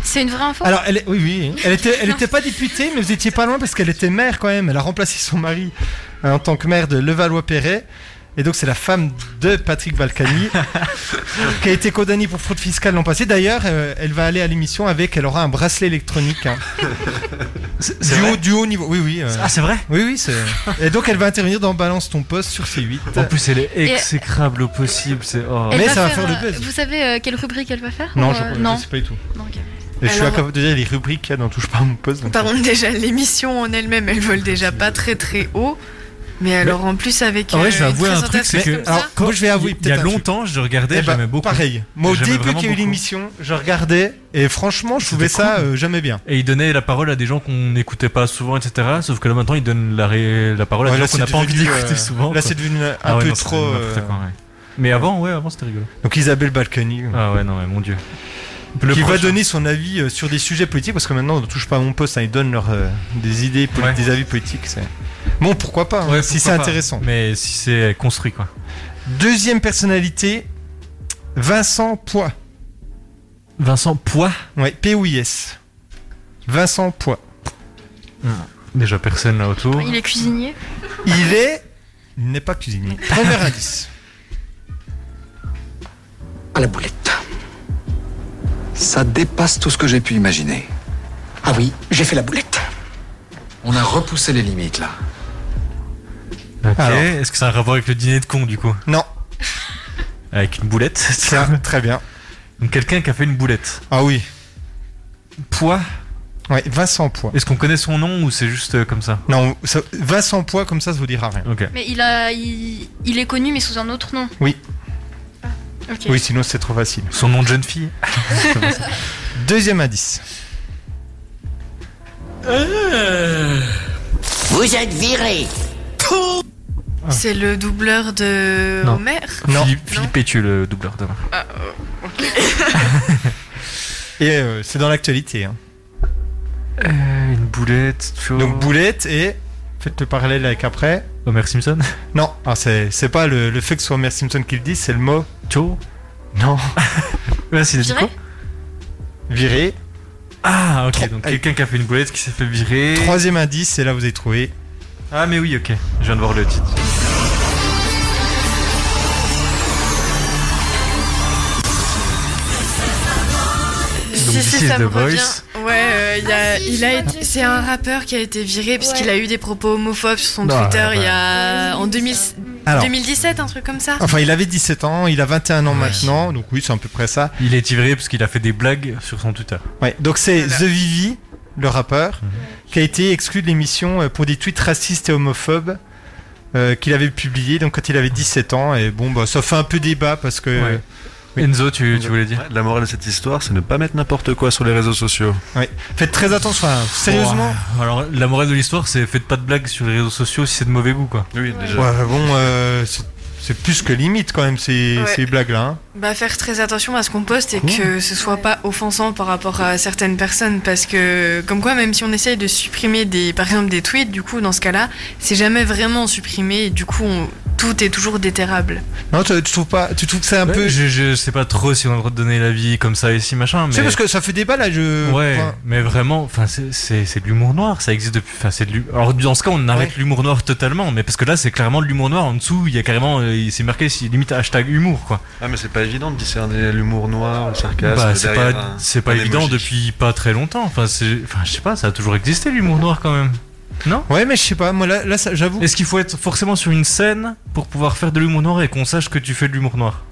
[SPEAKER 4] C'est une vraie info
[SPEAKER 1] Alors, elle est- oui, oui, hein. elle était, elle était pas députée, mais vous étiez pas loin parce qu'elle était maire quand même. Elle a remplacé son mari euh, en tant que maire de Levallois-Perret. Et donc, c'est la femme de Patrick Balkany qui a été condamnée pour fraude fiscale l'an passé. D'ailleurs, euh, elle va aller à l'émission avec, elle aura un bracelet électronique. hein.
[SPEAKER 2] c'est
[SPEAKER 1] du,
[SPEAKER 2] vrai
[SPEAKER 1] haut, du haut niveau, oui, oui. euh.
[SPEAKER 2] Ah, c'est vrai
[SPEAKER 1] Oui, oui, c'est. Et donc, elle va intervenir dans Balance ton poste sur C8.
[SPEAKER 2] En plus, elle est
[SPEAKER 4] Et-
[SPEAKER 2] exécrable au possible. C'est. oh.
[SPEAKER 4] Elle
[SPEAKER 1] Mais ça va faire
[SPEAKER 4] euh,
[SPEAKER 1] le buzz.
[SPEAKER 4] Vous savez euh, quelle rubrique elle va faire
[SPEAKER 1] Non,
[SPEAKER 4] ou,
[SPEAKER 1] je
[SPEAKER 4] euh,
[SPEAKER 1] ne
[SPEAKER 4] non.
[SPEAKER 1] sais pas du tout.
[SPEAKER 4] Non, ok.
[SPEAKER 1] Et je suis
[SPEAKER 3] Alors-
[SPEAKER 1] incapable de dire les rubriques qu'il y a dans Touche pas à mon poste. donc-
[SPEAKER 3] Par contre, déjà, l'émission en elle-même, elle vole déjà pas très très haut. Mais alors, en plus, avec.
[SPEAKER 2] En
[SPEAKER 3] euh,
[SPEAKER 2] vrai, je vais
[SPEAKER 3] une
[SPEAKER 2] avouer un truc, c'est
[SPEAKER 3] présentatrice
[SPEAKER 2] que.
[SPEAKER 3] comme ça,
[SPEAKER 1] Alors, moi, je vais avouer
[SPEAKER 2] Il y a
[SPEAKER 1] peut-être un
[SPEAKER 2] longtemps, je le regardais,
[SPEAKER 1] Eh ben,
[SPEAKER 2] j'aimais beaucoup.
[SPEAKER 1] Pareil. Moi, au
[SPEAKER 2] J'aimais
[SPEAKER 1] début
[SPEAKER 2] vraiment
[SPEAKER 1] qu'il y a eu
[SPEAKER 2] beaucoup.
[SPEAKER 1] l'émission, je regardais et franchement, je trouvais
[SPEAKER 2] C'était
[SPEAKER 1] ça
[SPEAKER 2] cool.
[SPEAKER 1] euh, jamais bien.
[SPEAKER 2] Et il donnait la parole à des gens qu'on n'écoutait pas souvent, etc. Sauf que là maintenant, il donne la, ré- la parole à
[SPEAKER 1] Ouais,
[SPEAKER 2] des
[SPEAKER 1] là,
[SPEAKER 2] gens qu'on n'a
[SPEAKER 1] c'est
[SPEAKER 2] pas envie
[SPEAKER 1] devenu,
[SPEAKER 2] d'écouter
[SPEAKER 1] euh,
[SPEAKER 2] souvent.
[SPEAKER 1] là,
[SPEAKER 2] quoi.
[SPEAKER 1] c'est devenu un
[SPEAKER 2] Ah ouais,
[SPEAKER 1] peu
[SPEAKER 2] non,
[SPEAKER 1] trop,
[SPEAKER 2] c'était n'importe
[SPEAKER 1] euh,
[SPEAKER 2] quoi, ouais. Mais avant, ouais, avant c'était rigolo.
[SPEAKER 1] Donc Isabelle Balkany, euh,
[SPEAKER 2] Ah ouais, non, mais mon dieu. Le
[SPEAKER 1] qui va
[SPEAKER 2] prochain-
[SPEAKER 1] donner son avis euh, sur des sujets politiques parce que maintenant, on ne touche pas à mon poste, hein, ils donnent leurs euh, des idées, poli-
[SPEAKER 2] Ouais.
[SPEAKER 1] des avis politiques. c'est- Bon, pourquoi pas hein,
[SPEAKER 2] Ouais,
[SPEAKER 1] si
[SPEAKER 2] pourquoi
[SPEAKER 1] c'est
[SPEAKER 2] pas.
[SPEAKER 1] intéressant.
[SPEAKER 2] Mais si c'est construit, quoi.
[SPEAKER 1] Deuxième personnalité, Vincent Poix.
[SPEAKER 2] Vincent Poix
[SPEAKER 1] Ouais, P-O-I-S. Vincent Poix.
[SPEAKER 2] Ah. Déjà personne là autour.
[SPEAKER 4] Il est cuisinier
[SPEAKER 1] Il est. Il n'est pas cuisinier. Premier indice.
[SPEAKER 15] à la boulette. Ça dépasse tout ce que j'ai pu imaginer. Ah oui, j'ai fait la boulette. On a repoussé les limites là.
[SPEAKER 2] Ok.
[SPEAKER 1] Alors.
[SPEAKER 2] Est-ce que c'est un rapport avec le dîner de con, du coup
[SPEAKER 1] Non.
[SPEAKER 2] Avec une boulette
[SPEAKER 1] Tiens, très bien.
[SPEAKER 2] Donc quelqu'un qui a fait une boulette.
[SPEAKER 1] Ah oui.
[SPEAKER 2] Poix
[SPEAKER 1] Ouais, Vincent Poix.
[SPEAKER 2] Est-ce qu'on connaît son nom ou c'est juste euh, comme ça
[SPEAKER 1] Non, ça- Vincent Poix, comme ça, ça vous dira rien.
[SPEAKER 2] Ok.
[SPEAKER 4] Mais il, a, il, il est connu, mais sous un autre nom. Ah,
[SPEAKER 1] Oui.
[SPEAKER 4] Ok.
[SPEAKER 1] Oui, sinon c'est trop facile.
[SPEAKER 2] Son nom de jeune fille
[SPEAKER 1] Deuxième indice.
[SPEAKER 2] euh,
[SPEAKER 16] Vous êtes viré.
[SPEAKER 3] C'est le doubleur de
[SPEAKER 2] Euh, Non.
[SPEAKER 3] Homer
[SPEAKER 1] Ah. Non.
[SPEAKER 2] Philippe, Philippe Pétu, le doubleur demain.
[SPEAKER 3] Ah, euh, ok.
[SPEAKER 1] Et euh, c'est dans l'actualité. hein.
[SPEAKER 2] Euh, une boulette,
[SPEAKER 1] Donc boulette et faites le parallèle avec après.
[SPEAKER 2] Homer Simpson
[SPEAKER 1] Non, ah, c'est c'est pas le, le fait que ce soit Homer Simpson qui le dit, c'est le mot
[SPEAKER 2] Cho
[SPEAKER 1] non
[SPEAKER 2] Ouais, c'est
[SPEAKER 4] Viré
[SPEAKER 1] viré.
[SPEAKER 2] Ah, ok,
[SPEAKER 1] Tro-
[SPEAKER 2] donc
[SPEAKER 1] Allez.
[SPEAKER 2] quelqu'un qui a fait une boulette qui s'est fait virer.
[SPEAKER 1] Troisième indice, et là vous avez trouvé.
[SPEAKER 2] Ah, mais oui, ok, je viens de voir le titre. Donc,
[SPEAKER 3] Si,
[SPEAKER 2] This
[SPEAKER 3] si,
[SPEAKER 2] is
[SPEAKER 3] ça
[SPEAKER 2] the
[SPEAKER 3] me
[SPEAKER 2] Voice.
[SPEAKER 3] revient. Ouais, euh, il y a-
[SPEAKER 5] Ah, si,
[SPEAKER 3] il
[SPEAKER 5] je
[SPEAKER 3] a
[SPEAKER 5] vois
[SPEAKER 3] été-
[SPEAKER 5] bien
[SPEAKER 3] c'est un rappeur qui a été viré parce qu'il a eu des propos homophobes sur son
[SPEAKER 1] Non,
[SPEAKER 3] Twitter
[SPEAKER 1] ouais.
[SPEAKER 3] il y a en 2000.
[SPEAKER 1] Alors.
[SPEAKER 3] 2017, un truc comme ça
[SPEAKER 1] Enfin, il avait 17 ans, il a 21 ans maintenant, donc oui, c'est à peu près ça.
[SPEAKER 2] Il est ivré parce qu'il a fait des blagues sur son Twitter.
[SPEAKER 1] Ouais, donc c'est The Vivi, le rappeur,
[SPEAKER 2] Mhm.
[SPEAKER 1] qui a été exclu de l'émission euh, pour des tweets racistes et homophobes euh, qu'il avait publiés donc quand il avait 17 ans. Et bon, bah, ça fait un peu débat parce que.
[SPEAKER 2] Ouais. Enzo, tu, tu voulais dire
[SPEAKER 9] Ouais, La morale de cette histoire, c'est ne pas mettre n'importe quoi sur les réseaux sociaux.
[SPEAKER 1] Oui. Faites très attention, hein. sérieusement.
[SPEAKER 2] Ouais. euh, Alors, la morale de l'histoire, c'est faites pas de blagues sur les réseaux sociaux si c'est de mauvais goût, quoi.
[SPEAKER 9] Oui,
[SPEAKER 1] Ouais, bon, euh, c'est- c'est plus que limite quand même ces,
[SPEAKER 3] Ouais.
[SPEAKER 1] ces blagues-là. hein.
[SPEAKER 3] Bah faire très attention à ce qu'on poste et que ce soit pas offensant par rapport à certaines personnes parce que comme quoi même si on essaye de supprimer des par exemple des tweets du coup dans ce cas-là c'est jamais vraiment supprimé et du coup on- tout est toujours déterrable.
[SPEAKER 1] Non, tu, tu trouves pas Tu trouves que c'est un peu.
[SPEAKER 2] Je, je sais pas trop si on a le droit de donner la vie comme ça ici, machin. Mais...
[SPEAKER 1] C'est parce que euh, ça fait débat là. Je.
[SPEAKER 2] Ouais,
[SPEAKER 1] Enfin,
[SPEAKER 2] mais vraiment, enfin, c'est- c'est c'est de l'humour noir, ça existe depuis. Enfin, c'est de l'hu- Alors, dans ce cas, on arrête l'humour noir totalement, mais parce que là, c'est clairement de l'humour noir. En dessous, il y a carrément, euh, il s'est marqué si- limite hashtag humour, quoi.
[SPEAKER 9] Ah, mais c'est pas évident de discerner l'humour noir, le sarcasme.
[SPEAKER 2] Bah, c'est
[SPEAKER 9] derrière
[SPEAKER 2] pas,
[SPEAKER 9] un-
[SPEAKER 2] c'est pas
[SPEAKER 9] un
[SPEAKER 2] évident
[SPEAKER 9] emoji.
[SPEAKER 2] depuis pas très longtemps. Enfin, c'est- enfin, je sais pas, ça a toujours existé l'humour noir quand même. Non
[SPEAKER 1] Ouais, mais je sais pas, moi là, là ça- j'avoue.
[SPEAKER 2] Est-ce qu'il faut être forcément sur une scène pour pouvoir faire de l'humour noir et qu'on sache que tu fais de l'humour noir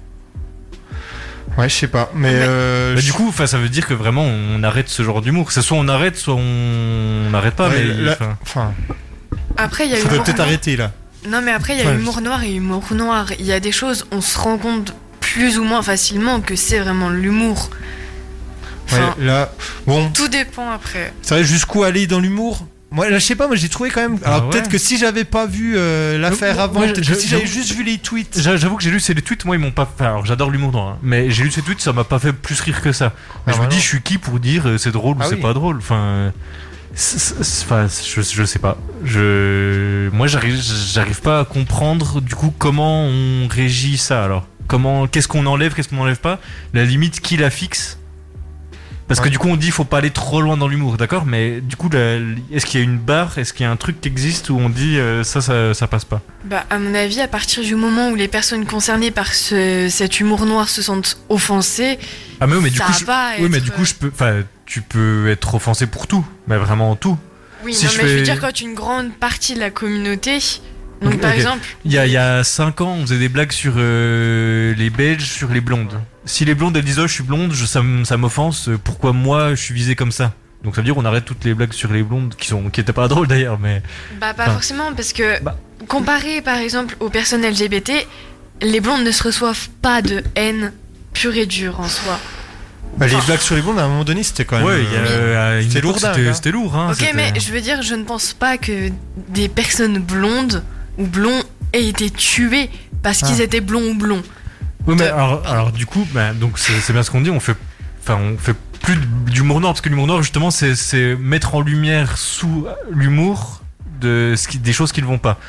[SPEAKER 1] Ouais, je sais pas. Mais. euh,
[SPEAKER 2] Bah,
[SPEAKER 1] je-
[SPEAKER 2] Du coup, enfin, ça veut dire que vraiment on arrête ce genre d'humour. C'est soit on arrête, soit on on n'arrête pas.
[SPEAKER 1] Ouais,
[SPEAKER 2] mais
[SPEAKER 1] là-
[SPEAKER 2] enfin,
[SPEAKER 1] Enfin.
[SPEAKER 3] Après il y a
[SPEAKER 1] Faudrait
[SPEAKER 3] humour
[SPEAKER 1] peut-être
[SPEAKER 3] noir-
[SPEAKER 1] arrêter là.
[SPEAKER 3] Non mais après il y a
[SPEAKER 1] Ouais.
[SPEAKER 3] humour noir et humour noir, il y a des choses on se rend compte plus ou moins facilement que c'est vraiment de l'humour.
[SPEAKER 1] Ouais,
[SPEAKER 3] Enfin,
[SPEAKER 1] là. Bon.
[SPEAKER 3] Tout dépend après.
[SPEAKER 1] C'est vrai, jusqu'où aller dans l'humour Moi, là, je sais pas, moi j'ai trouvé quand même. Alors
[SPEAKER 2] Ah ouais.
[SPEAKER 1] peut-être que si j'avais pas vu euh, l'affaire
[SPEAKER 2] Moi,
[SPEAKER 1] avant,
[SPEAKER 2] moi,
[SPEAKER 1] peut-être
[SPEAKER 2] je-
[SPEAKER 1] que si j'avais
[SPEAKER 2] j'avoue-
[SPEAKER 1] juste vu les tweets.
[SPEAKER 2] J'a- J'avoue que j'ai lu ces les tweets, moi ils m'ont pas. Enfin, alors j'adore l'humour noir, hein, mais j'ai lu ces tweets, ça m'a pas fait plus rire que ça. Mais
[SPEAKER 1] Ah,
[SPEAKER 2] je me
[SPEAKER 1] bah
[SPEAKER 2] dis,
[SPEAKER 1] non.
[SPEAKER 2] je suis qui pour dire euh, c'est drôle
[SPEAKER 1] Ah
[SPEAKER 2] ou c'est
[SPEAKER 1] oui.
[SPEAKER 2] pas drôle Enfin, euh, c'est- c'est- c'est- enfin, je, je sais pas. Je, moi j'arrive, j'arrive pas à comprendre du coup comment on régit ça. Alors, comment, qu'est-ce qu'on enlève, qu'est-ce qu'on enlève pas La limite, qui la fixe parce que
[SPEAKER 1] Ouais.
[SPEAKER 2] du coup on dit faut pas aller trop loin dans l'humour, d'accord Mais du coup, la- est-ce qu'il y a une barre, est-ce qu'il y a un truc qui existe où on dit euh, ça, ça, ça passe pas
[SPEAKER 3] Bah, à mon avis, à partir du moment où les personnes concernées par ce, cet humour noir se sentent offensées,
[SPEAKER 2] Ah mais oui, mais du
[SPEAKER 3] ça
[SPEAKER 2] coup,
[SPEAKER 3] va
[SPEAKER 2] je-
[SPEAKER 3] pas
[SPEAKER 2] oui, mais
[SPEAKER 3] être- euh,
[SPEAKER 2] du coup, je peux, enfin, tu peux être offensé pour tout, mais vraiment tout.
[SPEAKER 3] Oui,
[SPEAKER 2] Si
[SPEAKER 3] non,
[SPEAKER 2] je
[SPEAKER 3] mais je
[SPEAKER 2] fais-
[SPEAKER 3] veux dire, quand une grande partie de la communauté. Donc, par
[SPEAKER 2] Ok.
[SPEAKER 3] exemple.
[SPEAKER 2] il y a, il y a 5 ans, on faisait des blagues sur euh, les Belges, sur les blondes. Si les blondes elles disent oh je suis blonde, je- ça, m- ça m'offense. euh, Pourquoi moi je suis visé comme ça Donc ça veut dire on arrête toutes les blagues sur les blondes qui sont qui étaient pas drôles d'ailleurs, mais
[SPEAKER 3] Bah, pas
[SPEAKER 2] Enfin,
[SPEAKER 3] forcément, parce que
[SPEAKER 2] Bah.
[SPEAKER 3] comparé par exemple aux personnes LGBT, les blondes ne se reçoivent pas de haine pure et dure en soi.
[SPEAKER 1] Bah, les blagues sur les blondes, à un moment donné, c'était quand même. euh,
[SPEAKER 2] Ouais, il y a- à une
[SPEAKER 1] c'était
[SPEAKER 2] époque,
[SPEAKER 1] lourd, dingue,
[SPEAKER 2] c'était-
[SPEAKER 1] hein.
[SPEAKER 2] c'était lourd, hein,
[SPEAKER 3] ok,
[SPEAKER 2] c'était-
[SPEAKER 3] mais je veux dire, je ne pense pas que des personnes blondes ou blonds aient été tués parce qu'ils
[SPEAKER 2] Ah.
[SPEAKER 3] étaient blonds ou blonds.
[SPEAKER 2] Oui, mais alors, alors du coup, bah, donc c'est c'est bien ce qu'on dit, on fait, enfin, on fait plus d- d'humour noir parce que l'humour noir justement, c'est- c'est mettre en lumière sous l'humour de ce qui- des choses qui ne vont pas.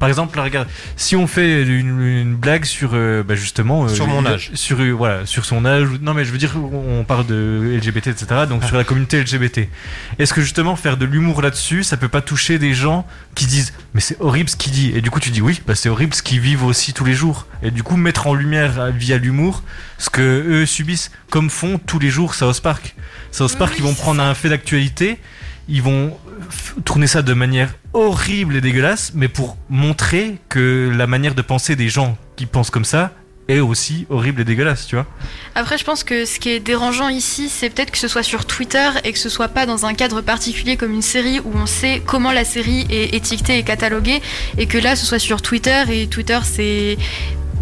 [SPEAKER 2] Par exemple, là, regarde, si on fait une, une blague sur euh, bah, justement euh,
[SPEAKER 1] Sur mon
[SPEAKER 2] le-
[SPEAKER 1] âge.
[SPEAKER 2] sur euh, voilà, sur son âge. ou- Non, mais je veux dire, on parle de LGBT, etc. Donc
[SPEAKER 1] Ah.
[SPEAKER 2] sur la communauté LGBT. Est-ce que justement faire de l'humour là-dessus, ça peut pas toucher des gens qui disent, mais c'est horrible ce qu'il dit. Et du coup, tu dis oui, bah, c'est horrible ce qu'ils vivent aussi tous les jours. Et du coup, mettre en lumière euh, via l'humour ce que eux subissent, comme font tous les jours South Park. South Park, ils vont prendre un fait d'actualité, ils vont f- tourner ça de manière horrible et dégueulasse, mais pour montrer que la manière de penser des gens qui pensent comme ça est aussi horrible et dégueulasse, tu vois.
[SPEAKER 4] Après, je pense que ce qui est dérangeant ici, c'est peut-être que ce soit sur Twitter et que ce soit pas dans un cadre particulier comme une série où on sait comment la série est étiquetée et cataloguée, et que là, ce soit sur Twitter et Twitter, c'est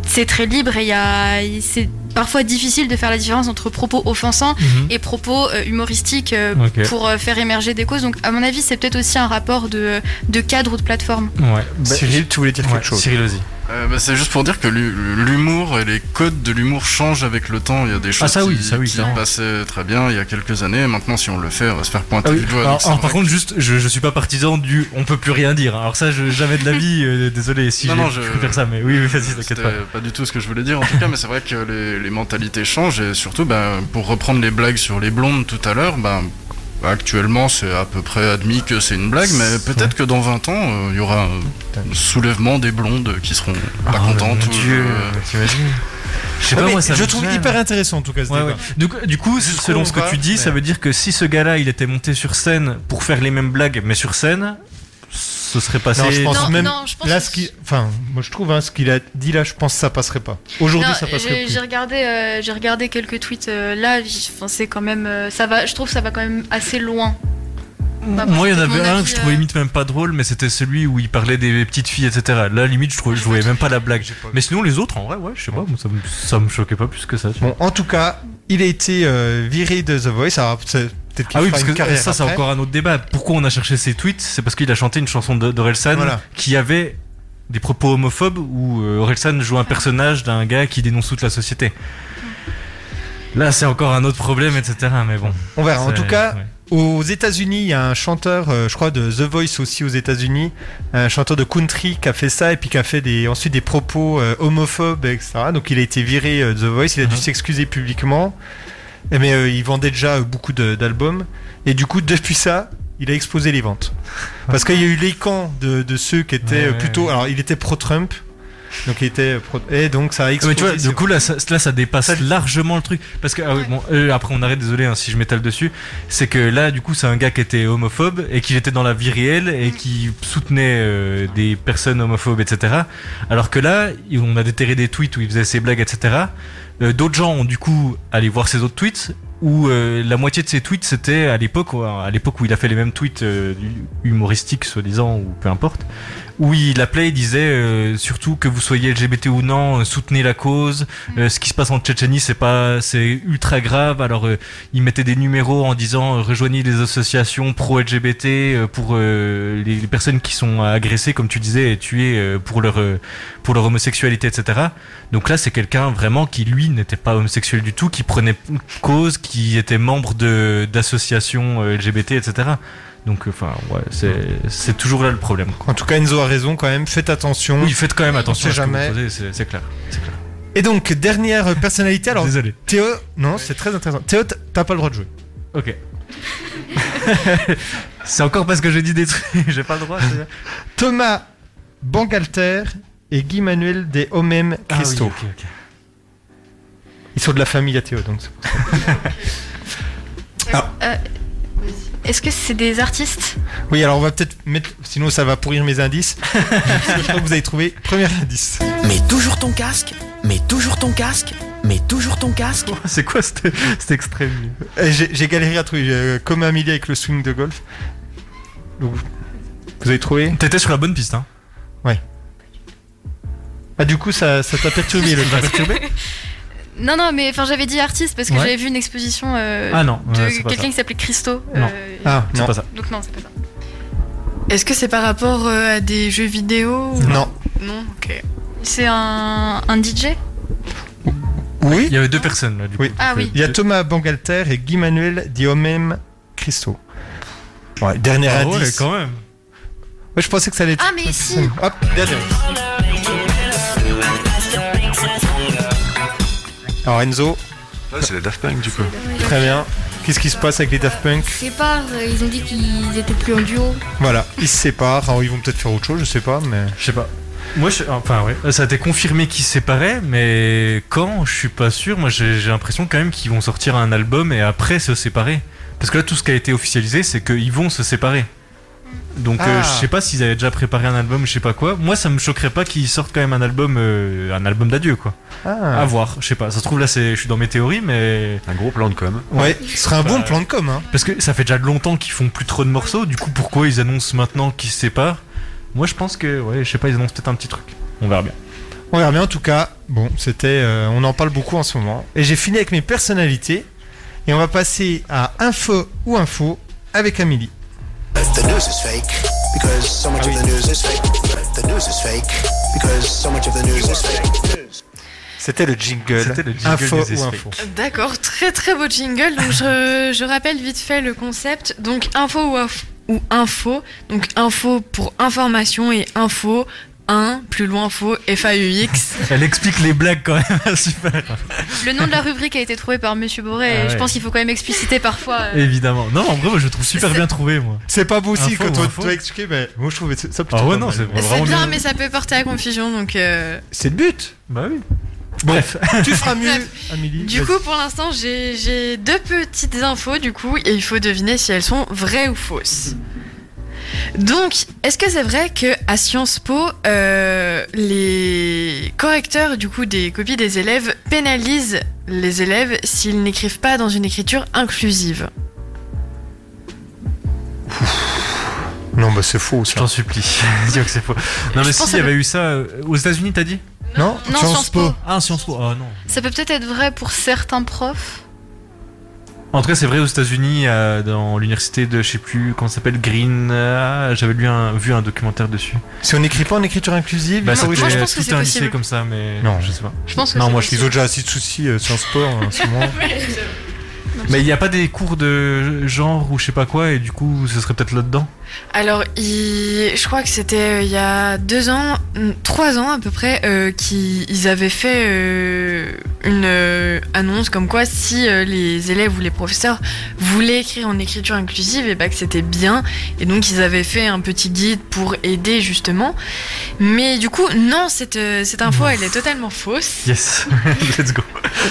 [SPEAKER 4] c'est très libre et il y a c'est parfois difficile de faire la différence entre propos offensants
[SPEAKER 11] Mhm.
[SPEAKER 4] et propos euh, humoristiques euh,
[SPEAKER 11] Ok.
[SPEAKER 4] pour euh, faire émerger des causes. Donc, à mon avis, c'est peut-être aussi un rapport de, de cadre ou de plateforme.
[SPEAKER 2] Ouais.
[SPEAKER 1] Bah, Cyril, tu voulais dire
[SPEAKER 2] quelque chose Cyril, vas-y.
[SPEAKER 10] Euh, bah, c'est juste pour dire que l'hu- l'humour et les codes de l'humour changent avec le temps. Il y a des choses
[SPEAKER 2] Ah, ça oui,
[SPEAKER 10] qui,
[SPEAKER 2] ça oui,
[SPEAKER 10] qui
[SPEAKER 2] clairement.
[SPEAKER 10] passaient très bien il y a quelques années. Maintenant, si on le fait, on va se faire pointer
[SPEAKER 2] Ah oui.
[SPEAKER 10] du doigt.
[SPEAKER 2] Alors,
[SPEAKER 10] donc c'est
[SPEAKER 2] alors,
[SPEAKER 10] vrai
[SPEAKER 2] par contre, juste, je, je suis pas partisan du on peut plus rien dire. Alors, ça, je, jamais de la vie, euh, désolé si
[SPEAKER 10] Non,
[SPEAKER 2] j'ai
[SPEAKER 10] non, je-
[SPEAKER 2] pu faire ça, mais oui, oui vas-y,
[SPEAKER 10] C'était
[SPEAKER 2] t'inquiète pas.
[SPEAKER 10] Euh, pas du tout ce que je voulais dire en tout cas, mais c'est vrai que les, les mentalités changent et surtout, ben, pour reprendre les blagues sur les blondes tout à l'heure, ben, actuellement c'est à peu près admis que c'est une blague, mais peut-être que dans 20 ans, euh, il y aura un soulèvement des blondes qui seront pas
[SPEAKER 2] Oh,
[SPEAKER 10] contentes. ou, euh,
[SPEAKER 2] Je sais
[SPEAKER 1] Ouais,
[SPEAKER 2] pas,
[SPEAKER 1] mais
[SPEAKER 2] moi, ça
[SPEAKER 1] je
[SPEAKER 2] me
[SPEAKER 1] trouve
[SPEAKER 2] gêne.
[SPEAKER 1] hyper intéressant en tout cas ce
[SPEAKER 2] Ouais,
[SPEAKER 1] débat.
[SPEAKER 2] ouais. Du, coup- du coup,
[SPEAKER 1] Jusqu'où
[SPEAKER 2] selon
[SPEAKER 1] on
[SPEAKER 2] ce que
[SPEAKER 1] va,
[SPEAKER 2] tu dis, ça
[SPEAKER 1] mais-
[SPEAKER 2] veut dire que si ce gars-là, il était monté sur scène pour faire les mêmes blagues, mais sur scène, se serait passé.
[SPEAKER 1] Non, je pense
[SPEAKER 4] Non,
[SPEAKER 1] même.
[SPEAKER 4] non, je pense
[SPEAKER 1] là,
[SPEAKER 4] que-
[SPEAKER 1] ce qui, enfin, moi je trouve hein, ce qu'il a dit là, je pense que ça passerait pas. Aujourd'hui,
[SPEAKER 4] Non,
[SPEAKER 1] ça passerait
[SPEAKER 4] j'ai-
[SPEAKER 1] plus.
[SPEAKER 4] J'ai regardé, euh, j'ai regardé quelques tweets euh, là. j- enfin, c'est quand même, euh, ça va. Je trouve que ça va quand même assez loin. Enfin,
[SPEAKER 2] Moi, il y en
[SPEAKER 4] c'est mon
[SPEAKER 2] avait un
[SPEAKER 4] avis,
[SPEAKER 2] que je trouvais
[SPEAKER 4] euh,
[SPEAKER 2] limite même pas drôle, mais c'était celui où il parlait des petites filles, etc. Là, limite, je trouvais, je voyais même pas la blague. Mais sinon, les autres, en vrai, ouais, je sais pas, moi, ça me, ça me choquait pas plus que ça. tu vois.
[SPEAKER 1] Bon, en tout cas, il a été euh, viré de The Voice. Alors, c'est- peut-être qu'il
[SPEAKER 2] Ah oui,
[SPEAKER 1] fera
[SPEAKER 2] parce
[SPEAKER 1] une
[SPEAKER 2] que
[SPEAKER 1] carrière
[SPEAKER 2] ça, c'est
[SPEAKER 1] après.
[SPEAKER 2] encore un autre débat. Pourquoi on a cherché ses tweets C'est parce qu'il a chanté une chanson de- d'Orelsan
[SPEAKER 1] Voilà.
[SPEAKER 2] qui avait des propos homophobes où euh, Orelsan joue un personnage d'un gars qui dénonce toute la société. Là, c'est encore un autre problème, etc. Mais bon.
[SPEAKER 1] On verra. En
[SPEAKER 2] C'est-
[SPEAKER 1] tout cas,
[SPEAKER 2] ouais.
[SPEAKER 1] aux États-Unis, il y a un chanteur, euh, je crois, de The Voice aussi aux États-Unis, un chanteur de country qui a fait ça et puis qui a fait des, ensuite des propos euh, homophobes, etc. Donc il a été viré euh, de The Voice, il a
[SPEAKER 2] Uh-huh.
[SPEAKER 1] dû s'excuser publiquement. Et Mais euh, il vendait déjà euh, beaucoup de- d'albums. Et du coup, depuis ça, il a explosé les ventes. Parce qu'il y a eu les camps de, de ceux qui étaient
[SPEAKER 2] Ouais,
[SPEAKER 1] euh,
[SPEAKER 2] ouais,
[SPEAKER 1] plutôt. Alors, il était pro-Trump. Donc, il était. pro- et donc, ça a
[SPEAKER 2] Ah, Mais
[SPEAKER 1] explosé.
[SPEAKER 2] tu vois,
[SPEAKER 1] ses
[SPEAKER 2] du coup, là ça, là, ça dépasse largement le truc. Parce que, ah oui, bon, euh, après, on arrête, désolé hein, si je m'étale dessus. C'est que là, du coup, c'est un gars qui était homophobe et qui était dans la vie réelle et qui soutenait euh, des personnes homophobes, etc. Alors que là, il- on a déterré des tweets où il faisait ses blagues, etc. Euh, D'autres gens ont du coup allé voir ses autres tweets où euh, la moitié de ses tweets c'était à l'époque où- à l'époque où il a fait les mêmes tweets euh, humoristiques soi-disant ou peu importe où il appelait il disait euh, surtout que vous soyez LGBT ou non euh, soutenez la cause euh, ce qui se passe en Tchétchénie c'est pas c'est ultra grave alors euh, il mettait des numéros en disant euh, rejoignez les associations pro LGBT euh, pour euh, les, les personnes qui sont agressées comme tu disais et tuées euh, pour leur euh, pour leur homosexualité etc donc là, c'est quelqu'un vraiment qui, lui, n'était pas homosexuel du tout, qui prenait cause, qui était membre de d'associations euh, LGBT, etc. Donc, euh, enfin, ouais, c'est c'est toujours là le problème. quoi.
[SPEAKER 1] En tout cas, Enzo a raison quand même. Faites attention.
[SPEAKER 2] Oui, faites quand même
[SPEAKER 1] On
[SPEAKER 2] attention.
[SPEAKER 1] sait
[SPEAKER 2] à ce que vous
[SPEAKER 1] jamais.
[SPEAKER 2] posez, c'est c'est clair. c'est clair.
[SPEAKER 1] Et donc, dernière personnalité. Alors,
[SPEAKER 2] Désolé.
[SPEAKER 1] Théo, non, c'est très intéressant. Théo, t- t'as pas le droit de jouer.
[SPEAKER 2] Ok. c'est encore parce que j'ai dit des trucs, j'ai pas le droit. c'est-
[SPEAKER 1] Thomas Bangalter et Guy Manuel des Homem
[SPEAKER 2] Ah oui,
[SPEAKER 1] Christo.
[SPEAKER 2] ok, ok.
[SPEAKER 1] Ils sont de la famille à Théo, donc c'est pour ça. Ah, Alors,
[SPEAKER 4] euh, Est-ce que c'est des artistes
[SPEAKER 1] oui, alors on va peut-être mettre. Sinon, ça va pourrir mes indices. Parce que je crois que vous avez trouvé. Premier indice.
[SPEAKER 13] Mais toujours ton casque, mais toujours ton casque, mais toujours ton casque.
[SPEAKER 2] C'est quoi cet, cet extrait
[SPEAKER 1] Euh, J'ai j'ai galéré à trouver. euh, Comme Amélie avec le swing de golf. Donc, vous avez trouvé
[SPEAKER 2] T'étais sur la bonne piste, hein
[SPEAKER 1] Ouais. Ah, du coup, ça ça t'a perturbé le perturbé
[SPEAKER 4] Non, non, mais enfin, j'avais dit artiste parce que
[SPEAKER 1] Ouais.
[SPEAKER 4] j'avais vu une exposition euh,
[SPEAKER 1] Ah non, ouais, c'est
[SPEAKER 4] de
[SPEAKER 1] pas ça.
[SPEAKER 4] quelqu'un qui s'appelait Christo.
[SPEAKER 1] Non.
[SPEAKER 4] euh,
[SPEAKER 1] Ah, non.
[SPEAKER 4] Donc non, c'est pas ça.
[SPEAKER 3] Est-ce que c'est par rapport euh, à des jeux vidéo ou-
[SPEAKER 1] Non.
[SPEAKER 3] Non, ok.
[SPEAKER 4] C'est un, un DJ
[SPEAKER 1] Oui.
[SPEAKER 2] Il y avait deux personnes là, du
[SPEAKER 1] Oui.
[SPEAKER 2] coup.
[SPEAKER 4] Ah oui.
[SPEAKER 1] Il y a Thomas Bangalter et Guy Manuel Diomem Christo. Ouais, dernier
[SPEAKER 2] Ah ouais,
[SPEAKER 1] indice.
[SPEAKER 2] quand même.
[SPEAKER 1] Ouais, je pensais que ça allait être.
[SPEAKER 4] Ah, mais si.
[SPEAKER 1] Hop, dernier. Alors Enzo.
[SPEAKER 9] Ah, c'est les Daft Punk du coup.
[SPEAKER 1] Très bien. Qu'est-ce qui se passe avec les Daft Punk
[SPEAKER 5] Je sais pas, euh, ils ont dit qu'ils étaient plus en duo.
[SPEAKER 1] Voilà, ils se séparent. Alors, ils vont peut-être faire autre chose, je sais pas, mais.
[SPEAKER 2] Je sais pas. Moi, je- enfin, ouais. Ça a été confirmé qu'ils se séparaient, mais quand Je suis pas sûr. Moi, j'ai j'ai l'impression quand même qu'ils vont sortir un album et après se séparer. Parce que là, tout ce qui a été officialisé, c'est qu'ils vont se séparer. Donc, euh,
[SPEAKER 1] Ah.
[SPEAKER 2] je sais pas s'ils avaient déjà préparé un album, je sais pas quoi. Moi, ça me choquerait pas qu'ils sortent quand même un album, euh, un album d'adieu, quoi.
[SPEAKER 1] Ah.
[SPEAKER 2] À voir. Je sais pas. Ça se trouve là, c'est, je suis dans mes théories, mais
[SPEAKER 9] un gros plan de com.
[SPEAKER 1] Ouais, ce serait un bon plan de com. Hein.
[SPEAKER 2] Bah, Parce que ça fait déjà longtemps qu'ils font plus trop de morceaux. Du coup, pourquoi ils annoncent maintenant qu'ils se séparent Moi, je pense que, ouais, je sais pas, ils annoncent peut-être un petit truc. On verra bien.
[SPEAKER 1] On verra bien en tout cas. Bon, c'était, euh, on en parle beaucoup en ce moment. Et j'ai fini avec mes personnalités. Et on va passer à info ou info avec Amélie.
[SPEAKER 16] The news is fake because so much of the news is fake. The news is fake because so much of the news is fake.
[SPEAKER 1] C'était le jingle.
[SPEAKER 2] C'était le jingle
[SPEAKER 1] info
[SPEAKER 2] des
[SPEAKER 1] ou
[SPEAKER 2] esprits.
[SPEAKER 1] info.
[SPEAKER 3] D'accord, très très beau jingle. Donc je, je rappelle vite fait le concept. Donc info ou, inf- ou info. Donc info pour information et info. 1, plus loin faux, FAUX.
[SPEAKER 2] Elle explique les blagues quand même, super.
[SPEAKER 1] Euh.
[SPEAKER 4] Le nom de la rubrique a été trouvé par Monsieur Boré.
[SPEAKER 2] Ah
[SPEAKER 4] et
[SPEAKER 2] ouais.
[SPEAKER 4] Je pense qu'il faut quand même expliciter parfois. euh,
[SPEAKER 2] Évidemment. Non, en vrai, moi, je le trouve super bien trouvé, moi.
[SPEAKER 1] C'est pas beau aussi
[SPEAKER 2] Info
[SPEAKER 1] que
[SPEAKER 2] ou
[SPEAKER 1] toi
[SPEAKER 2] info
[SPEAKER 1] tu as expliqué, mais moi je trouvais ça plutôt.
[SPEAKER 2] Ah ouais,
[SPEAKER 1] pas
[SPEAKER 2] non,
[SPEAKER 1] mal.
[SPEAKER 2] c'est
[SPEAKER 3] C'est bien, mais ça peut porter à confusion. Donc, euh,
[SPEAKER 1] C'est le but.
[SPEAKER 2] Bah oui.
[SPEAKER 1] Bref, tu feras mieux,
[SPEAKER 3] Bref.
[SPEAKER 1] Amélie.
[SPEAKER 3] Du
[SPEAKER 1] vas-y.
[SPEAKER 3] coup, pour l'instant, j'ai j'ai deux petites infos, du coup, et il faut deviner si elles sont vraies ou fausses. Donc, est-ce que c'est vrai que à Sciences Po, euh, les correcteurs du coup des copies des élèves pénalisent les élèves s'ils n'écrivent pas dans une écriture inclusive
[SPEAKER 1] Non, bah c'est faux.
[SPEAKER 2] Je t'en supplie. Dis-moi que c'est faux. Non,
[SPEAKER 1] Je
[SPEAKER 2] mais
[SPEAKER 1] pense
[SPEAKER 2] si,
[SPEAKER 1] que-
[SPEAKER 2] il y avait eu ça euh, aux États-Unis, t'as dit
[SPEAKER 1] Non,
[SPEAKER 4] Non, Sciences Sciences Po. Po.
[SPEAKER 2] Ah, Sciences Po. Ah non.
[SPEAKER 9] Oh,
[SPEAKER 4] Ça peut peut-être être vrai pour certains profs.
[SPEAKER 2] En tout cas, c'est vrai aux États-Unis, euh, dans l'université de, je sais plus, comment ça s'appelle, Green. euh, J'avais lu un, vu un documentaire dessus.
[SPEAKER 1] Si on n'écrit pas en écriture inclusive,
[SPEAKER 2] Bah,
[SPEAKER 1] il faut-
[SPEAKER 2] c'était tout un lycée comme ça, mais
[SPEAKER 1] Non.
[SPEAKER 2] je sais pas.
[SPEAKER 1] Je
[SPEAKER 4] pense que
[SPEAKER 2] non,
[SPEAKER 4] c'est
[SPEAKER 2] moi je suis
[SPEAKER 1] Ils ont déjà assez de soucis euh, sur le sport hein, en ce moment.
[SPEAKER 2] Mais il n'y a pas des cours de genre ou je sais pas quoi, et du coup, ce serait peut-être là-dedans
[SPEAKER 3] Alors, il- je crois que c'était euh, il y a deux ans, mm, trois ans à peu près, euh, qu'ils ils avaient fait euh, une euh, annonce comme quoi si euh, les élèves ou les professeurs voulaient écrire en écriture inclusive, et bah que c'était bien. Et donc, ils avaient fait un petit guide pour aider justement. Mais du coup, non, cette, euh, cette info, elle est totalement fausse.
[SPEAKER 2] Yes, let's go.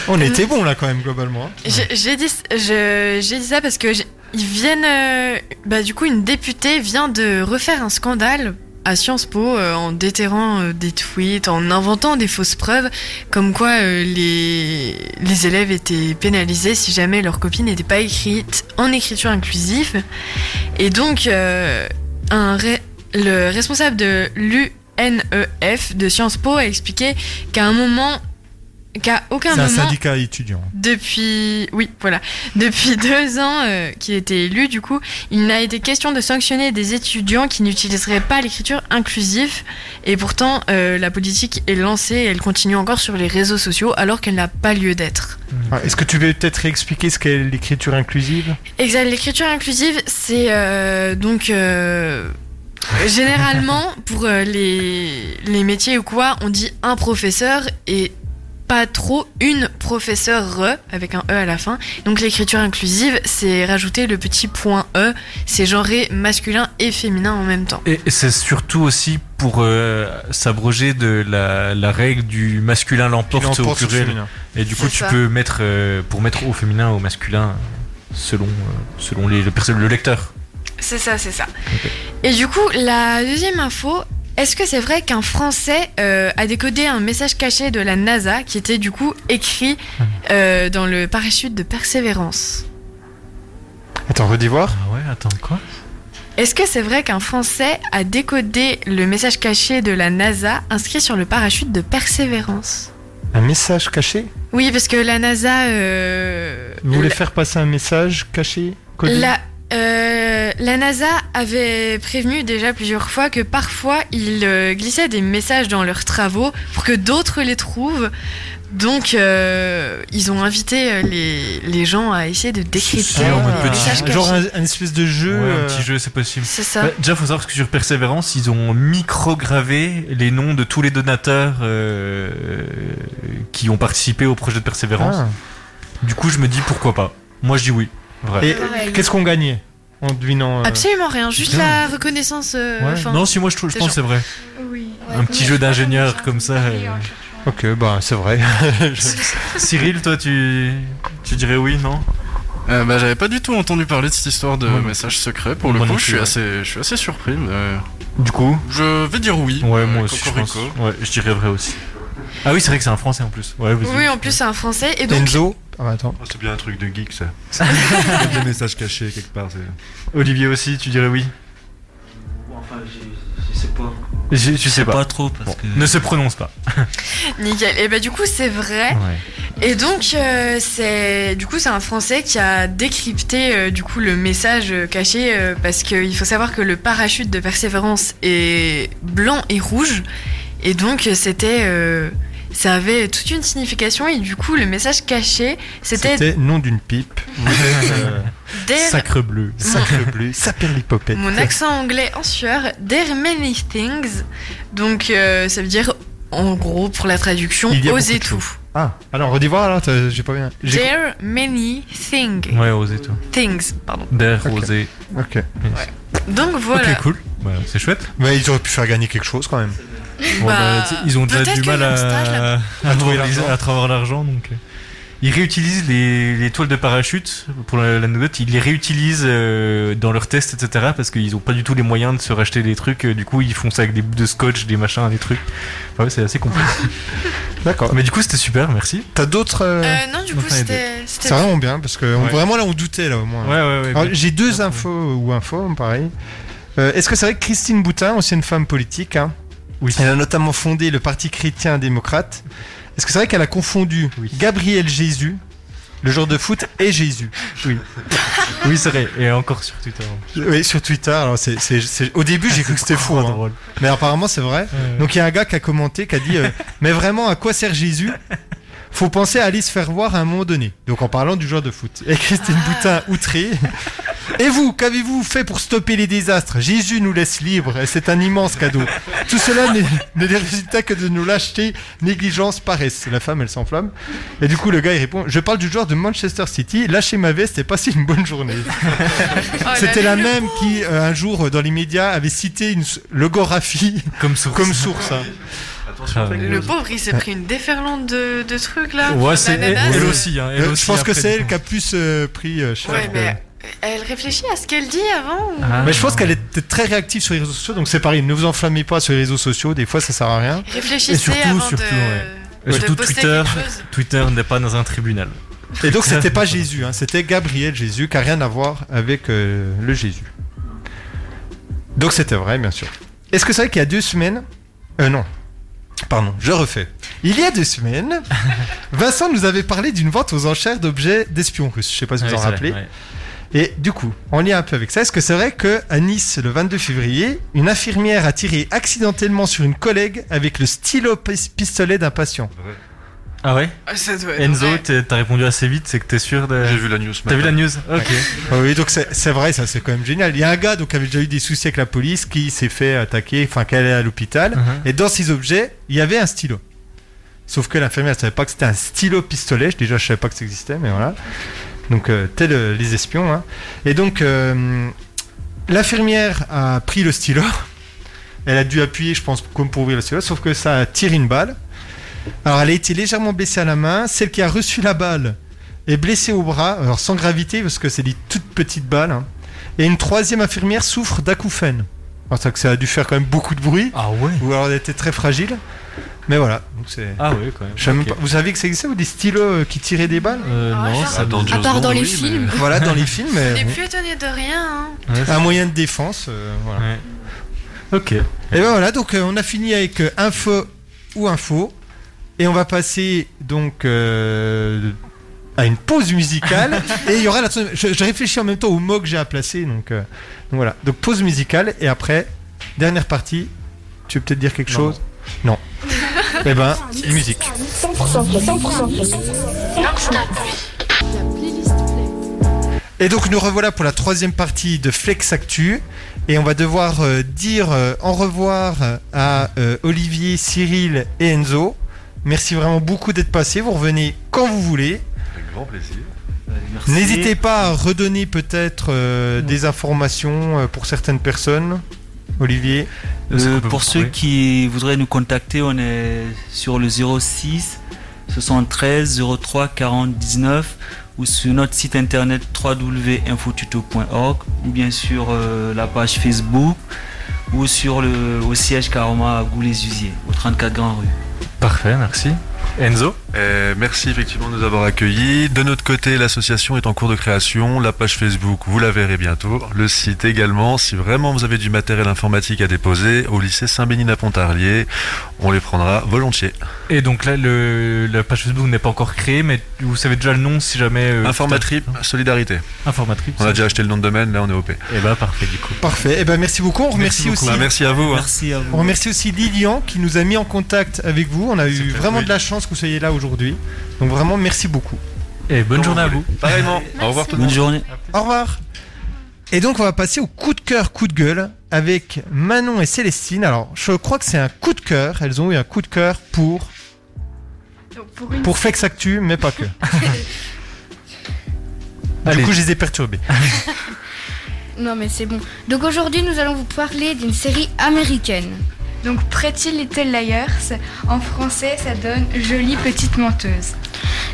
[SPEAKER 1] On était bon là quand même globalement. hein.
[SPEAKER 3] J'ai j'ai dit, je- j'ai dit ça parce que j'ai- ils viennent. euh, bah, du coup, une députée vient de refaire un scandale à Sciences Po euh, en déterrant euh, des tweets, en inventant des fausses preuves, comme quoi euh, les, les élèves étaient pénalisés si jamais leur copie n'était pas écrite en écriture inclusive. Et donc, euh, un ré- le responsable de l'UNEF de Sciences Po a expliqué qu'à un moment, qu'à aucun
[SPEAKER 1] C'est un
[SPEAKER 3] moment
[SPEAKER 1] syndicat étudiant.
[SPEAKER 3] depuis, oui, voilà, depuis deux ans euh, qu'il était élu, du coup, il n'a été question de sanctionner des étudiants qui n'utiliseraient pas l'écriture inclusive. Et pourtant, euh, la politique est lancée et elle continue encore sur les réseaux sociaux alors qu'elle n'a pas lieu d'être.
[SPEAKER 2] Mm.
[SPEAKER 1] Ah, Est-ce que tu veux peut-être expliquer ce qu'est l'écriture inclusive
[SPEAKER 3] Exact, l'écriture inclusive, c'est euh, donc euh, généralement pour euh, les, les métiers ou quoi, on dit un professeur et pas trop une professeure avec un E à la fin. Donc l'écriture inclusive, c'est rajouter le petit point E, c'est genré masculin et féminin en même temps.
[SPEAKER 2] Et c'est surtout aussi pour euh, s'abroger de la, la règle du masculin l'emporte au
[SPEAKER 1] L'emporte au
[SPEAKER 2] pluriel.
[SPEAKER 1] féminin.
[SPEAKER 2] Et du coup,
[SPEAKER 1] C'est
[SPEAKER 2] tu
[SPEAKER 1] ça.
[SPEAKER 2] peux mettre euh, pour mettre au féminin au masculin selon euh, selon les, le, perso- le lecteur.
[SPEAKER 3] C'est ça, c'est ça. Et du coup, la deuxième info, est-ce que c'est vrai qu'un Français euh, a décodé un message caché de la NASA qui était du coup écrit
[SPEAKER 1] Ah.
[SPEAKER 3] euh, dans le parachute de Persévérance
[SPEAKER 1] Attends, redis voir.
[SPEAKER 2] Ah ouais, attends, quoi
[SPEAKER 3] Est-ce que c'est vrai qu'un Français a décodé le message caché de la NASA inscrit sur le parachute de Persévérance
[SPEAKER 1] Un message caché
[SPEAKER 3] Oui, parce que la NASA... euh,
[SPEAKER 1] Vous voulez
[SPEAKER 3] la-
[SPEAKER 1] faire passer un message caché codé
[SPEAKER 3] La, euh, la NASA avait prévenu déjà plusieurs fois que parfois ils euh, glissaient des messages dans leurs travaux pour que d'autres les trouvent. Donc euh, ils ont invité euh, les, les gens à essayer de décrypter
[SPEAKER 2] Ah, en mode
[SPEAKER 3] les
[SPEAKER 2] petit-
[SPEAKER 3] messages cachés.
[SPEAKER 1] Genre un, un espèce de jeu.
[SPEAKER 2] Ouais, un
[SPEAKER 1] euh,
[SPEAKER 2] petit jeu, c'est possible.
[SPEAKER 3] C'est ça.
[SPEAKER 2] déjà, faut savoir que sur Persévérance, ils ont microgravé les noms de tous les donateurs euh, qui ont participé au projet de Persévérance.
[SPEAKER 1] Ah.
[SPEAKER 2] Du coup, je me dis pourquoi pas. Moi, je dis oui. Vrai.
[SPEAKER 1] Et euh, qu'est-ce qu'on gagnait en devinant euh,
[SPEAKER 3] Absolument rien, juste
[SPEAKER 2] Putain.
[SPEAKER 3] la reconnaissance. euh,
[SPEAKER 1] Ouais.
[SPEAKER 3] enfin,
[SPEAKER 2] Non, si moi je, trouve, je
[SPEAKER 3] des
[SPEAKER 2] pense que
[SPEAKER 3] gens.
[SPEAKER 2] c'est vrai. un petit jeu d'ingénieur comme ça. euh.
[SPEAKER 1] Ok, bah c'est vrai. Je-
[SPEAKER 2] Cyril, toi, tu, tu dirais oui, non
[SPEAKER 10] Euh, bah, j'avais pas du tout entendu parler de cette histoire de
[SPEAKER 2] Ouais, moi-
[SPEAKER 10] message secret. Pour le
[SPEAKER 2] moi
[SPEAKER 10] coup,
[SPEAKER 2] non
[SPEAKER 10] je
[SPEAKER 2] plus,
[SPEAKER 10] suis
[SPEAKER 2] ouais.
[SPEAKER 10] assez, je suis assez surpris. mais-
[SPEAKER 2] Du coup
[SPEAKER 10] Je vais dire oui.
[SPEAKER 2] Ouais,
[SPEAKER 10] Euh,
[SPEAKER 2] moi aussi, je pense.
[SPEAKER 10] Cocorico.
[SPEAKER 2] Ouais, je dirais vrai aussi. Ah oui, c'est vrai que c'est un français en plus. Ouais, vas-y.
[SPEAKER 3] Oui, en plus c'est un Français et donc.
[SPEAKER 1] Ah, attends.
[SPEAKER 9] c'est bien un truc de geek ça. Il y a des messages cachés quelque part. c'est-
[SPEAKER 2] Olivier aussi, tu dirais oui
[SPEAKER 8] Enfin, je, je sais pas.
[SPEAKER 2] Je- tu sais pas.
[SPEAKER 8] trop parce
[SPEAKER 2] Bon,
[SPEAKER 8] que.
[SPEAKER 2] Ne se prononce pas.
[SPEAKER 3] Nickel. Et bah du coup c'est vrai. Et donc euh, c'est du coup c'est un Français qui a décrypté euh, du coup le message euh, caché euh, parce qu'il faut savoir que le parachute de Persévérance est blanc et rouge et donc euh, c'était euh, ça avait toute une signification et du coup le message caché
[SPEAKER 1] C'était
[SPEAKER 3] c'était
[SPEAKER 1] nom d'une pipe. Euh,
[SPEAKER 3] Dare-
[SPEAKER 1] Sacre bleu. Sacre bleu. Saperlipopette.
[SPEAKER 3] mon accent anglais en sueur There many things donc euh, ça veut dire en gros pour la traduction
[SPEAKER 1] Il y a beaucoup
[SPEAKER 3] osez
[SPEAKER 1] de
[SPEAKER 3] tout.
[SPEAKER 1] choses. Ah, alors redis voir alors, t'as- j'ai pas bien. j'ai-
[SPEAKER 3] There many things
[SPEAKER 2] Ouais, osez tout.
[SPEAKER 3] things pardon.
[SPEAKER 2] Der, osez.
[SPEAKER 1] Ok.
[SPEAKER 3] Donc voilà.
[SPEAKER 2] Ok, cool. Bah, c'est chouette.
[SPEAKER 1] Mais ils auraient pu faire gagner quelque chose quand même.
[SPEAKER 2] Bon, bah, tu sais, ils ont déjà
[SPEAKER 3] peut-être
[SPEAKER 2] du
[SPEAKER 3] que
[SPEAKER 2] mal
[SPEAKER 3] le stage, là-
[SPEAKER 2] à, à,
[SPEAKER 1] À trouver
[SPEAKER 2] avoir-
[SPEAKER 1] l'argent.
[SPEAKER 2] à travers l'argent, donc. euh, ils réutilisent les, les toiles de parachute pour la, la note. Ils les réutilisent euh, dans leurs tests, etc. Parce qu'ils ont pas du tout les moyens de se racheter des trucs. euh, Du coup, ils font ça avec des bouts de scotch, des machins, des trucs. Enfin, ouais, c'est assez complexe.
[SPEAKER 1] D'accord.
[SPEAKER 2] Mais du coup, c'était super. Merci.
[SPEAKER 1] T'as d'autres. euh,
[SPEAKER 3] Euh, non, du coup,
[SPEAKER 1] Enfin, les deux.
[SPEAKER 3] c'était. c'était-
[SPEAKER 1] C'est vraiment bien parce que on-
[SPEAKER 2] Ouais.
[SPEAKER 1] vraiment là on doutait là au moins. Ah,
[SPEAKER 2] Ouais, ouais, ouais,
[SPEAKER 1] Alors,
[SPEAKER 2] ouais.
[SPEAKER 1] J'ai deux infos ou infos, pareil. Euh, Est-ce que c'est vrai que Christine Boutin, ancienne femme politique, hein, elle a notamment fondé le Parti chrétien démocrate. Est-ce que c'est vrai qu'elle a confondu Gabriel Jésus, le joueur de foot, et Jésus Oui.
[SPEAKER 2] oui, c'est vrai. Et encore sur Twitter.
[SPEAKER 1] Oui, sur Twitter. Alors c'est- c'est- c'est- Au début, j'ai cru que c'était fou. hein. Mais apparemment, c'est vrai. Donc, il y a un gars qui a commenté, qui a dit euh, Mais vraiment, à quoi sert Jésus Faut penser à aller se faire voir à un moment donné. Donc, en parlant du joueur de foot. Et Christine
[SPEAKER 14] Ah.
[SPEAKER 1] Boutin, outrée. Et vous, qu'avez-vous fait pour stopper les désastres Jésus nous laisse libres et c'est un immense cadeau. Tout cela n'est n'est le résultat que de nos lâchetés, négligence, paresse. La femme, elle s'enflamme. Et du coup, le gars, il répond Je parle du joueur de Manchester City, lâchez ma veste et passez une bonne journée.
[SPEAKER 14] Oh là
[SPEAKER 1] C'était
[SPEAKER 14] là,
[SPEAKER 1] la même qui, euh, un jour, euh, dans les médias, avait cité une, s- le Gorafi
[SPEAKER 2] comme source.
[SPEAKER 1] hein.
[SPEAKER 2] Attention, fake
[SPEAKER 3] Euh, Le pauvre, il s'est pris une déferlante de, de trucs là.
[SPEAKER 1] Ouais, c'est-
[SPEAKER 3] d'ananas.
[SPEAKER 1] elle- elle
[SPEAKER 2] aussi, hein, elle
[SPEAKER 1] Euh,
[SPEAKER 2] aussi
[SPEAKER 1] Je pense que
[SPEAKER 2] après,
[SPEAKER 1] c'est
[SPEAKER 2] du
[SPEAKER 1] elle
[SPEAKER 2] coup.
[SPEAKER 1] qui a plus euh, pris euh, cher.
[SPEAKER 3] Ouais,
[SPEAKER 1] que-
[SPEAKER 3] mais elle réfléchit à ce qu'elle dit avant ou...
[SPEAKER 1] Ah.
[SPEAKER 2] Ah.
[SPEAKER 1] mais je pense qu'elle était très réactive sur les réseaux sociaux, donc c'est pareil, ne vous enflammez pas sur les réseaux sociaux, des fois ça sert à rien.
[SPEAKER 3] Réfléchissez Et surtout, avant de- surtout, ouais.
[SPEAKER 2] Et
[SPEAKER 3] de
[SPEAKER 2] surtout
[SPEAKER 3] poster
[SPEAKER 2] Twitter,
[SPEAKER 3] quelque chose.
[SPEAKER 2] Twitter n'est pas dans un tribunal.
[SPEAKER 1] Et donc c'était pas Jésus, hein, c'était Gabriel Jésus, qui a rien à voir avec euh, le Jésus. Donc c'était vrai, bien sûr. Est-ce que c'est vrai qu'il y a deux semaines Euh non, pardon, je refais. Il y a deux semaines, Vincent nous avait parlé d'une vente aux enchères d'objets d'espions russes. Je sais pas si vous
[SPEAKER 2] Ouais,
[SPEAKER 1] en
[SPEAKER 2] c'est vrai,
[SPEAKER 1] rappelez.
[SPEAKER 2] ouais.
[SPEAKER 1] Et du coup, en lien un peu avec ça, est-ce que c'est vrai que à Nice, le 22 février, une infirmière a tiré accidentellement sur une collègue avec le stylo pis- pistolet d'un patient
[SPEAKER 2] Ah ouais
[SPEAKER 3] Ah, ça doit être
[SPEAKER 2] Enzo,
[SPEAKER 3] vrai.
[SPEAKER 2] t'es- t'as répondu assez vite, c'est que t'es sûr de. J'ai vu la news. T'as vu la news Ok. Ah
[SPEAKER 1] Ouais. Oui, donc c'est c'est vrai, ça c'est quand même génial. Il y a un gars donc, qui avait déjà eu des soucis avec la police qui s'est fait attaquer, enfin qu'elle est à l'hôpital.
[SPEAKER 2] Mhm.
[SPEAKER 1] Et dans ses objets, il y avait un stylo. Sauf que l'infirmière ne savait pas que c'était un stylo pistolet. Je- Déjà, je savais pas que ça existait, mais voilà. Donc, euh, tel euh, les espions. hein. Et donc, euh, l'infirmière a pris le stylo. Elle a dû appuyer, je pense, comme pour ouvrir le stylo. Sauf que ça a tiré une balle. Alors, elle a été légèrement blessée à la main. Celle qui a reçu la balle est blessée au bras, alors sans gravité, parce que c'est des toutes petites balles. hein. Et une troisième infirmière souffre d'acouphènes. Alors, c'est que ça a dû faire quand même beaucoup de bruit.
[SPEAKER 2] Ah ouais
[SPEAKER 1] Ou alors elle était très fragile. Mais voilà. Donc c'est...
[SPEAKER 2] Ah ouais, quand même.
[SPEAKER 1] Je sais même
[SPEAKER 2] Ok. Euh,
[SPEAKER 1] pas- Vous saviez que ça existait ou des stylos euh, qui tiraient des balles
[SPEAKER 2] non, ça me-
[SPEAKER 5] À part Ah, dans les films.
[SPEAKER 1] Voilà, dans les films. mais
[SPEAKER 3] On est
[SPEAKER 1] bon.
[SPEAKER 3] plus étonné de rien. hein.
[SPEAKER 1] Un moyen de défense. euh, voilà.
[SPEAKER 2] Ok.
[SPEAKER 1] Et ben voilà, donc euh, on a fini avec euh, info ou info. Et on va passer donc euh, à une pause musicale. et il y aura la. Je, je réfléchis en même temps au mot que j'ai à placer. Donc, euh, donc voilà. Donc pause musicale. Et après, dernière partie. Tu veux peut-être dire quelque chose Non. Eh ben, musique.
[SPEAKER 14] 100% frais, 100% frais.
[SPEAKER 1] Et donc nous revoilà pour la troisième partie de Flex Actu. Et on va devoir euh, dire euh, au revoir à euh, Olivier, Cyril et Enzo. Merci vraiment beaucoup d'être passés. Vous revenez quand vous voulez.
[SPEAKER 9] Avec grand plaisir.
[SPEAKER 2] Euh,
[SPEAKER 1] N'hésitez pas à redonner peut-être euh, des informations euh, pour certaines personnes. Olivier.
[SPEAKER 8] Euh, pour ceux qui voudraient nous contacter, on est sur le 06 73 03 40 19 ou sur notre site internet www.infotuto.org ou bien sur euh, la page Facebook ou sur le au siège Karoma à Goulet-Usier au 34 Grand Rue.
[SPEAKER 2] Parfait, merci. Enzo
[SPEAKER 9] Euh, Merci effectivement de nous avoir accueillis. De notre côté, l'association est en cours de création. La page Facebook, vous la verrez bientôt. Le site également. Si vraiment vous avez du matériel informatique à déposer, au lycée Saint-Bénin à Pontarlier, on les prendra volontiers.
[SPEAKER 2] Et donc là, le, la page Facebook n'est pas encore créée, mais vous savez déjà le nom si jamais. euh,
[SPEAKER 9] Informatrip Solidarité.
[SPEAKER 2] Informatrip.
[SPEAKER 9] On a
[SPEAKER 2] ça.
[SPEAKER 9] déjà acheté le nom de domaine, là on est OP.
[SPEAKER 2] Et bah parfait du coup.
[SPEAKER 1] Parfait. Et ben merci beaucoup. On remercie
[SPEAKER 9] Merci beaucoup.
[SPEAKER 1] aussi.
[SPEAKER 9] Bah, merci à vous, hein. Merci
[SPEAKER 8] à
[SPEAKER 1] On remercie aussi Lilian qui nous a mis en contact avec vous. On a eu vraiment de la chance que vous soyez là aujourd'hui. Donc vraiment merci beaucoup.
[SPEAKER 2] Et bonne journée à vous.
[SPEAKER 9] Pareillement.
[SPEAKER 2] Au revoir tout le monde. Bonne journée.
[SPEAKER 1] Au revoir. Et donc on va passer au coup de cœur, coup de gueule avec Manon et Célestine. Alors je crois que c'est un coup de cœur. Elles ont eu un coup de cœur pour
[SPEAKER 6] Pour une
[SPEAKER 1] pour Flex Actu, mais pas que. du
[SPEAKER 2] Allez.
[SPEAKER 1] coup je les ai perturbés.
[SPEAKER 5] Non mais c'est bon. Donc aujourd'hui nous allons vous parler d'une série américaine.
[SPEAKER 6] Donc Pretty Little Liars, en français ça donne Jolie Petite Menteuse.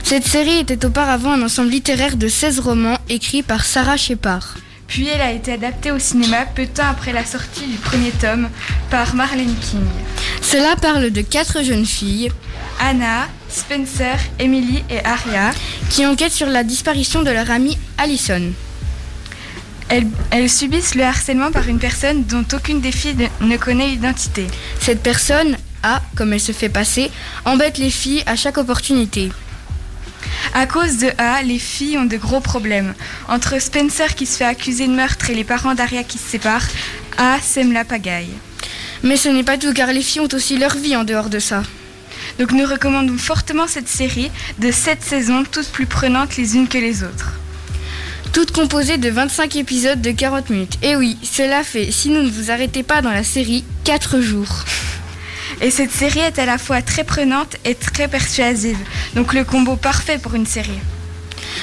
[SPEAKER 5] Cette série était auparavant un ensemble littéraire de 16 romans écrits par Sarah Shepard.
[SPEAKER 6] Puis elle a été adaptée au cinéma peu de temps après la sortie du premier tome par Marlene King.
[SPEAKER 5] Cela parle de quatre jeunes filles,
[SPEAKER 6] Anna, Spencer, Emily et Aria,
[SPEAKER 5] qui enquêtent sur la disparition de leur amie Allison.
[SPEAKER 6] Elles, elles subissent le harcèlement par une personne dont aucune des filles ne- ne connaît l'identité.
[SPEAKER 5] Cette personne, A, comme elle se fait passer, embête les filles à chaque opportunité.
[SPEAKER 6] À cause de A, les filles ont de gros problèmes. Entre Spencer qui se fait accuser de meurtre et les parents d'Aria qui se séparent, A sème la pagaille.
[SPEAKER 5] Mais ce n'est pas tout car les filles ont aussi leur vie en dehors de ça.
[SPEAKER 6] Donc nous recommandons fortement cette série de 7 saisons, toutes plus prenantes les unes que les autres.
[SPEAKER 5] Toutes composées de 25 épisodes de 40 minutes. Et oui, cela fait, si nous ne vous arrêtez pas dans la série, 4 jours.
[SPEAKER 6] Et cette série est à la fois très prenante et très persuasive, donc le combo parfait pour une série.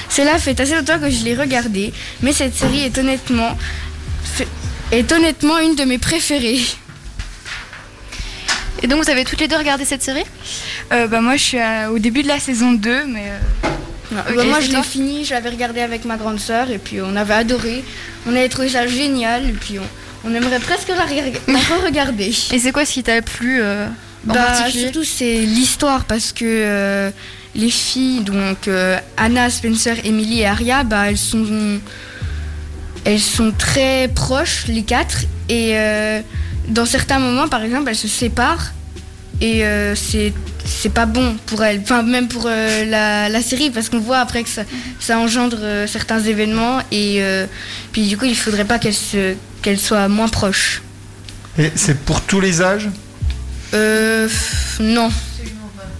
[SPEAKER 5] Cela fait assez longtemps que je l'ai regardée, mais cette série est honnêtement, fait- est honnêtement une de mes préférées.
[SPEAKER 4] Et donc vous avez toutes les deux regardé cette série
[SPEAKER 6] Euh, bah moi je suis à- au début de la saison 2, mais... euh,
[SPEAKER 5] Bah, moi, je l'ai fini, je l'avais regardé avec ma grande sœur et puis on avait adoré. On avait trouvé ça génial et puis on, on aimerait presque la, re- la re-regarder.
[SPEAKER 4] Et c'est quoi ce qui t'a plu euh, en
[SPEAKER 5] Bah,
[SPEAKER 4] particulier
[SPEAKER 5] surtout, c'est l'histoire parce que euh, les filles, donc euh, Anna, Spencer, Emily et Aria, bah, elles, sont, elles sont très proches, les quatre. Et euh, dans certains moments, par exemple, elles se séparent. Et euh, c'est c'est pas bon pour elles, enfin, même pour euh, la, la série, parce qu'on voit après que ça, ça engendre euh, certains événements. Et euh, puis, du coup, il faudrait pas qu'elles se- qu'elles soient moins proches.
[SPEAKER 1] Et c'est pour tous les âges
[SPEAKER 5] Euh, pff, non.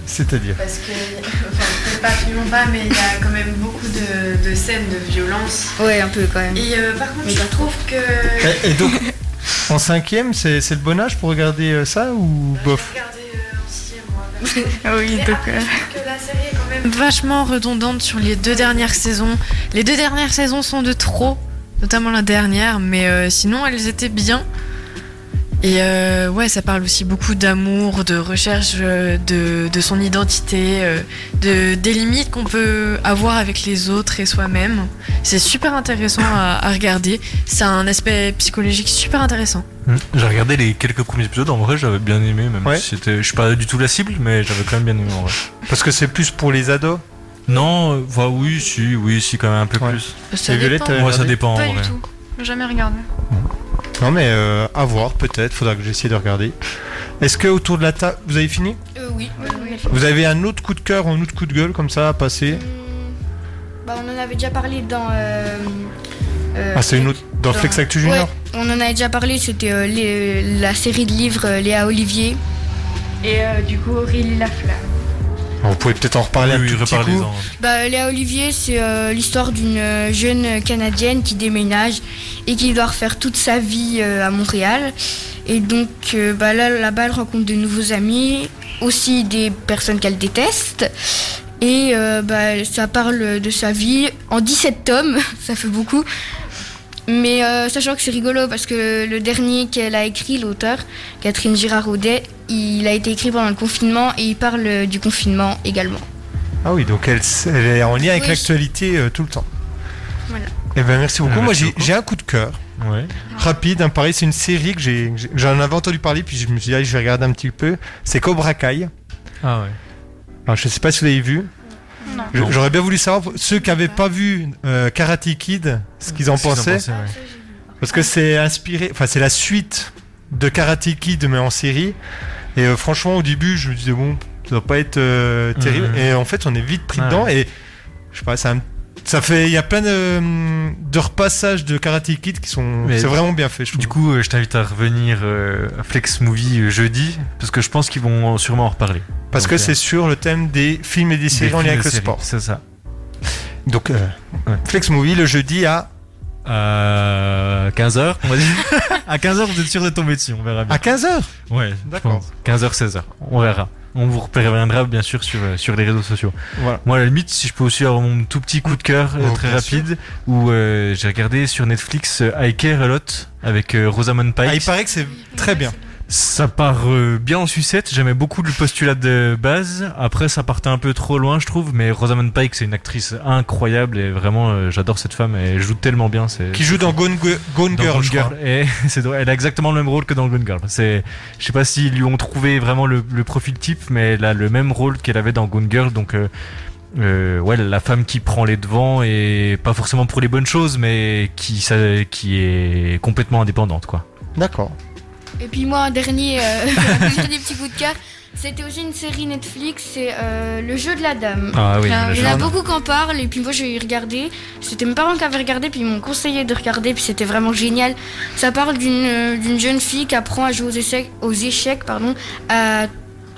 [SPEAKER 1] C'est-à-dire
[SPEAKER 3] Parce que, enfin, peut-être pas absolument pas, mais il y a quand même beaucoup de, de scènes de violence.
[SPEAKER 5] Ouais, un peu quand même.
[SPEAKER 3] Et euh, par contre, je trouve que.
[SPEAKER 1] et, et donc, en cinquième, c'est c'est le bon âge pour regarder euh, ça ou bof
[SPEAKER 3] euh,
[SPEAKER 6] oui, euh,
[SPEAKER 3] donc. que la série est quand même vachement redondante sur les deux dernières saisons. Les deux dernières saisons sont de trop, notamment la dernière, mais euh, sinon elles étaient bien. Et euh, ouais, ça parle aussi beaucoup d'amour, de recherche euh, de, de son identité, euh, de, des limites qu'on peut avoir avec les autres et soi-même. C'est super intéressant à, à regarder. Ça a un aspect psychologique super intéressant.
[SPEAKER 2] Hmm. J'ai regardé les quelques premiers épisodes, en vrai j'avais bien aimé, même
[SPEAKER 1] Mm. Ouais.
[SPEAKER 2] si c'était- je suis pas du tout la cible, mais j'avais quand même bien aimé en vrai.
[SPEAKER 1] Parce que c'est plus pour les ados
[SPEAKER 2] Non, euh, bah oui, si, oui, si, quand même un peu plus.
[SPEAKER 4] Euh, Ça dépend.
[SPEAKER 2] Moi ça dépend en
[SPEAKER 4] Pas
[SPEAKER 2] vrai.
[SPEAKER 4] du tout. Jamais regardé.
[SPEAKER 1] Non, mais euh, à voir, peut-être, faudra que j'essaie de regarder. Est-ce que autour de la table, vous avez fini
[SPEAKER 5] Euh, oui.
[SPEAKER 1] Vous avez un autre coup de cœur ou un autre coup de gueule comme ça à passer
[SPEAKER 5] Bah, on en avait déjà parlé dans. euh, euh,
[SPEAKER 1] Ah, c'est une autre. Dans Flex Actu
[SPEAKER 5] Ouais,
[SPEAKER 1] Junior
[SPEAKER 5] on en avait déjà parlé, c'était euh, les- la série de livres euh, Léa Olivier.
[SPEAKER 6] Et euh, du coup, Aurélie Laflamme.
[SPEAKER 1] Alors, Vous pouvez peut-être en reparler un tout petit coup.
[SPEAKER 5] Bah, Léa Olivier, c'est euh, l'histoire d'une euh, jeune Canadienne qui déménage et qui doit refaire toute sa vie euh, à Montréal. Et donc euh, bah, là, là-bas, elle rencontre de nouveaux amis, aussi des personnes qu'elle déteste. Et euh, bah, ça parle de sa vie en 17 tomes, ça fait beaucoup. Mais euh, sachant que c'est rigolo parce que le dernier qu'elle a écrit, l'auteur, Catherine Girard-Audet, il a été écrit pendant le confinement et il parle euh, du confinement également.
[SPEAKER 1] Ah oui, donc elle, elle est en lien avec
[SPEAKER 5] Oui.
[SPEAKER 1] l'actualité euh, tout le temps.
[SPEAKER 5] Voilà.
[SPEAKER 1] Eh ben merci beaucoup.
[SPEAKER 2] Ah,
[SPEAKER 1] Moi
[SPEAKER 2] merci
[SPEAKER 1] j'ai j'ai un coup de cœur. Rapide, hein, pareil, c'est une série que j'ai- que j'ai- j'en avais entendu parler, puis je me suis dit, allez, je vais regarder un petit peu. C'est Cobra Kai.
[SPEAKER 2] Ah ouais.
[SPEAKER 1] Alors, je sais pas si vous l'avez vu. Je-
[SPEAKER 2] Non.
[SPEAKER 1] J'aurais bien voulu savoir, ceux qui n'avaient pas vu euh, Karate Kid, ce qu'ils en
[SPEAKER 2] Ce qu'ils en
[SPEAKER 1] pensaient.
[SPEAKER 2] pensaient, ouais.
[SPEAKER 1] Parce que c'est inspiré, enfin, c'est la suite de Karate Kid, mais en série. Et euh, franchement, au début, je me disais, bon, ça doit pas être euh, terrible.
[SPEAKER 2] Mhm.
[SPEAKER 1] Et en fait, on est vite pris
[SPEAKER 2] Ouais.
[SPEAKER 1] dedans. Et je sais pas, ça, ça fait. Il y a plein de, de repassages de Karate Kid qui sont.
[SPEAKER 2] Mais
[SPEAKER 1] Mm. C'est vraiment bien fait, je trouve.
[SPEAKER 2] Du coup, euh, je t'invite à revenir euh, à Flex Movie euh, jeudi, parce que je pense qu'ils vont sûrement en reparler.
[SPEAKER 1] Parce
[SPEAKER 2] Donc,
[SPEAKER 1] que
[SPEAKER 2] euh,
[SPEAKER 1] c'est sur le thème des films et des
[SPEAKER 2] des
[SPEAKER 1] séries en
[SPEAKER 2] films
[SPEAKER 1] lien
[SPEAKER 2] et
[SPEAKER 1] avec le
[SPEAKER 2] séries,
[SPEAKER 1] sport.
[SPEAKER 2] C'est ça.
[SPEAKER 1] Donc, euh, Flex Movie le jeudi à.
[SPEAKER 2] 15h, on va dire. Euh, à 15h, vous êtes sûr de tomber dessus, on verra bien.
[SPEAKER 1] À 15h
[SPEAKER 2] Ouais,
[SPEAKER 1] D'accord.
[SPEAKER 2] 15h, 16h, on verra. On vous reviendra bien sûr sur, euh, sur les réseaux sociaux.
[SPEAKER 1] Voilà.
[SPEAKER 2] Moi, à la limite, si je peux aussi avoir mon tout petit coup de cœur euh,
[SPEAKER 1] Oh,
[SPEAKER 2] très
[SPEAKER 1] bien sûr.
[SPEAKER 2] rapide, où euh, j'ai regardé sur Netflix euh, I Care a Lot avec euh, Rosamund Pike.
[SPEAKER 1] Ah, il paraît que c'est très bien.
[SPEAKER 2] Ça part euh, bien en sucette. J'aimais beaucoup le postulat de base. Après, ça partait un peu trop loin, je trouve. Mais Rosamund Pike, c'est une actrice incroyable et vraiment, euh, j'adore cette femme. Et elle joue tellement bien. C'est
[SPEAKER 1] Qui joue dans Gone, Gu- Gone
[SPEAKER 2] dans
[SPEAKER 1] Girl,
[SPEAKER 2] Gone
[SPEAKER 1] je
[SPEAKER 2] Girl.
[SPEAKER 1] crois.
[SPEAKER 2] Et c'est drôle, elle a exactement le même rôle que dans Gone Girl. C'est, je sais pas s'ils lui ont trouvé vraiment le, le profil type, mais elle a le même rôle qu'elle avait dans Gone Girl. Donc, euh, euh, ouais, la femme qui prend les devants et pas forcément pour les bonnes choses, mais qui, ça, qui est complètement indépendante, quoi.
[SPEAKER 1] D'accord.
[SPEAKER 5] Et puis moi, un dernier, euh, un dernier petit coup de cœur. C'était aussi une série Netflix, c'est euh, Le jeu de la dame.
[SPEAKER 2] Ah oui,
[SPEAKER 5] il
[SPEAKER 2] Le
[SPEAKER 5] y
[SPEAKER 2] Jeu de
[SPEAKER 5] en a
[SPEAKER 2] la Dame.
[SPEAKER 5] beaucoup qui en parlent, et puis moi j'ai regardé. C'était mes parents qui avaient regardé, puis ils m'ont conseillé de regarder, puis c'était vraiment génial. Ça parle d'une euh, d'une jeune fille qui apprend à jouer aux échecs, aux échecs pardon, à,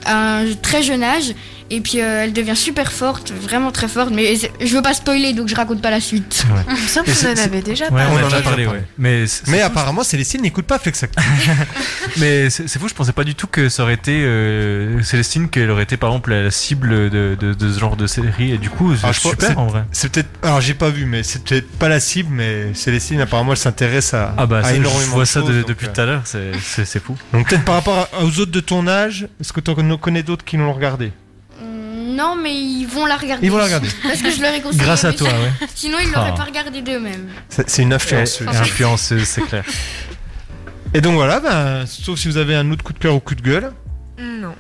[SPEAKER 5] à un très jeune âge, et puis euh, elle devient super forte, vraiment très forte. Mais je veux pas spoiler, donc je raconte pas la suite.
[SPEAKER 2] Ouais.
[SPEAKER 3] Il me semble que
[SPEAKER 2] Et
[SPEAKER 3] vous
[SPEAKER 2] c'est-
[SPEAKER 3] en
[SPEAKER 2] c'est-
[SPEAKER 3] avez déjà
[SPEAKER 2] Ouais,
[SPEAKER 3] parlé.
[SPEAKER 2] on en a parlé, ouais. Mais,
[SPEAKER 1] Mais apparemment, Célestine n'écoute pas Flexac.
[SPEAKER 2] Mais c'est c'est fou, je pensais pas du tout que ça aurait été euh, Célestine, qu'elle aurait été par exemple la cible de, de- de ce genre de série. Et du coup, c'est
[SPEAKER 1] Ah, je crois-
[SPEAKER 2] super
[SPEAKER 1] c'est-
[SPEAKER 2] en vrai.
[SPEAKER 1] C'est peut-être. Alors, j'ai pas vu, mais c'est peut-être pas la cible, mais Célestine, apparemment, elle s'intéresse à,
[SPEAKER 2] Ah bah,
[SPEAKER 1] à
[SPEAKER 2] ça, je
[SPEAKER 1] énormément
[SPEAKER 2] vois
[SPEAKER 1] de
[SPEAKER 2] ça de-
[SPEAKER 1] choses, donc,
[SPEAKER 2] depuis
[SPEAKER 1] euh,
[SPEAKER 2] tout à l'heure, c'est- c'est c'est fou.
[SPEAKER 1] Donc, peut-être par rapport à- aux autres de ton âge, est-ce que tu en connais d'autres qui l'ont regardé
[SPEAKER 5] Non, mais ils vont la regarder.
[SPEAKER 1] Ils vont la regarder.
[SPEAKER 5] Parce que je leur ai conseillé.
[SPEAKER 1] Grâce à
[SPEAKER 5] mais
[SPEAKER 1] toi,
[SPEAKER 5] si-
[SPEAKER 1] ouais.
[SPEAKER 5] Sinon, ils l'auraient
[SPEAKER 1] Ah.
[SPEAKER 5] pas regardé d'eux-mêmes.
[SPEAKER 1] C'est c'est une influenceuse.
[SPEAKER 2] Et- et influenceuse, c'est clair.
[SPEAKER 1] Et donc voilà, ben, sauf si vous avez un autre coup de cœur ou coup de gueule.
[SPEAKER 3] Non.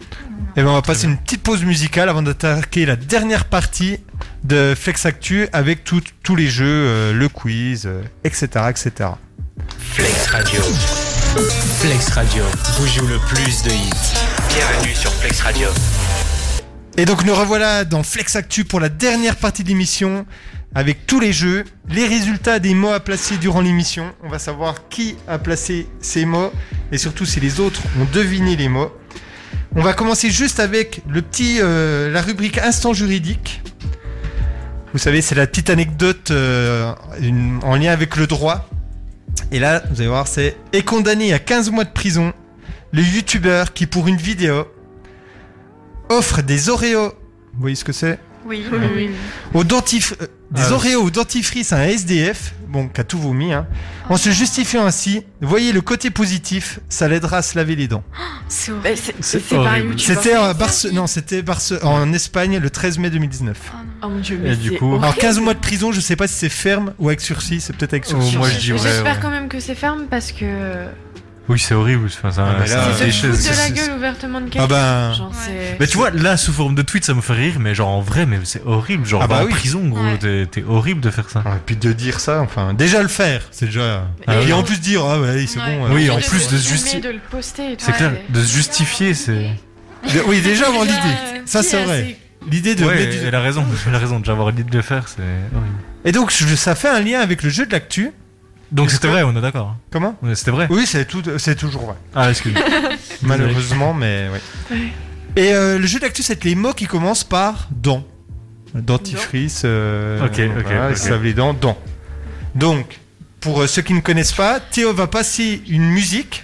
[SPEAKER 1] Et ben on va passer une petite pause musicale avant d'attaquer la dernière partie de Flex Actu avec tout- tous les jeux, euh, le quiz, euh, etc., etc.
[SPEAKER 13] Flex Radio. Flex Radio vous joue le plus de hits. Bienvenue sur Flex Radio.
[SPEAKER 1] Et donc nous revoilà dans Flex Actu pour la dernière partie de l'émission avec tous les jeux, les résultats des mots à placer durant l'émission. On va savoir qui a placé ces mots et surtout si les autres ont deviné les mots. On va commencer juste avec le petit, euh, la rubrique instant juridique. Vous savez, c'est la petite anecdote euh, une- en lien avec le droit. Et là, vous allez voir, c'est est condamné à 15 mois de prison le youtubeur qui pour une vidéo offre des Oreos. Vous voyez ce que c'est
[SPEAKER 3] Oui.
[SPEAKER 1] Au dentif... euh, Des
[SPEAKER 2] Ah,
[SPEAKER 1] Oreos au dentifrice à un SDF, bon, qui a tout vomi, hein. En se justifiant ainsi, voyez le côté positif, ça l'aidera à se laver les dents.
[SPEAKER 3] C'est horrible.
[SPEAKER 1] C'est
[SPEAKER 3] c'est pas un
[SPEAKER 1] horrible.
[SPEAKER 3] youtubeur.
[SPEAKER 1] C'était euh, Barce- non, c'était Barce- en Espagne le 13 mai 2019.
[SPEAKER 3] Oh mon dieu, mais
[SPEAKER 1] Et
[SPEAKER 3] c'est
[SPEAKER 1] du coup, alors
[SPEAKER 3] horrible.
[SPEAKER 1] 15 mois de prison, je sais pas si c'est ferme ou avec sursis, c'est peut-être avec sursis.
[SPEAKER 2] moi, je dis ouais,
[SPEAKER 3] J'espère
[SPEAKER 2] ouais.
[SPEAKER 3] quand même que c'est ferme parce que. euh,
[SPEAKER 2] Oui, c'est horrible. Enfin, c'est un-
[SPEAKER 1] Ah, mais
[SPEAKER 2] c'est
[SPEAKER 1] là,
[SPEAKER 2] un
[SPEAKER 1] C'est se
[SPEAKER 2] déchet,
[SPEAKER 1] foutre
[SPEAKER 3] De la
[SPEAKER 2] c'est-
[SPEAKER 3] gueule ouvertement de quelqu'un.
[SPEAKER 2] Ah ben.
[SPEAKER 3] Genre, c'est-
[SPEAKER 2] Mais tu vois, là, sous forme de tweet, ça me fait rire, mais genre en vrai, mais c'est horrible. Genre,
[SPEAKER 1] Ah bah
[SPEAKER 2] va en
[SPEAKER 1] oui.
[SPEAKER 2] prison, gros,
[SPEAKER 1] Ouais.
[SPEAKER 2] t'es- t'es horrible de faire ça.
[SPEAKER 1] Et puis de dire ça, enfin, déjà le faire, c'est déjà.
[SPEAKER 2] Ah
[SPEAKER 1] et
[SPEAKER 2] oui.
[SPEAKER 1] en plus dire, ah ouais, c'est bon. euh,
[SPEAKER 2] Oui,
[SPEAKER 1] on
[SPEAKER 2] en
[SPEAKER 1] fait
[SPEAKER 2] plus
[SPEAKER 1] ça.
[SPEAKER 2] de se
[SPEAKER 3] filmer,
[SPEAKER 2] justifier.
[SPEAKER 3] de le poster et tout.
[SPEAKER 2] C'est clair,
[SPEAKER 3] Ouais. Euh,
[SPEAKER 2] de se justifier, c'est.
[SPEAKER 1] De- oui, déjà avoir
[SPEAKER 3] Déjà, euh,
[SPEAKER 1] l'idée. Ça,
[SPEAKER 3] qui
[SPEAKER 1] c'est
[SPEAKER 3] a
[SPEAKER 1] vrai.
[SPEAKER 3] assez-
[SPEAKER 1] L'idée de
[SPEAKER 2] Ouais,
[SPEAKER 1] mettre du-
[SPEAKER 2] elle a raison, elle a raison. Déjà avoir l'idée de le faire, c'est horrible.
[SPEAKER 1] Et donc, je- ça fait un lien avec le jeu de l'actu.
[SPEAKER 2] Donc c'était vrai, on est d'accord.
[SPEAKER 1] Comment
[SPEAKER 2] Ouais, C'était vrai.
[SPEAKER 1] Oui, c'est tout, euh, c'est toujours vrai.
[SPEAKER 2] Ah, excuse-moi.
[SPEAKER 1] Malheureusement, mais oui. Et euh, le jeu de l'actu, c'est les mots qui commencent par dents. Dentifrice, euh,
[SPEAKER 2] Ok, ok,
[SPEAKER 1] voilà,
[SPEAKER 2] ok.
[SPEAKER 1] ils se lavent les dents, dents. Donc, pour euh, ceux qui ne connaissent pas, Théo va passer une musique.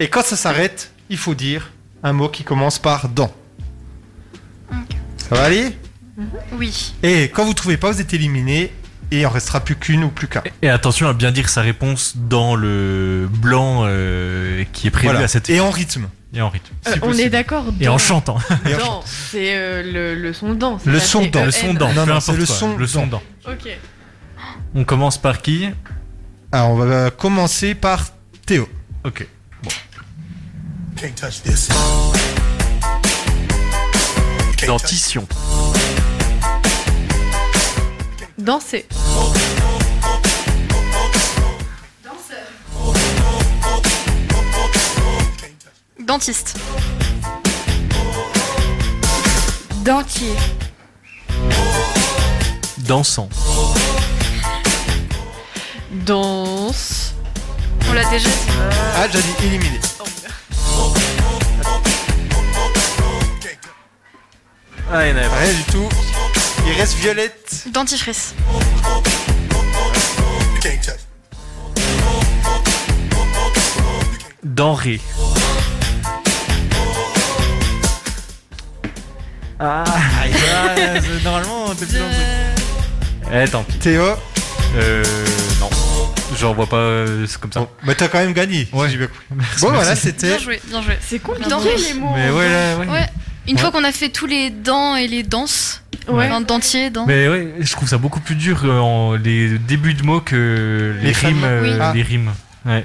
[SPEAKER 1] Et quand ça s'arrête, il faut dire un mot qui commence par dents. Ça va aller
[SPEAKER 3] Oui.
[SPEAKER 1] Et quand vous trouvez pas, vous êtes éliminé et il en restera plus qu'une ou plus qu'un.
[SPEAKER 2] Et attention à bien dire sa réponse dans le blanc euh, qui est prévu
[SPEAKER 1] Voilà.
[SPEAKER 2] à cette.
[SPEAKER 1] Et en rythme.
[SPEAKER 2] Et en rythme.
[SPEAKER 3] Euh, on est d'accord.
[SPEAKER 2] Et hein.
[SPEAKER 3] dans-
[SPEAKER 2] en chantant.
[SPEAKER 1] Et en
[SPEAKER 3] Dans, c'est euh, le, le son dans.
[SPEAKER 2] Le son dans.
[SPEAKER 3] dans.
[SPEAKER 2] Le son dans.
[SPEAKER 1] Non,
[SPEAKER 2] peu
[SPEAKER 1] non,
[SPEAKER 2] importe
[SPEAKER 1] c'est le
[SPEAKER 2] quoi,
[SPEAKER 1] son
[SPEAKER 2] Le son
[SPEAKER 1] dans.
[SPEAKER 2] dans.
[SPEAKER 3] E Ok.
[SPEAKER 2] On commence par qui
[SPEAKER 1] Alors, on va commencer par Théo.
[SPEAKER 2] Ok. Bon.
[SPEAKER 14] Can't touch this.
[SPEAKER 2] Dentition.
[SPEAKER 3] Danser.
[SPEAKER 4] Dentiste.
[SPEAKER 6] Dentier.
[SPEAKER 2] Dansant.
[SPEAKER 3] Danse.
[SPEAKER 4] On l'a déjà dit.
[SPEAKER 1] Ah, j'ai dit éliminé.
[SPEAKER 2] Ah, il n'y en
[SPEAKER 1] Rien du tout. Il reste Violette.
[SPEAKER 4] Dentifrice.
[SPEAKER 2] Denrée. Ah, normalement, t'es plus Eh, tant pis.
[SPEAKER 1] Théo
[SPEAKER 2] Euh. Non. Genre, on voit pas euh, c'est comme ça.
[SPEAKER 1] Mais t'as quand même gagné. si j'ai bien compris. Bon, voilà, c'était.
[SPEAKER 4] Bien joué, bien joué.
[SPEAKER 17] C'est
[SPEAKER 4] compliqué
[SPEAKER 1] les mots, Mais en ouais, fait. ouais, ouais.
[SPEAKER 4] Une
[SPEAKER 1] Ouais.
[SPEAKER 4] fois qu'on a fait tous les dents et les danses,
[SPEAKER 2] Ouais.
[SPEAKER 4] dans le dentier, dans.
[SPEAKER 2] Mais ouais, je trouve ça beaucoup plus dur euh, en les débuts de mots que les,
[SPEAKER 1] Les
[SPEAKER 2] rimes.
[SPEAKER 1] fameux,
[SPEAKER 2] euh,
[SPEAKER 1] oui. Ah.
[SPEAKER 2] Les rimes. Ouais.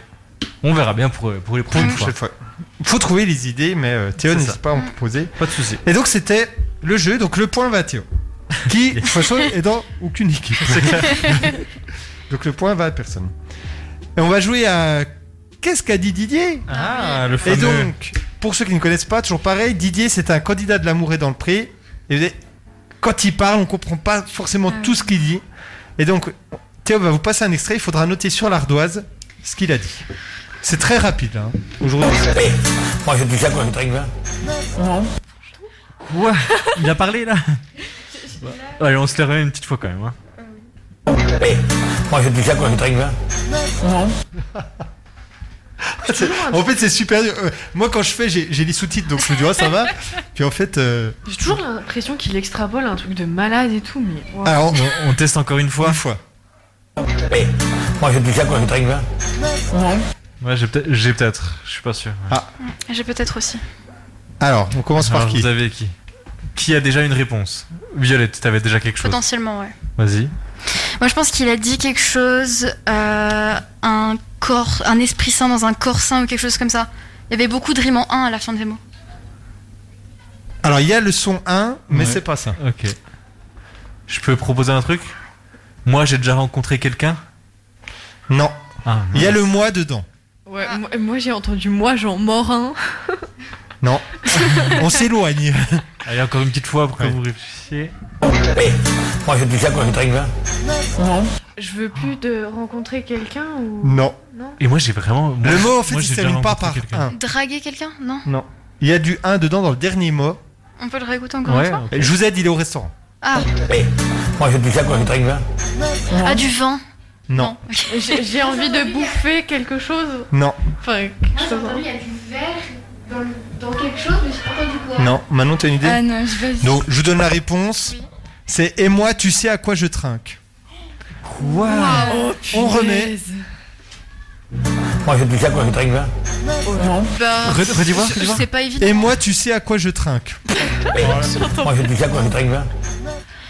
[SPEAKER 2] On verra bien pour, euh, pour les prochaines
[SPEAKER 1] prochaine fois. Faut trouver les idées, mais euh, Théo
[SPEAKER 2] C'est
[SPEAKER 1] n'hésite
[SPEAKER 2] ça.
[SPEAKER 1] pas à
[SPEAKER 4] Mmh.
[SPEAKER 1] en proposer.
[SPEAKER 2] Pas de souci.
[SPEAKER 1] Et donc c'était le jeu, donc le point va à Théo, qui de toute façon est dans aucune équipe. donc le point va à personne. Et on va jouer à qu'est-ce qu'a dit Didier
[SPEAKER 2] Ah, le
[SPEAKER 1] Et
[SPEAKER 2] fameux.
[SPEAKER 1] donc pour ceux qui ne connaissent pas, toujours pareil, Didier c'est un candidat de l'amour et dans le pré. Et vous savez, quand il parle, on comprend pas forcément tout ce qu'il dit. Et donc Théo va vous passer un extrait. Il faudra noter sur l'ardoise ce qu'il a dit. C'est très rapide. hein. Aujourd'hui.
[SPEAKER 13] Moi, je dis ça quand je trinque, hein.
[SPEAKER 2] Quoi Il a parlé là Allez, on se les remet une petite fois quand même. hein.
[SPEAKER 13] Moi, je dis ça quand je trinque, hein.
[SPEAKER 1] C'est- en fait, c'est super dur. Euh, moi, quand je fais, j'ai j'ai les sous-titres, donc je me dis, ah, ça va. Puis en fait, euh,
[SPEAKER 17] J'ai toujours l'impression qu'il extrapole un truc de malade et tout, mais. wow.
[SPEAKER 1] alors,
[SPEAKER 2] Ah, on, teste encore une fois. Une
[SPEAKER 1] fois.
[SPEAKER 13] Moi, je dis ça quand je trinque, hein.
[SPEAKER 2] Ouais, j'ai peut-être, j'ai peut-être, je suis pas sûr.
[SPEAKER 4] J'ai peut-être aussi.
[SPEAKER 1] alors, on Ah, commence par
[SPEAKER 2] Alors,
[SPEAKER 1] qui
[SPEAKER 2] Vous avez qui Qui a déjà une réponse Violette, t'avais déjà quelque chose.
[SPEAKER 4] Potentiellement, ouais.
[SPEAKER 2] Vas-y.
[SPEAKER 4] Moi, je pense qu'il a dit quelque chose, euh, un corps, un esprit sain dans un corps sain ou quelque chose comme ça. Il y avait beaucoup de rimes en 1 à la fin des mots.
[SPEAKER 1] Alors, il y a le son 1, mais
[SPEAKER 2] Ouais.
[SPEAKER 1] c'est pas ça.
[SPEAKER 2] Ok. Je peux proposer un truc Moi, j'ai déjà rencontré quelqu'un
[SPEAKER 1] Non.
[SPEAKER 2] Ah,
[SPEAKER 1] Il y a
[SPEAKER 2] mince.
[SPEAKER 1] le moi dedans.
[SPEAKER 17] Ouais, moi, moi, j'ai entendu moi, Jean
[SPEAKER 3] hein.
[SPEAKER 17] Morin.
[SPEAKER 1] Non. on s'éloigne.
[SPEAKER 2] Allez, encore une petite fois pour que vous réfléchissiez.
[SPEAKER 13] Eh, Moi, je dis ça quand je trinque, hein.
[SPEAKER 17] Je veux plus de rencontrer quelqu'un ou.
[SPEAKER 1] Non.
[SPEAKER 2] Et moi, j'ai vraiment.
[SPEAKER 1] Le
[SPEAKER 2] moi,
[SPEAKER 1] mot, en fait,
[SPEAKER 2] moi,
[SPEAKER 1] il
[SPEAKER 2] j'ai
[SPEAKER 1] se
[SPEAKER 2] déjà
[SPEAKER 1] termine pas par
[SPEAKER 2] rencontré quelqu'un.
[SPEAKER 1] 1.
[SPEAKER 4] Draguer quelqu'un Non
[SPEAKER 1] Non. Il y a du 1 dedans dans le dernier mot.
[SPEAKER 4] On peut le réécouter encore une fois
[SPEAKER 1] Et Je vous aide, il est au restaurant.
[SPEAKER 4] Ah.
[SPEAKER 13] Moi, je dis ça quand je trinque, hein.
[SPEAKER 4] ah, du vin.
[SPEAKER 1] Non.
[SPEAKER 17] J'ai j'ai envie de bouffer quelque chose.
[SPEAKER 1] Non.
[SPEAKER 17] Enfin, quelque chose. hein.
[SPEAKER 6] Il y a du verre dans, quelque chose, mais j'ai pas entendu quoi.
[SPEAKER 1] Non. Manon, t'as une idée
[SPEAKER 6] Ah non, je vais
[SPEAKER 1] Donc, je vous donne la réponse. C'est Et moi, tu sais à quoi je trinque. Quoi
[SPEAKER 17] Oh,
[SPEAKER 1] On remet.
[SPEAKER 13] Moi, je dis ça quand je trinque, hein.
[SPEAKER 17] Oh,
[SPEAKER 4] Bah,
[SPEAKER 1] Red- redis-moi,
[SPEAKER 4] je-
[SPEAKER 1] redis-moi.
[SPEAKER 4] C'est pas évident.
[SPEAKER 1] Et moi, tu sais à quoi je trinque.
[SPEAKER 2] Oh,
[SPEAKER 13] Moi, je dis ça quand je trinque, hein.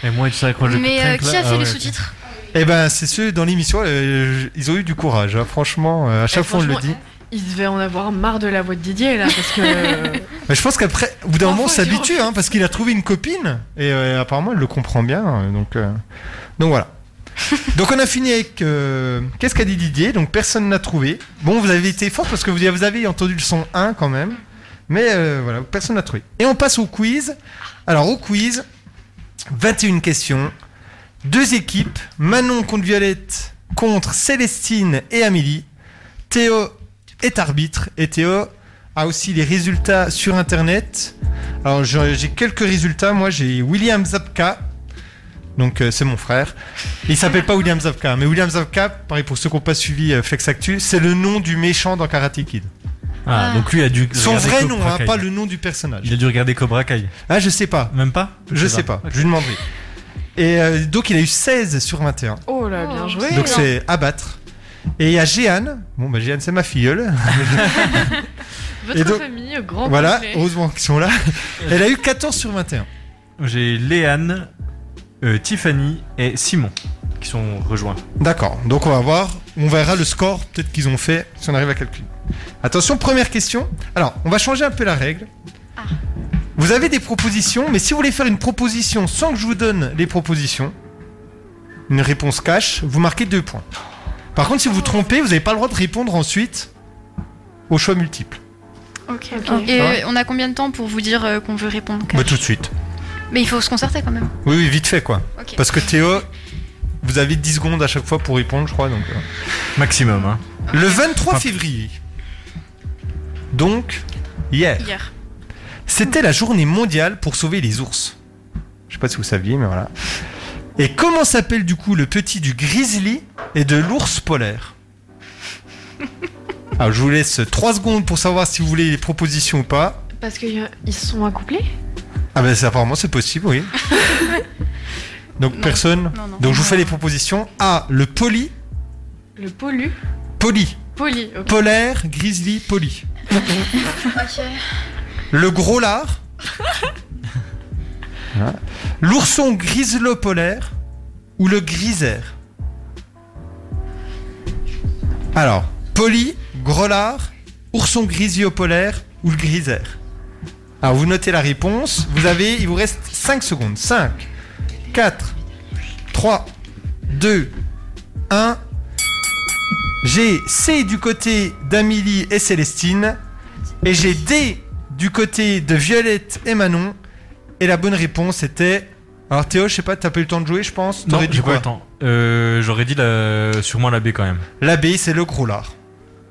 [SPEAKER 2] Et moi, tu sais à quoi je
[SPEAKER 4] Mais euh,
[SPEAKER 2] trinque,
[SPEAKER 4] qui
[SPEAKER 2] là
[SPEAKER 4] a fait
[SPEAKER 2] Ah
[SPEAKER 4] les
[SPEAKER 2] ouais,
[SPEAKER 4] sous-titres
[SPEAKER 1] Eh ben, c'est ceux dans l'émission, euh, j- ils ont eu du courage. hein. Franchement, euh, à chaque fois, on le dit.
[SPEAKER 17] Eh, Il devait en avoir marre de la voix de Didier là, parce que.
[SPEAKER 1] Mais je pense qu'après, au bout d'un moment, on s'habitue, hein, parce qu'il a trouvé une copine, et euh, apparemment, elle le comprend bien. euh, Donc, euh, donc voilà. donc on a fini avec euh, qu'est-ce qu'a dit Didier. Donc personne n'a trouvé. Bon, vous avez été fort parce que vous vous avez entendu le son 1 quand même, mais euh, voilà, personne n'a trouvé. Et on passe au quiz. Alors au quiz, 21 questions, deux équipes. Manon contre Violette contre Célestine et Amélie. Théo est arbitre et Théo a aussi les résultats sur internet. Alors j'ai j'ai quelques résultats. Moi j'ai William Zapka. Donc euh, c'est mon frère. Il s'appelle pas William Zapka, mais William Zapka, pareil pour ceux qui n'ont pas suivi euh, Flex Actu, c'est le nom du méchant dans Karate Kid.
[SPEAKER 2] Ah, donc lui a dû.
[SPEAKER 1] Son
[SPEAKER 2] regarder
[SPEAKER 1] vrai
[SPEAKER 2] Cobra
[SPEAKER 1] nom, hein,
[SPEAKER 2] Kai.
[SPEAKER 1] pas le nom du personnage.
[SPEAKER 2] Il a dû regarder Cobra Kai.
[SPEAKER 1] Ah, je sais pas.
[SPEAKER 2] Même pas
[SPEAKER 1] Je sais pas, je lui demanderai. Et euh, donc il a eu 16 sur 21.
[SPEAKER 17] Oh là, bien joué.
[SPEAKER 1] Donc c'est abattre. Et il y a Jeanne. Bon bah Jeanne c'est ma filleule.
[SPEAKER 17] Votre
[SPEAKER 1] Et donc-
[SPEAKER 17] famille, au grand
[SPEAKER 1] voilà,
[SPEAKER 17] complet.
[SPEAKER 1] heureusement qu'ils sont là. Elle a eu 14 sur 21.
[SPEAKER 2] J'ai Léane, euh, Tiffany et Simon qui sont rejoints.
[SPEAKER 1] D'accord, donc on va voir, on verra le score peut-être qu'ils ont fait si on arrive à calculer. Attention, première question. Alors, on va changer un peu la règle. Vous avez des propositions, mais si vous voulez faire une proposition sans que je vous donne les propositions, une réponse cash, vous marquez deux points. Par contre, si vous vous trompez, vous n'avez pas le droit de répondre ensuite au choix multiple.
[SPEAKER 4] Ok,
[SPEAKER 1] ok.
[SPEAKER 4] Et
[SPEAKER 1] Ça va
[SPEAKER 4] euh, on a combien de temps pour vous dire euh, qu'on veut répondre
[SPEAKER 1] Bah, tout de suite.
[SPEAKER 4] Mais il faut se concerter quand même.
[SPEAKER 1] Oui, oui, vite fait quoi.
[SPEAKER 4] Ok.
[SPEAKER 1] Parce que Théo, vous avez 10 secondes à chaque fois pour répondre, je crois. Donc, euh.
[SPEAKER 2] Maximum. Hein.
[SPEAKER 1] Le 23 février, donc hier,
[SPEAKER 4] Hier.
[SPEAKER 1] c'était la journée mondiale pour sauver les ours. Je sais pas si vous saviez, mais voilà. Et comment s'appelle du coup le petit du grizzly et de l'ours polaire Alors je vous laisse 3 secondes pour savoir si vous voulez les propositions ou pas.
[SPEAKER 17] Parce qu'ils se sont accouplés
[SPEAKER 1] Ah ben c'est- apparemment c'est possible, oui. Donc personne.
[SPEAKER 17] non, non.
[SPEAKER 1] Donc je vous fais les propositions. A, le poli.
[SPEAKER 17] Le pollu
[SPEAKER 1] Poli.
[SPEAKER 17] Poli, ok.
[SPEAKER 1] Polaire, grizzly, poli.
[SPEAKER 17] Ok.
[SPEAKER 1] Le gros lard. Hein. L'ourson griselot polaire ou le grisaire Alors, poli, gros lard, ourson grisillo polaire ou le grisaire Alors, vous notez la réponse. Vous avez, il vous reste 5 secondes. 5, 4, 3, 2, 1. J'ai C du côté d'Amélie et Célestine. Et j'ai D du côté de Violette et Manon. Et la bonne réponse était. Alors Théo, je sais pas, t'as pas eu le temps de jouer, je pense.
[SPEAKER 2] Non,
[SPEAKER 1] T'aurais dit
[SPEAKER 2] j'ai pas
[SPEAKER 1] quoi
[SPEAKER 2] le temps. Euh, J'aurais dit la... sûrement la B quand même.
[SPEAKER 1] La B, c'est le gros lard.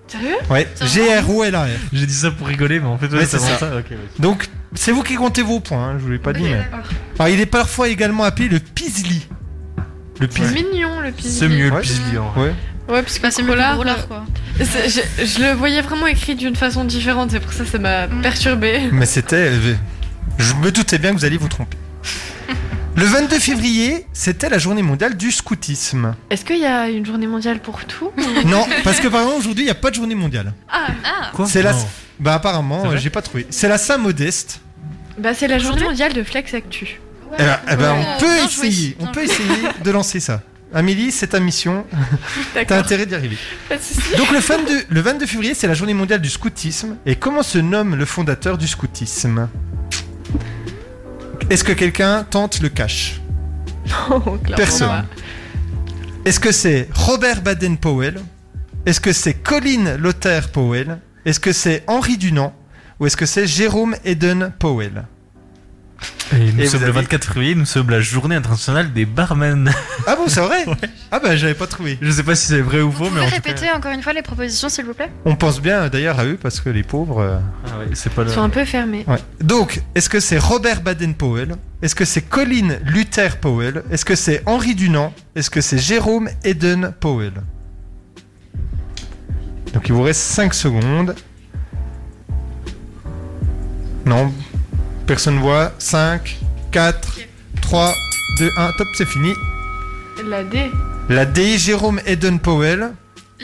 [SPEAKER 17] Sérieux
[SPEAKER 1] Ouais, G-R-O-L-A-R.
[SPEAKER 2] J'ai dit ça pour rigoler, mais en fait, ouais,
[SPEAKER 1] Ouais,
[SPEAKER 2] c'est
[SPEAKER 1] c'est
[SPEAKER 2] vraiment
[SPEAKER 1] ça.
[SPEAKER 2] ça, ok, ouais.
[SPEAKER 1] Donc, c'est vous qui comptez vos points, hein, je vous l'ai pas dit.
[SPEAKER 17] Ok,
[SPEAKER 1] Mais...
[SPEAKER 17] d'accord.
[SPEAKER 1] Alors, il est parfois également appelé le pisli. Le
[SPEAKER 17] C'est mignon le pisli.
[SPEAKER 1] Ouais. Ouais.
[SPEAKER 17] Ouais, parce que Bah, c'est mieux
[SPEAKER 4] gros lard,
[SPEAKER 17] quoi. Je, je le voyais vraiment écrit d'une façon différente, c'est pour ça que ça m'a perturbé.
[SPEAKER 1] Mais c'était. euh, Je me doutais bien que vous alliez vous tromper. Le 22 février, c'était la journée mondiale du scoutisme.
[SPEAKER 17] Est-ce qu'il y a une journée mondiale pour tout
[SPEAKER 1] Non, parce que par exemple, aujourd'hui, il n'y a pas de journée mondiale.
[SPEAKER 17] Ah,
[SPEAKER 1] C'est la.
[SPEAKER 2] Oh.
[SPEAKER 17] Non.
[SPEAKER 1] Bah, apparemment,
[SPEAKER 17] C'est vrai
[SPEAKER 1] euh, j'ai pas trouvé. C'est la Saint-Modeste.
[SPEAKER 17] Bah, c'est la journée mondiale de Flex Actu.
[SPEAKER 1] Eh ben, eh ben, on
[SPEAKER 17] Ouais.
[SPEAKER 1] peut
[SPEAKER 17] Bien joué,
[SPEAKER 1] essayer, on
[SPEAKER 17] bien
[SPEAKER 1] peut
[SPEAKER 17] joué.
[SPEAKER 1] essayer de lancer ça. Amélie, c'est ta mission. T'as
[SPEAKER 17] D'accord.
[SPEAKER 1] intérêt d'y arriver.
[SPEAKER 17] Pas de soucis.
[SPEAKER 1] Donc le 22, le 22 février, c'est la journée mondiale du scoutisme. Et comment se nomme le fondateur du scoutisme Est-ce que quelqu'un tente le cash
[SPEAKER 17] Non, clairement
[SPEAKER 1] Personne.
[SPEAKER 17] pas.
[SPEAKER 1] Est-ce que c'est Robert Baden-Powell Est-ce que c'est Colin Lothair Powell Est-ce que c'est Henri Dunant Ou est-ce que c'est Jérôme Eden Powell
[SPEAKER 2] Et nous
[SPEAKER 1] Et
[SPEAKER 2] sommes
[SPEAKER 1] vous
[SPEAKER 2] le
[SPEAKER 1] avez-
[SPEAKER 2] 24 février, nous sommes la journée internationale des barmen.
[SPEAKER 1] Ah bon, c'est vrai Ah bah j'avais pas trouvé.
[SPEAKER 2] Je sais pas si c'est vrai ou faux,
[SPEAKER 4] Vous
[SPEAKER 2] mais
[SPEAKER 4] pouvez
[SPEAKER 2] en tout
[SPEAKER 4] répéter encore une fois les propositions, s'il vous plaît
[SPEAKER 1] On pense bien euh, d'ailleurs à eux parce que les pauvres. euh,
[SPEAKER 2] Ah ouais, c'est pas
[SPEAKER 4] Ils sont un peu fermés.
[SPEAKER 1] Ouais. Donc, est-ce que c'est Robert Baden-Powell Est-ce que c'est Colin Luther Powell Est-ce que c'est Henri Dunant Est-ce que c'est Jérôme Eden Powell Donc, il vous reste 5 secondes. Non, personne voit. 5, 4, 3, 2, 1. Top, c'est fini.
[SPEAKER 17] La D.
[SPEAKER 1] La D, Jérôme Eden Powell.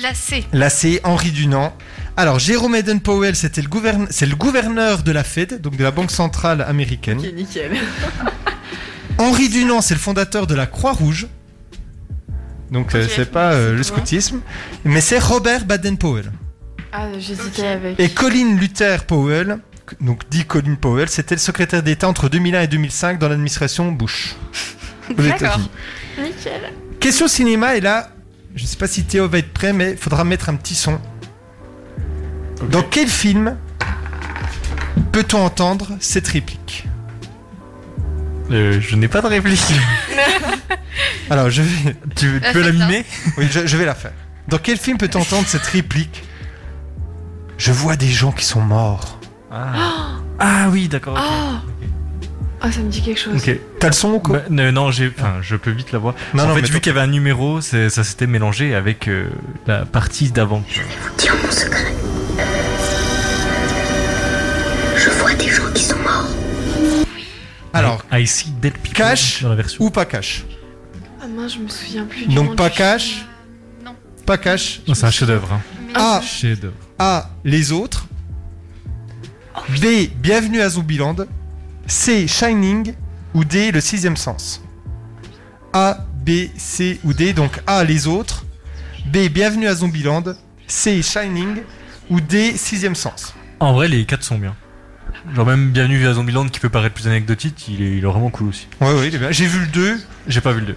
[SPEAKER 4] La C.
[SPEAKER 1] Là, c'est Henri Dunant. Alors, Jérôme Eden Powell, c'était le, gouverne- c'est le gouverneur de la Fed, donc de la Banque Centrale Américaine.
[SPEAKER 17] Qui est nickel.
[SPEAKER 1] Henri Dunant, c'est le fondateur de la Croix-Rouge. Donc, euh, c'est pas euh, le scoutisme. Mais c'est Robert Baden-Powell.
[SPEAKER 17] Ah, j'hésitais avec.
[SPEAKER 1] Et Colin Luther Powell, donc dit Colin Powell, c'était le secrétaire d'État entre 2001 et 2005 dans l'administration Bush. aux
[SPEAKER 17] D'accord.
[SPEAKER 1] États-Unis.
[SPEAKER 17] Nickel.
[SPEAKER 1] Question cinéma, et là, je sais pas si Théo va être prêt, mais il faudra mettre un petit son. Dans quel film peut-on entendre cette réplique
[SPEAKER 2] Euh, je n'ai pas de réplique.
[SPEAKER 1] Alors, je vais.
[SPEAKER 2] Tu, tu peux la mimer
[SPEAKER 1] Oui, je, je vais la faire. Dans quel film peut-on entendre cette réplique Je vois des gens qui sont morts.
[SPEAKER 2] ah. Ah oui, d'accord. ok.
[SPEAKER 17] Oh Ah, ça me dit quelque chose.
[SPEAKER 2] Ok.
[SPEAKER 1] T'as le son ou quoi
[SPEAKER 2] Bah, ne- Non, j'ai. Enfin, je peux vite la voir.
[SPEAKER 1] Non,
[SPEAKER 2] en
[SPEAKER 1] non,
[SPEAKER 2] fait,
[SPEAKER 1] mais
[SPEAKER 2] vu qu'il y avait un numéro, c'est- ça s'était mélangé avec euh, la partie d'avant.
[SPEAKER 14] Tiens mon secret. Je vois des gens qui sont morts.
[SPEAKER 1] Alors,
[SPEAKER 2] I see dead people
[SPEAKER 1] cash
[SPEAKER 2] dans la version.
[SPEAKER 1] ou pas cash
[SPEAKER 17] Ah, mince, je me souviens plus du nom
[SPEAKER 1] Donc
[SPEAKER 17] du
[SPEAKER 1] pas
[SPEAKER 17] film.
[SPEAKER 1] cash
[SPEAKER 4] Non.
[SPEAKER 1] Pas Ah. cash
[SPEAKER 2] Non, c'est un chef-d'œuvre. hein.
[SPEAKER 1] A.
[SPEAKER 2] Chef-d'œuvre.
[SPEAKER 1] A. Les autres. B. Bienvenue à Zombieland. C. Shining. Ou D. Le sixième sens. A, B, C ou D. Donc A. Les autres. B. Bienvenue à Zombieland. C. Shining. Ou D. Sixième sens.
[SPEAKER 2] En vrai, les quatre sont bien. Genre, même Bienvenue à Zombieland qui peut paraître plus anecdotique, il est, il est vraiment cool aussi.
[SPEAKER 1] Ouais, ouais, il est bien. J'ai vu le 2.
[SPEAKER 2] J'ai pas vu le 2.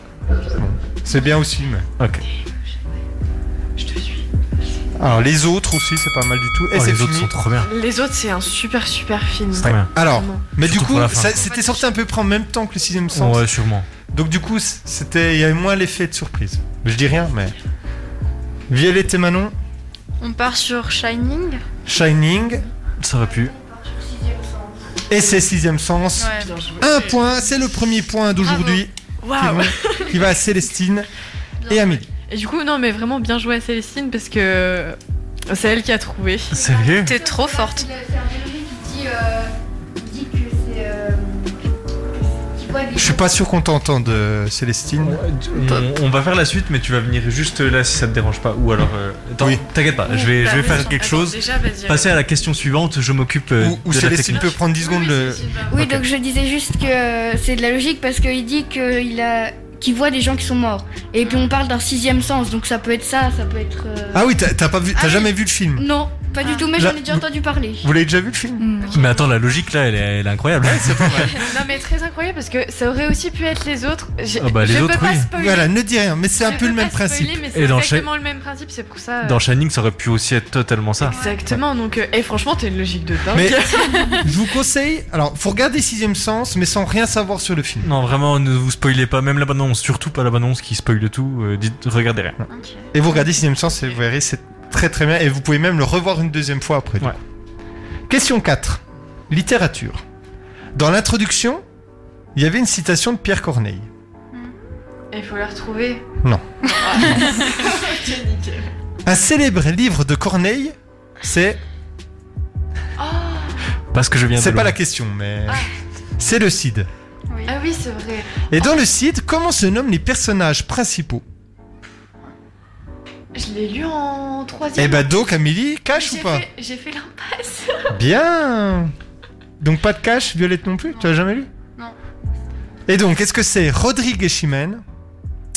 [SPEAKER 1] C'est bien aussi, mais.
[SPEAKER 2] Ok.
[SPEAKER 1] Alors les autres aussi, c'est pas mal du tout. Et
[SPEAKER 2] Oh,
[SPEAKER 1] c'est
[SPEAKER 2] les autres
[SPEAKER 1] fini.
[SPEAKER 2] sont trop bien.
[SPEAKER 17] Les autres, c'est un super super film.
[SPEAKER 1] Ouais. Alors,
[SPEAKER 17] Vraiment.
[SPEAKER 1] mais
[SPEAKER 2] Surtout
[SPEAKER 1] du coup,
[SPEAKER 2] pour la fin,
[SPEAKER 1] ça-
[SPEAKER 2] quoi.
[SPEAKER 1] c'était sorti un peu près en même temps que le sixième sens.
[SPEAKER 2] Ouais, sûrement.
[SPEAKER 1] Donc du coup, c'était, il y avait moins l'effet de surprise. Je dis rien, mais Violette et Manon,
[SPEAKER 4] On part sur Shining.
[SPEAKER 1] Shining,
[SPEAKER 2] ça aurait pu.
[SPEAKER 1] Et c'est sixième sens. Un point, c'est le premier point d'aujourd'hui
[SPEAKER 17] Bravo.
[SPEAKER 1] qui, vont- qui va à Célestine et Amélie.
[SPEAKER 17] Et du coup, non, mais vraiment bien joué à Célestine parce que c'est elle qui a trouvé.
[SPEAKER 2] Sérieux
[SPEAKER 4] T'es trop forte.
[SPEAKER 5] C'est un qui dit, euh, qui dit que c'est. euh, qui
[SPEAKER 1] Je suis pas sûr qu'on t'entende, euh, Célestine.
[SPEAKER 2] On, on va faire la suite, mais tu vas venir juste là si ça te dérange pas. Ou alors, euh, attends, t'inquiète pas, je vais,
[SPEAKER 1] Bah,
[SPEAKER 2] je vais
[SPEAKER 1] mais
[SPEAKER 2] faire
[SPEAKER 1] attends,
[SPEAKER 2] quelque
[SPEAKER 1] attends,
[SPEAKER 2] chose.
[SPEAKER 1] déjà, vas-y,
[SPEAKER 2] Passer à la question suivante, je m'occupe euh,
[SPEAKER 1] Ou- ou
[SPEAKER 2] de la
[SPEAKER 1] Célestine
[SPEAKER 2] technique.
[SPEAKER 1] peut prendre 10 secondes le-
[SPEAKER 5] Oui, donc je disais juste que euh, c'est de la logique parce qu'il dit qu'il a qu'il voit des gens qui sont morts. Et puis on parle d'un sixième sens, donc ça peut être ça, ça peut être. euh,
[SPEAKER 1] Ah oui, t'as t'as pas vu, t'as jamais vu le film.
[SPEAKER 5] Non, pas du tout, mais
[SPEAKER 1] La-
[SPEAKER 5] j'en ai déjà entendu parler.
[SPEAKER 1] Vous l'avez déjà vu le film
[SPEAKER 2] Mais attends, la logique là, elle est, elle est incroyable.
[SPEAKER 17] Non mais très incroyable parce que ça aurait aussi pu être les autres. J'ai-
[SPEAKER 2] Ah bah, les
[SPEAKER 17] je
[SPEAKER 2] autres,
[SPEAKER 17] peux pas
[SPEAKER 2] oui.
[SPEAKER 17] spoiler.
[SPEAKER 1] Voilà, ne dis rien, mais c'est un
[SPEAKER 17] Je
[SPEAKER 1] peu
[SPEAKER 17] peux
[SPEAKER 1] le
[SPEAKER 17] pas
[SPEAKER 1] même principe.
[SPEAKER 17] spoiler, mais
[SPEAKER 2] Et
[SPEAKER 17] c'est
[SPEAKER 2] dans
[SPEAKER 17] exactement
[SPEAKER 2] Sha-
[SPEAKER 17] le même principe, c'est pour ça. euh,
[SPEAKER 2] Dans Shining, ça aurait pu aussi être totalement ça.
[SPEAKER 17] Exactement, donc euh, et franchement t'as une logique de dingue.
[SPEAKER 1] Mais je vous conseille, alors faut regarder Sixième Sens, mais sans rien savoir sur le film.
[SPEAKER 2] Non, vraiment, ne vous spoilez pas, même la bande-annonce, surtout pas la bande-annonce qui spoile tout, euh, dites, regardez rien.
[SPEAKER 1] Et vous regardez Sixième Sens et vous verrez, c'est très très bien. Et vous pouvez même le revoir une deuxième fois après. du coup. Question 4. Littérature. Dans l'introduction, il y avait une citation de Pierre Corneille.
[SPEAKER 17] Il faut la retrouver.
[SPEAKER 1] Non.
[SPEAKER 17] C'est nickel.
[SPEAKER 1] Un célèbre livre de Corneille, c'est...
[SPEAKER 17] Ah,
[SPEAKER 2] Parce que je viens de
[SPEAKER 1] C'est pas
[SPEAKER 2] loin.
[SPEAKER 1] la question, mais... C'est le Cid.
[SPEAKER 17] Ah oui c'est vrai.
[SPEAKER 1] Et dans le Cid, comment se nomment les personnages principaux
[SPEAKER 17] Je l'ai lu en troisième.
[SPEAKER 1] Eh bah donc, Amélie, cash
[SPEAKER 17] J'ai
[SPEAKER 1] ou pas
[SPEAKER 17] fait- J'ai fait l'impasse.
[SPEAKER 1] Bien Donc pas de cash, Violette non plus Tu l'as jamais lu
[SPEAKER 4] Non.
[SPEAKER 1] Et donc, est-ce que c'est Rodrigue et Chimène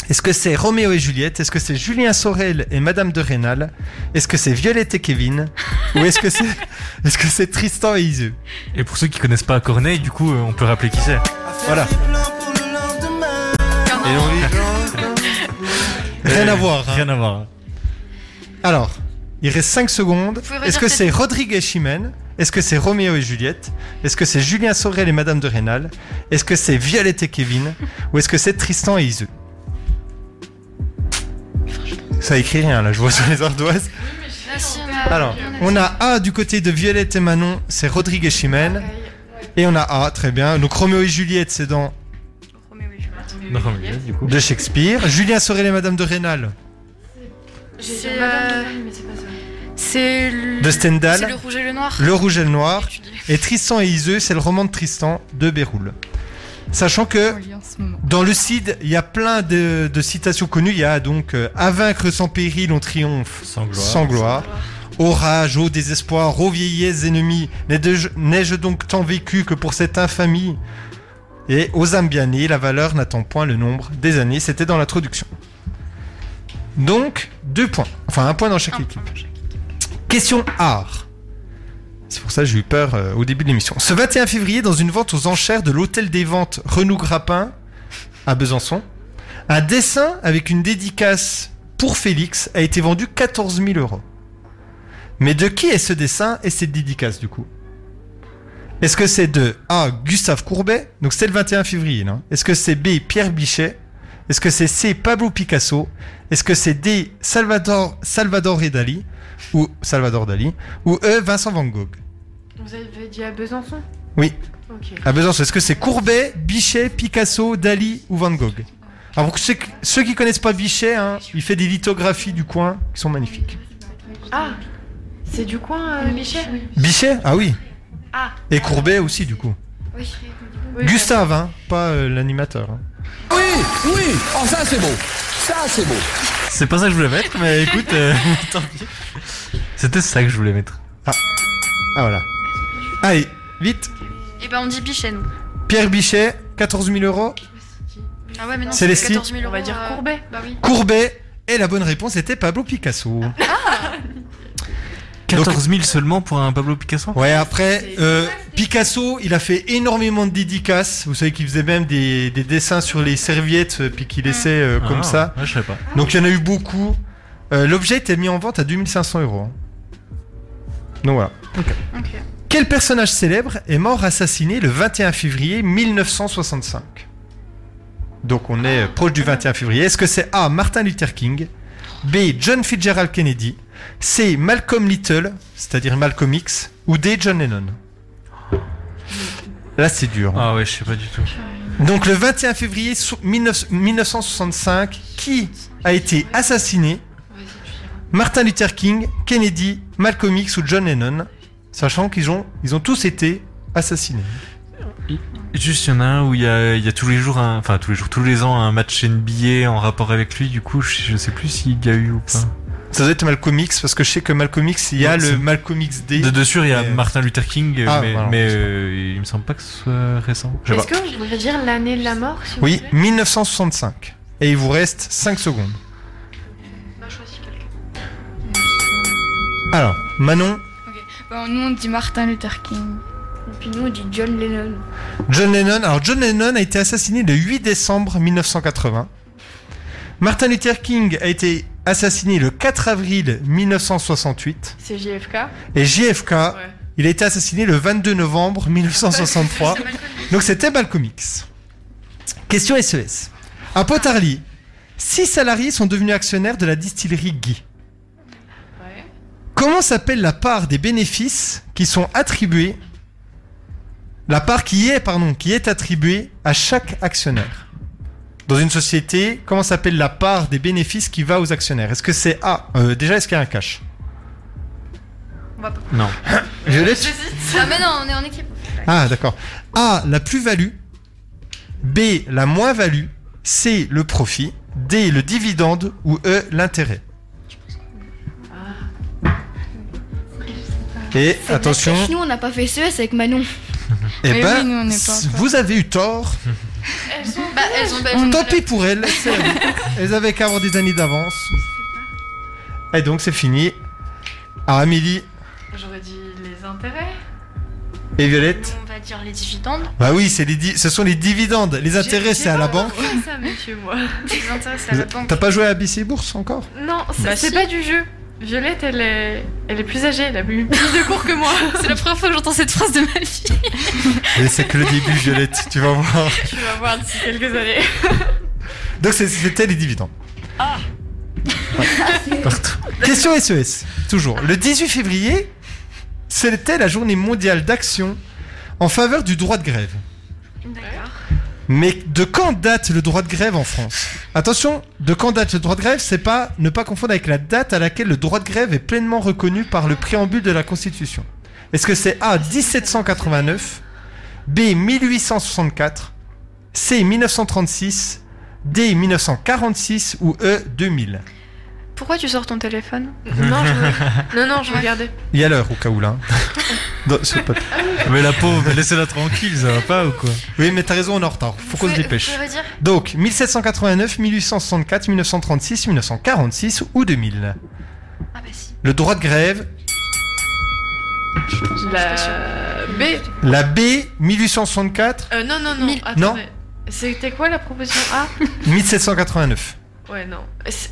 [SPEAKER 1] Est-ce que c'est Roméo et Juliette Est-ce que c'est Julien Sorel et Madame de Rênal Est-ce que c'est Violette et Kevin Ou est-ce que c'est est-ce que c'est Tristan et Iseux
[SPEAKER 2] Et pour ceux qui connaissent pas Corneille, du coup, euh, on peut rappeler qui c'est. Euh,
[SPEAKER 1] Voilà.
[SPEAKER 2] Et
[SPEAKER 1] Rien à voir. hein.
[SPEAKER 2] Rien à voir.
[SPEAKER 1] Alors, il reste 5 secondes.
[SPEAKER 4] pouvez redire
[SPEAKER 1] Est-ce que
[SPEAKER 4] cette-
[SPEAKER 1] c'est Rodrigue et Chimène Est-ce que c'est Roméo et Juliette Est-ce que c'est Julien Sorel et Madame de Rênal Est-ce que c'est Violette et Kevin Ou est-ce que c'est Tristan et Iseux Ça écrit rien là, je vois sur les ardoises.
[SPEAKER 4] Ah
[SPEAKER 1] Alors, on a A du côté de Violette et Manon, c'est Rodrigue et
[SPEAKER 4] Ah,
[SPEAKER 1] Chimène. Et on a A, très bien. Donc Roméo et Juliette, c'est dans de Shakespeare. Julien Sorel et Madame de Rênal,
[SPEAKER 17] C'est
[SPEAKER 4] euh, C'est le...
[SPEAKER 1] de Stendhal.
[SPEAKER 4] C'est le rouge et le noir.
[SPEAKER 1] Le Rouge et le Noir. Et Tristan et Iseux, c'est le roman de Tristan de Béroul. Sachant que dans le Cid, il y a plein de, de citations connues. Il y a donc euh, À vaincre sans péril, on triomphe sans
[SPEAKER 2] gloire.
[SPEAKER 1] gloire. Orage, ô désespoir, ô vieillesse ennemies, n'ai-je n'ai-je donc tant vécu que pour cette infamie Et aux âmes bien nées, la valeur n'attend point le nombre des années. C'était dans l'introduction. Donc, deux points. Enfin, un point dans chaque équipe. Question art. C'est pour ça que j'ai eu peur euh, au début de l'émission. Ce 21 février, dans une vente aux enchères de l'hôtel des ventes Renou Grappin à Besançon, un dessin avec une dédicace pour Félix a été vendu 14 000 euros. Mais de qui est ce dessin et cette dédicace du coup Est-ce que c'est de A. Gustave Courbet, donc c'est le 21 février, non Est-ce que c'est B. Pierre Bichet Est-ce que c'est C. Pablo Picasso Est-ce que c'est D. Salvador, Salvador et Dali Ou Salvador Dali Ou E. Vincent Van Gogh
[SPEAKER 17] Vous avez dit à Besançon
[SPEAKER 1] Oui.
[SPEAKER 17] Ok.
[SPEAKER 1] À Besançon, est-ce que c'est Courbet, Bichet, Picasso, Dali ou Van Gogh Alors pour ceux, ceux qui connaissent pas Bichet, hein, il fait des lithographies du coin qui sont magnifiques.
[SPEAKER 17] Ah C'est du coin, euh, Michel
[SPEAKER 1] Bichet Ah oui.
[SPEAKER 17] Ah.
[SPEAKER 1] Et Courbet aussi du coup.
[SPEAKER 17] Oui.
[SPEAKER 1] Gustave, hein, pas euh, l'animateur. hein.
[SPEAKER 13] Oui, oui, oh ça c'est beau, ça c'est beau.
[SPEAKER 2] C'est pas ça que je voulais mettre, mais écoute, euh, tant pis. C'était ça que je voulais mettre.
[SPEAKER 1] Ah, ah voilà. Allez, vite.
[SPEAKER 4] Et ben on dit Bichet, nous.
[SPEAKER 1] Pierre Bichet, 14 000 euros.
[SPEAKER 4] Ah ouais, mais non, c'est
[SPEAKER 1] Célestine.
[SPEAKER 4] 14 000
[SPEAKER 17] On
[SPEAKER 4] euros.
[SPEAKER 17] va dire
[SPEAKER 4] euh,
[SPEAKER 17] Courbet.
[SPEAKER 4] Bah oui.
[SPEAKER 1] Courbet. Et la bonne réponse était Pablo Picasso.
[SPEAKER 2] 14 000 seulement pour un Pablo Picasso
[SPEAKER 1] Ouais, après, euh, Picasso, il a fait énormément de dédicaces. Vous savez qu'il faisait même des, des dessins sur les serviettes, euh, puis qu'il laissait euh, comme
[SPEAKER 2] Ah,
[SPEAKER 1] ça.
[SPEAKER 2] ouais, je savais pas.
[SPEAKER 1] Donc il y en a eu beaucoup. Euh, L'objet était mis en vente à 2500 euros. hein. Donc voilà. Quel personnage célèbre est mort assassiné le 21 février 1965 Donc on est euh, proche du 21 février. Est-ce que c'est A. Martin Luther King B. John Fitzgerald Kennedy C. Malcolm Little, c'est-à-dire Malcolm X Ou D. John Lennon Là c'est dur. hein.
[SPEAKER 2] Ah ouais, je sais pas du tout.
[SPEAKER 1] Donc le 21 février sou- 19- 1965, qui a été assassiné Martin Luther King, Kennedy, Malcolm X ou John Lennon, sachant qu'ils ont, ils ont tous été assassinés.
[SPEAKER 2] Juste, il y en a un où il y a, il y a tous les jours, un- enfin tous les jours, tous les ans, un match NBA en rapport avec lui. Du coup, je, je sais plus s'il y a eu ou pas.
[SPEAKER 1] Ça doit être Malcolm X, parce que je sais que Malcolm X, il y a
[SPEAKER 2] Ah. Ouais, c'est-
[SPEAKER 1] le Malcolm X Day.
[SPEAKER 2] De, de sûr, il y a
[SPEAKER 1] mais-
[SPEAKER 2] Martin Luther King,
[SPEAKER 1] Ah,
[SPEAKER 2] mais,
[SPEAKER 1] voilà.
[SPEAKER 2] mais, euh, il me semble pas que ce soit récent. Je sais
[SPEAKER 17] Est-ce
[SPEAKER 2] pas.
[SPEAKER 17] que vous pouvez dire l'année de la mort s'il vous
[SPEAKER 1] Oui,
[SPEAKER 17] plaît
[SPEAKER 1] 1965. Et il vous reste 5 secondes. Alors, Manon,
[SPEAKER 6] Bon, nous, on dit Martin Luther King.
[SPEAKER 5] Et puis nous, on dit John Lennon.
[SPEAKER 1] John Lennon. Alors, John Lennon a été assassiné le 8 décembre 1980. Martin Luther King a été assassiné le 4 avril 1968.
[SPEAKER 17] C'est JFK.
[SPEAKER 1] Et JFK, il a été assassiné le 22 novembre 1963. Donc c'était Malcolm X. Question E SES. À Potarly, six salariés sont devenus actionnaires de la distillerie Guy. Comment s'appelle la part des bénéfices qui sont attribués la part qui est pardon, qui est attribuée à chaque actionnaire dans une société, comment s'appelle la part des bénéfices qui va aux actionnaires Est-ce que c'est A euh, Déjà, est-ce qu'il y a un cash
[SPEAKER 2] Non.
[SPEAKER 1] Violette
[SPEAKER 11] Ah, mais non, on est en équipe.
[SPEAKER 1] Ah, d'accord. A, la plus-value. B, la moins-value. C, le profit. D, le dividende. Ou E, l'intérêt.
[SPEAKER 5] Ah.
[SPEAKER 1] Et
[SPEAKER 5] Faites la
[SPEAKER 1] attention,
[SPEAKER 5] triche, nous, on n'a pas fait
[SPEAKER 18] E
[SPEAKER 5] CES avec Manon.
[SPEAKER 1] eh
[SPEAKER 5] Mais
[SPEAKER 1] ben,
[SPEAKER 5] oui, nous, on n'est pas encore.
[SPEAKER 1] vous avez eu tort.
[SPEAKER 17] Elles sont
[SPEAKER 11] Bah, elles ont-
[SPEAKER 1] Tant pis pour elles. c'est à vous. elles avaient qu'à avoir des années d'avance. Et donc, c'est fini. Ah, Amélie
[SPEAKER 17] J'aurais dit les intérêts.
[SPEAKER 1] et Violette.
[SPEAKER 4] On va dire les dividendes.
[SPEAKER 1] Bah oui, c'est les di- ce sont les dividendes. Les intérêts, c'est à la banque.
[SPEAKER 17] ça, monsieur, moi.
[SPEAKER 4] Les intérêts, c'est
[SPEAKER 1] T'as pas joué à ABC Bourse encore
[SPEAKER 17] Non, c'est
[SPEAKER 4] Bah
[SPEAKER 17] c'est
[SPEAKER 4] si.
[SPEAKER 17] pas du jeu. Violette, elle est, elle est plus âgée, elle a eu plus de cours que moi.
[SPEAKER 4] C'est la première fois que j'entends cette phrase de ma vie.
[SPEAKER 1] Mais c'est que le début, Violette, tu vas voir.
[SPEAKER 17] Tu vas voir d'ici quelques années.
[SPEAKER 1] Donc c'est- c'était les dividendes. Ouais. Partout. Question SES, toujours. Le 18 février, c'était la journée mondiale d'action en faveur du droit de grève.
[SPEAKER 4] D'accord.
[SPEAKER 1] Mais de quand date le droit de grève en France Attention, de quand date le droit de grève, c'est pas ne pas confondre avec la date à laquelle le droit de grève est pleinement reconnu par le préambule de la Constitution. Est-ce que c'est A 1789, B 1864, C 1936, D 1946 ou E 2000
[SPEAKER 4] Pourquoi tu sors ton téléphone
[SPEAKER 17] Non, je, non, non, je regardais.
[SPEAKER 1] Il y a l'heure au cas où là. hein. Non, c'est pas-
[SPEAKER 2] Mais la pauvre, laissez-la tranquille, ça va pas ou quoi
[SPEAKER 1] Oui, mais t'as raison, on est en retard. Faut qu'on se
[SPEAKER 4] Vous-
[SPEAKER 1] dépêche.
[SPEAKER 4] vous pouvez redire
[SPEAKER 1] Donc, 1789, 1864, 1936, 1946 ou 2000
[SPEAKER 4] Ah bah si.
[SPEAKER 1] Le droit de grève,
[SPEAKER 17] La B.
[SPEAKER 1] la B, 1864,
[SPEAKER 17] Euh, non, non, non.
[SPEAKER 1] Non.
[SPEAKER 17] Attendez. C'était quoi la proposition A
[SPEAKER 1] 1789.
[SPEAKER 17] Ouais, non. C'est-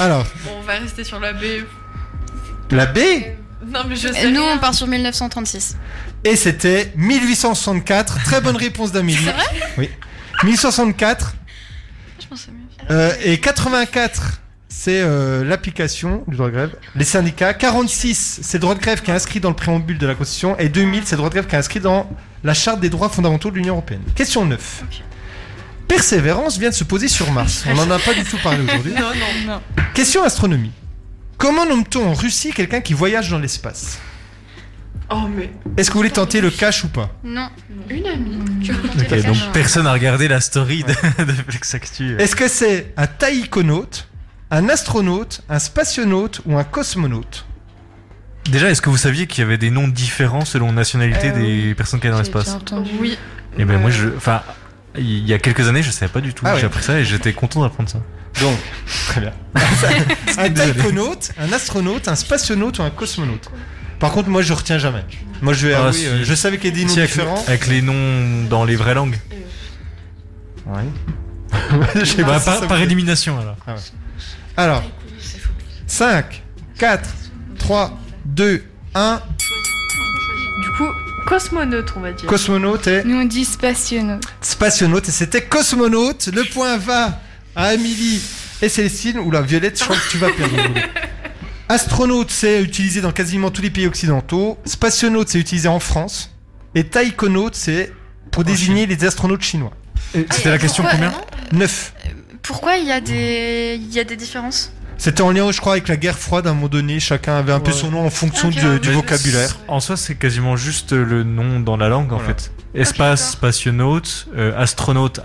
[SPEAKER 1] Alors,
[SPEAKER 17] Bon, on va rester sur la B.
[SPEAKER 1] la B,
[SPEAKER 17] Non, mais je
[SPEAKER 4] Et
[SPEAKER 17] sais.
[SPEAKER 4] Nous,
[SPEAKER 17] rien.
[SPEAKER 4] on part sur 1936.
[SPEAKER 1] et c'était 1864. Très bonne réponse d'Amélie.
[SPEAKER 4] C'est vrai
[SPEAKER 1] Oui. 1064
[SPEAKER 4] Je pensais mieux.
[SPEAKER 1] euh, et 84. C'est euh, l'application du droit de grève. Les syndicats. 46, c'est le droit de grève qui est inscrit dans le préambule de la Constitution. Et 2000, c'est le droit de grève qui est inscrit dans la Charte des droits fondamentaux de l'Union européenne. Question 9. Persévérance vient de se poser sur Mars. On n'en a pas du tout parlé aujourd'hui.
[SPEAKER 17] Non, non, non.
[SPEAKER 1] Question astronomie. Comment nomme-t-on en Russie quelqu'un qui voyage dans l'espace
[SPEAKER 17] Oh, mais.
[SPEAKER 1] Est-ce que vous voulez tenter le cash ou pas
[SPEAKER 4] Non.
[SPEAKER 17] Une amie.
[SPEAKER 4] Tu veux compter
[SPEAKER 2] Ok,
[SPEAKER 4] le
[SPEAKER 2] donc
[SPEAKER 4] cash
[SPEAKER 2] personne n'a regardé la story de, de Flex Actu.
[SPEAKER 1] Est-ce que c'est un taïkonaute, un astronaute, un spationaute ou un cosmonaute
[SPEAKER 2] Déjà, est-ce que vous saviez qu'il y avait des noms différents selon la nationalité
[SPEAKER 1] Euh,
[SPEAKER 2] des personnes qui allaient dans l'espace
[SPEAKER 17] Oui.
[SPEAKER 2] Et ben moi, je, enfin, il y a quelques années, je savais pas du tout.
[SPEAKER 1] Ah
[SPEAKER 2] J'ai
[SPEAKER 1] ouais.
[SPEAKER 2] appris ça et j'étais content d'apprendre ça.
[SPEAKER 1] Donc, très bien. Un
[SPEAKER 2] Désolé.
[SPEAKER 1] taïkonaute, un astronaute, un spationaute ou un cosmonaute Par contre, moi je retiens jamais. Moi je vais
[SPEAKER 2] Ah,
[SPEAKER 1] avouer,
[SPEAKER 2] si.
[SPEAKER 1] euh, je savais qu'il y avait des
[SPEAKER 2] Si,
[SPEAKER 1] noms
[SPEAKER 2] avec-
[SPEAKER 1] différents.
[SPEAKER 2] Avec les noms dans les vraies langues.
[SPEAKER 1] Ouais.
[SPEAKER 2] Je sais
[SPEAKER 1] Bah,
[SPEAKER 2] pas,
[SPEAKER 1] si ça
[SPEAKER 2] par,
[SPEAKER 1] vous
[SPEAKER 2] par
[SPEAKER 1] plaît.
[SPEAKER 2] élimination alors.
[SPEAKER 1] Ah ouais. Alors, 5, 4, 3, 2, 1.
[SPEAKER 17] Du coup, cosmonaute, on va dire.
[SPEAKER 1] Cosmonaute et
[SPEAKER 6] Nous, on dit spationaute.
[SPEAKER 1] spationaute. Et c'était cosmonaute. Le point va à Amélie et Célestine. Oula, Violette, je crois que tu vas perdre. aujourd'hui. Astronaute, c'est utilisé dans quasiment tous les pays occidentaux. Spationaute, c'est utilisé en France. Et taïkonaute, c'est pour désigner les astronautes chinois.
[SPEAKER 4] c'était la question pourquoi- combien
[SPEAKER 1] 9.
[SPEAKER 4] Pourquoi il y, a des... il y a des différences
[SPEAKER 1] C'était en lien, je crois, avec la guerre froide à un moment donné. Chacun avait un peu son nom en fonction du, du
[SPEAKER 2] Mais
[SPEAKER 1] vocabulaire.
[SPEAKER 2] c- En soi, c'est quasiment juste le nom dans la langue, en
[SPEAKER 1] Voilà.
[SPEAKER 2] fait. Espace, spationaute, euh, astronaute,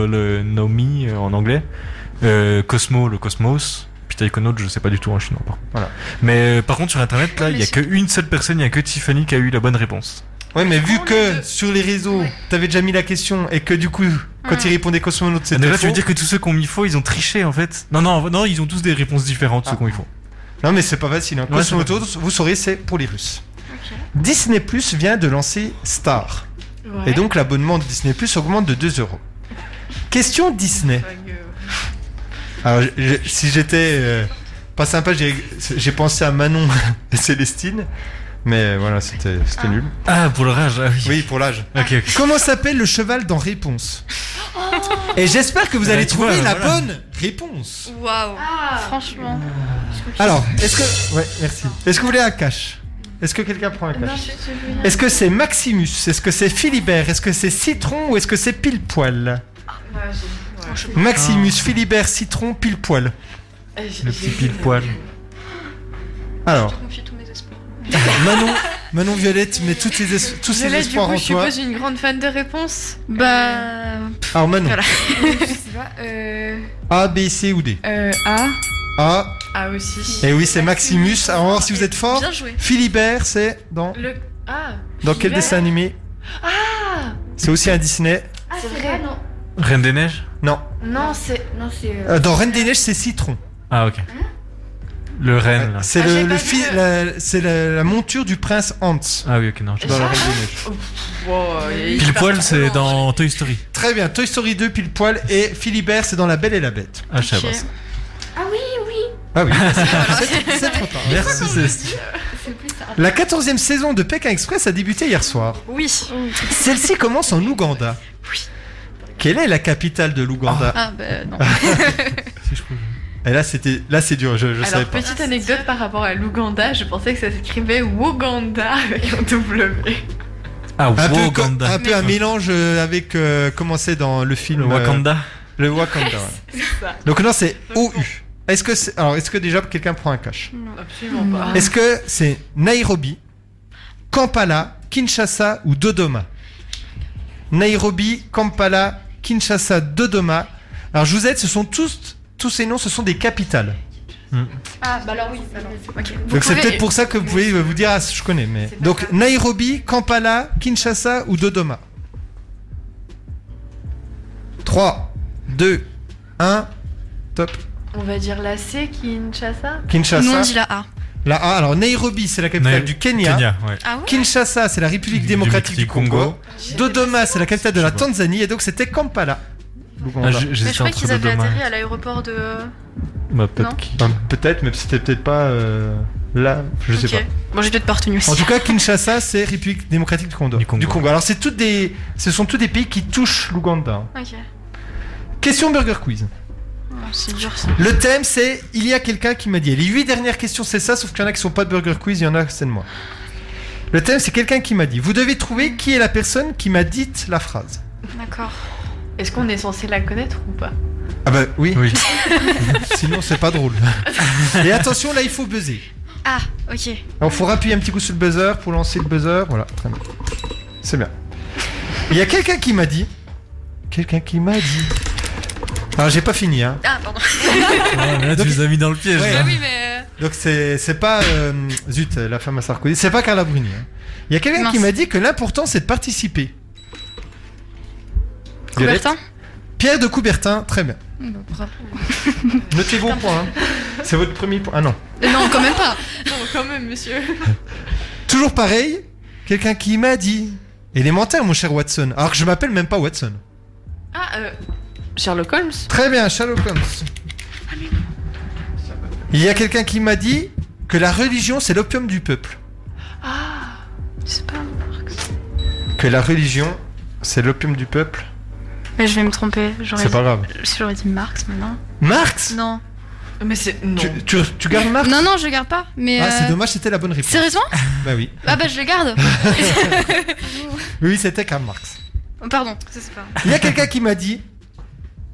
[SPEAKER 2] astronomie euh, en anglais, euh, cosmo, le cosmos, puis taïkonaute, je sais pas du tout en chinois. par contre. Voilà. Mais euh, par contre, sur internet, là, il y a qu'une seule personne, il y a que Tiffany qui a eu la bonne réponse.
[SPEAKER 1] Ouais, mais vu que sur les réseaux, t'avais déjà mis la question et que du coup, quand il répondait cosmonaute,
[SPEAKER 2] Ah,
[SPEAKER 1] c'était.
[SPEAKER 2] mais là, tu veux
[SPEAKER 1] faux.
[SPEAKER 2] dire que tous ceux qui ont mis faux, ils ont triché, en fait Non, non, non, ils ont tous des réponses différentes, ceux qui ont mis faux.
[SPEAKER 1] Ah. Non, mais c'est pas facile. hein.
[SPEAKER 2] Ouais, c'est
[SPEAKER 1] Cosmonaute, vous saurez, c'est pour les Russes. Disney Plus vient de lancer Star.
[SPEAKER 17] Ouais.
[SPEAKER 1] Et donc, l'abonnement de Disney Plus augmente de 2 euros. Question Disney. Alors, je- je- si j'étais euh, pas sympa, j'ai j'ai pensé à Manon et Célestine. Mais euh, voilà, c'était c'était nul.
[SPEAKER 2] Ah, pour l'orage, ah oui.
[SPEAKER 1] Oui, pour l'âge. Comment s'appelle le cheval dans Réponse
[SPEAKER 4] Oh.
[SPEAKER 1] Et j'espère que vous
[SPEAKER 2] Ah,
[SPEAKER 1] allez
[SPEAKER 2] tu
[SPEAKER 1] trouver
[SPEAKER 2] vois,
[SPEAKER 1] la
[SPEAKER 2] voilà.
[SPEAKER 1] bonne réponse.
[SPEAKER 3] Waouh!
[SPEAKER 17] Ah.
[SPEAKER 3] Franchement.
[SPEAKER 1] Alors, est-ce que. Ouais, merci. Est-ce que vous voulez un cash Est-ce que quelqu'un
[SPEAKER 4] Eh
[SPEAKER 1] prend un
[SPEAKER 4] ben,
[SPEAKER 3] Non,
[SPEAKER 1] cash
[SPEAKER 3] je- je veux
[SPEAKER 1] Est-ce que c'est Maximus Est-ce que c'est Philibert Est-ce que c'est Citron Ou est-ce que c'est Pile Poil Maximus, Philibert, Citron, Pile Poil.
[SPEAKER 2] Le petit pile poil.
[SPEAKER 1] Alors,
[SPEAKER 3] J'ai tous mes espoirs.
[SPEAKER 1] Manon, Manon Violette met toutes ses es- tous ses
[SPEAKER 17] Violette, du
[SPEAKER 1] espoirs
[SPEAKER 17] coup,
[SPEAKER 1] en
[SPEAKER 17] je
[SPEAKER 1] toi. Ah,
[SPEAKER 17] suppose une grande fan de réponses Euh,
[SPEAKER 3] Bah.
[SPEAKER 1] Alors Manon,
[SPEAKER 17] Voilà.
[SPEAKER 6] je sais pas. Euh,
[SPEAKER 1] A, B, C ou D
[SPEAKER 6] euh, A.
[SPEAKER 1] A.
[SPEAKER 17] Ah, aussi.
[SPEAKER 1] Et oui, c'est Maximus. Alors, on va voir si vous êtes fort.
[SPEAKER 17] Bien joué.
[SPEAKER 1] Philibert, c'est dans,
[SPEAKER 17] Le. Ah!
[SPEAKER 1] dans quel
[SPEAKER 17] Philibert.
[SPEAKER 1] dessin animé
[SPEAKER 17] Ah!
[SPEAKER 1] C'est aussi un Disney.
[SPEAKER 17] Ah, c'est vrai, non.
[SPEAKER 2] Reine des Neiges
[SPEAKER 1] Non.
[SPEAKER 17] Non, c'est. Non, c'est.
[SPEAKER 1] Euh, Dans Reine des Neiges, c'est Citron.
[SPEAKER 2] Ah, ok. Le renne, là.
[SPEAKER 17] Ah,
[SPEAKER 1] C'est le, le fi- la, c'est la, la monture du prince Hans.
[SPEAKER 2] Ah oui, ok, non. je-
[SPEAKER 1] Dans la Reine des Neiges.
[SPEAKER 17] Ah,
[SPEAKER 2] Pile poil, c'est dans Toy Story.
[SPEAKER 1] Très bien, Toy Story 2 pile poil et Philibert c'est dans La Belle et la Bête.
[SPEAKER 2] Ah, je savais pas ça.
[SPEAKER 6] Ah oui, oui.
[SPEAKER 1] Ah oui. C'est- c'est trop tard.
[SPEAKER 2] Merci, Célestine.
[SPEAKER 6] C'est plus tard.
[SPEAKER 1] La 14e saison de Pékin Express a débuté hier soir.
[SPEAKER 3] Oui.
[SPEAKER 1] Celle-ci commence en Ouganda. Quelle est la capitale de l'Ouganda
[SPEAKER 17] Ah, bah non.
[SPEAKER 1] Et là c'était là c'est dur, je, je savais
[SPEAKER 17] Alors,
[SPEAKER 1] pas.
[SPEAKER 17] petite anecdote par rapport à l'Ouganda, je pensais que ça s'écrivait Woganda avec un W.
[SPEAKER 2] Ah,
[SPEAKER 1] un peu, co-
[SPEAKER 2] Waganda.
[SPEAKER 1] un peu un mélange euh, avec euh, comment c'est dans le film
[SPEAKER 2] Le Wakanda.
[SPEAKER 1] euh, le Wakanda. ouais. Donc non, c'est OU. Est-ce que c'est- alors est-ce que déjà quelqu'un prend un cash
[SPEAKER 17] Non, absolument pas.
[SPEAKER 1] Est-ce que c'est Nairobi, Kampala, Kinshasa ou Dodoma Nairobi, Kampala, Kinshasa, Dodoma. Alors je vous aide, ce sont tous tous ces noms, ce sont des capitales.
[SPEAKER 17] Ah, bah alors oui. Ok. Vous
[SPEAKER 1] Donc c'est
[SPEAKER 17] pouvez-
[SPEAKER 1] peut-être pour ça que vous pouvez euh, vous dire ah je connais mais donc Nairobi, Kampala, Kinshasa ou Dodoma. 3 2 1 top.
[SPEAKER 17] On va dire la C, Kinshasa
[SPEAKER 1] Kinshasa.
[SPEAKER 17] Non,
[SPEAKER 1] Non,
[SPEAKER 17] on
[SPEAKER 1] on
[SPEAKER 17] dit
[SPEAKER 1] dit
[SPEAKER 17] la A.
[SPEAKER 1] La A, alors Nairobi, c'est la capitale
[SPEAKER 2] Nai-
[SPEAKER 1] du Kenya.
[SPEAKER 2] Kenya, ouais.
[SPEAKER 17] Ah ouais
[SPEAKER 1] Kinshasa, c'est la République démocratique du Congo.
[SPEAKER 2] Congo.
[SPEAKER 1] Dodoma, c'est la capitale de la Tanzanie. Et donc, c'était Kampala.
[SPEAKER 2] Ah, j- j'hésitais
[SPEAKER 4] Mais je crois
[SPEAKER 2] entre
[SPEAKER 4] qu'ils
[SPEAKER 2] le
[SPEAKER 4] avaient
[SPEAKER 2] dommage.
[SPEAKER 4] atterri à l'aéroport de.
[SPEAKER 2] Bah,
[SPEAKER 4] Non.
[SPEAKER 2] peut-être qu'il-
[SPEAKER 1] Enfin, peut-être, mais c'était peut-être pas euh, là, je sais
[SPEAKER 4] Ok. Bon, j'ai peut-être pas retenu
[SPEAKER 1] pas. En tout cas, Kinshasa, c'est République démocratique du Congo. Du Congo. Alors, c'est toutes des, ce sont tous des pays qui touchent l'Ouganda.
[SPEAKER 4] Ok.
[SPEAKER 1] Ah. Question Burger Quiz.
[SPEAKER 4] Bon, C'est dur ça.
[SPEAKER 1] Le thème, c'est il y a quelqu'un qui m'a dit. Les huit dernières questions, c'est ça, sauf qu'il y en a qui sont pas de Burger Quiz, il y en a, c'est de moi. Le thème, c'est quelqu'un qui m'a dit. Vous devez trouver qui est la personne qui m'a dit la phrase.
[SPEAKER 17] D'accord. Est-ce qu'on est censé la connaître ou pas
[SPEAKER 1] Ah bah oui. Sinon, c'est pas drôle. Et attention, là, il faut buzzer.
[SPEAKER 4] Ah, ok.
[SPEAKER 1] Alors, faut appuyer un petit coup sur le buzzer pour lancer le buzzer. Voilà, très bien. C'est bien. Il y a quelqu'un qui m'a dit. Quelqu'un qui m'a dit. Alors, j'ai pas fini, hein.
[SPEAKER 4] Ah, pardon.
[SPEAKER 2] là, tu les as mis dans le piège.
[SPEAKER 1] Ouais.
[SPEAKER 2] là.
[SPEAKER 4] oui, mais. euh,
[SPEAKER 1] Donc, c'est c'est pas. euh, zut, la femme à Sarkozy. C'est pas Carla Bruni. hein. Il y a quelqu'un
[SPEAKER 4] Mince.
[SPEAKER 1] qui m'a dit que l'important, c'est de participer. Violette
[SPEAKER 4] Coubertin
[SPEAKER 1] Pierre de Coubertin, très bien. Notez vos points. hein. C'est votre premier point. Ah non.
[SPEAKER 4] Non, quand même pas.
[SPEAKER 17] Euh, Non, quand même, monsieur.
[SPEAKER 1] Toujours pareil, quelqu'un qui m'a dit élémentaire, mon cher Watson. Alors que je m'appelle même pas Watson.
[SPEAKER 17] Ah, euh, Sherlock Holmes
[SPEAKER 1] Très bien, Sherlock Holmes. Il y a quelqu'un qui m'a dit que la religion c'est l'opium du peuple.
[SPEAKER 17] Ah, c'est pas
[SPEAKER 1] Que la religion c'est l'opium du peuple.
[SPEAKER 4] Mais je vais me tromper. j'aurais
[SPEAKER 1] C'est
[SPEAKER 4] dit-
[SPEAKER 1] pas grave.
[SPEAKER 4] J'aurais dit Marx maintenant.
[SPEAKER 1] Marx
[SPEAKER 4] Non.
[SPEAKER 17] Mais c'est. Non.
[SPEAKER 1] Tu, tu- tu gardes Marx
[SPEAKER 4] Non, non, je garde pas. Mais.
[SPEAKER 1] Ah, c'est
[SPEAKER 4] euh,
[SPEAKER 1] dommage, c'était la bonne réponse.
[SPEAKER 4] Sérieusement
[SPEAKER 1] Bah oui.
[SPEAKER 4] Ah, bah je le garde.
[SPEAKER 1] Oui, c'était Karl Marx.
[SPEAKER 4] Oh, Pardon, ça c'est pas.
[SPEAKER 1] Il y a quelqu'un qui m'a dit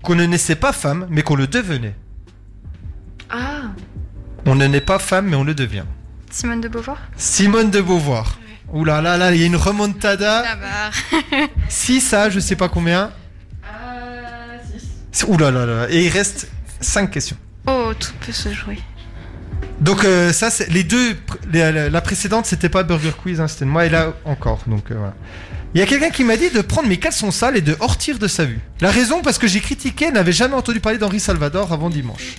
[SPEAKER 1] qu'on ne naissait pas femme, mais qu'on le devenait.
[SPEAKER 3] Ah,
[SPEAKER 1] On ne naît pas femme, mais on le devient.
[SPEAKER 3] Simone de Beauvoir
[SPEAKER 1] Simone de Beauvoir. Ouh là là là, il y a une remontada.
[SPEAKER 3] La barre.
[SPEAKER 1] 6 à je sais pas combien. Ouh là là là. Et il reste 5 questions.
[SPEAKER 3] oh, tout peut se jouer.
[SPEAKER 1] Donc euh, ça, c'est- les deux, pr- les- la- la précédente, c'était pas Burger Quiz, hein, c'était de moi et là encore. Donc euh, voilà. Il y a quelqu'un qui m'a dit de prendre mes caleçons sales et de hortir de sa vue. La raison, parce que j'ai critiqué, n'avait jamais entendu parler d'Henri Salvador avant dimanche.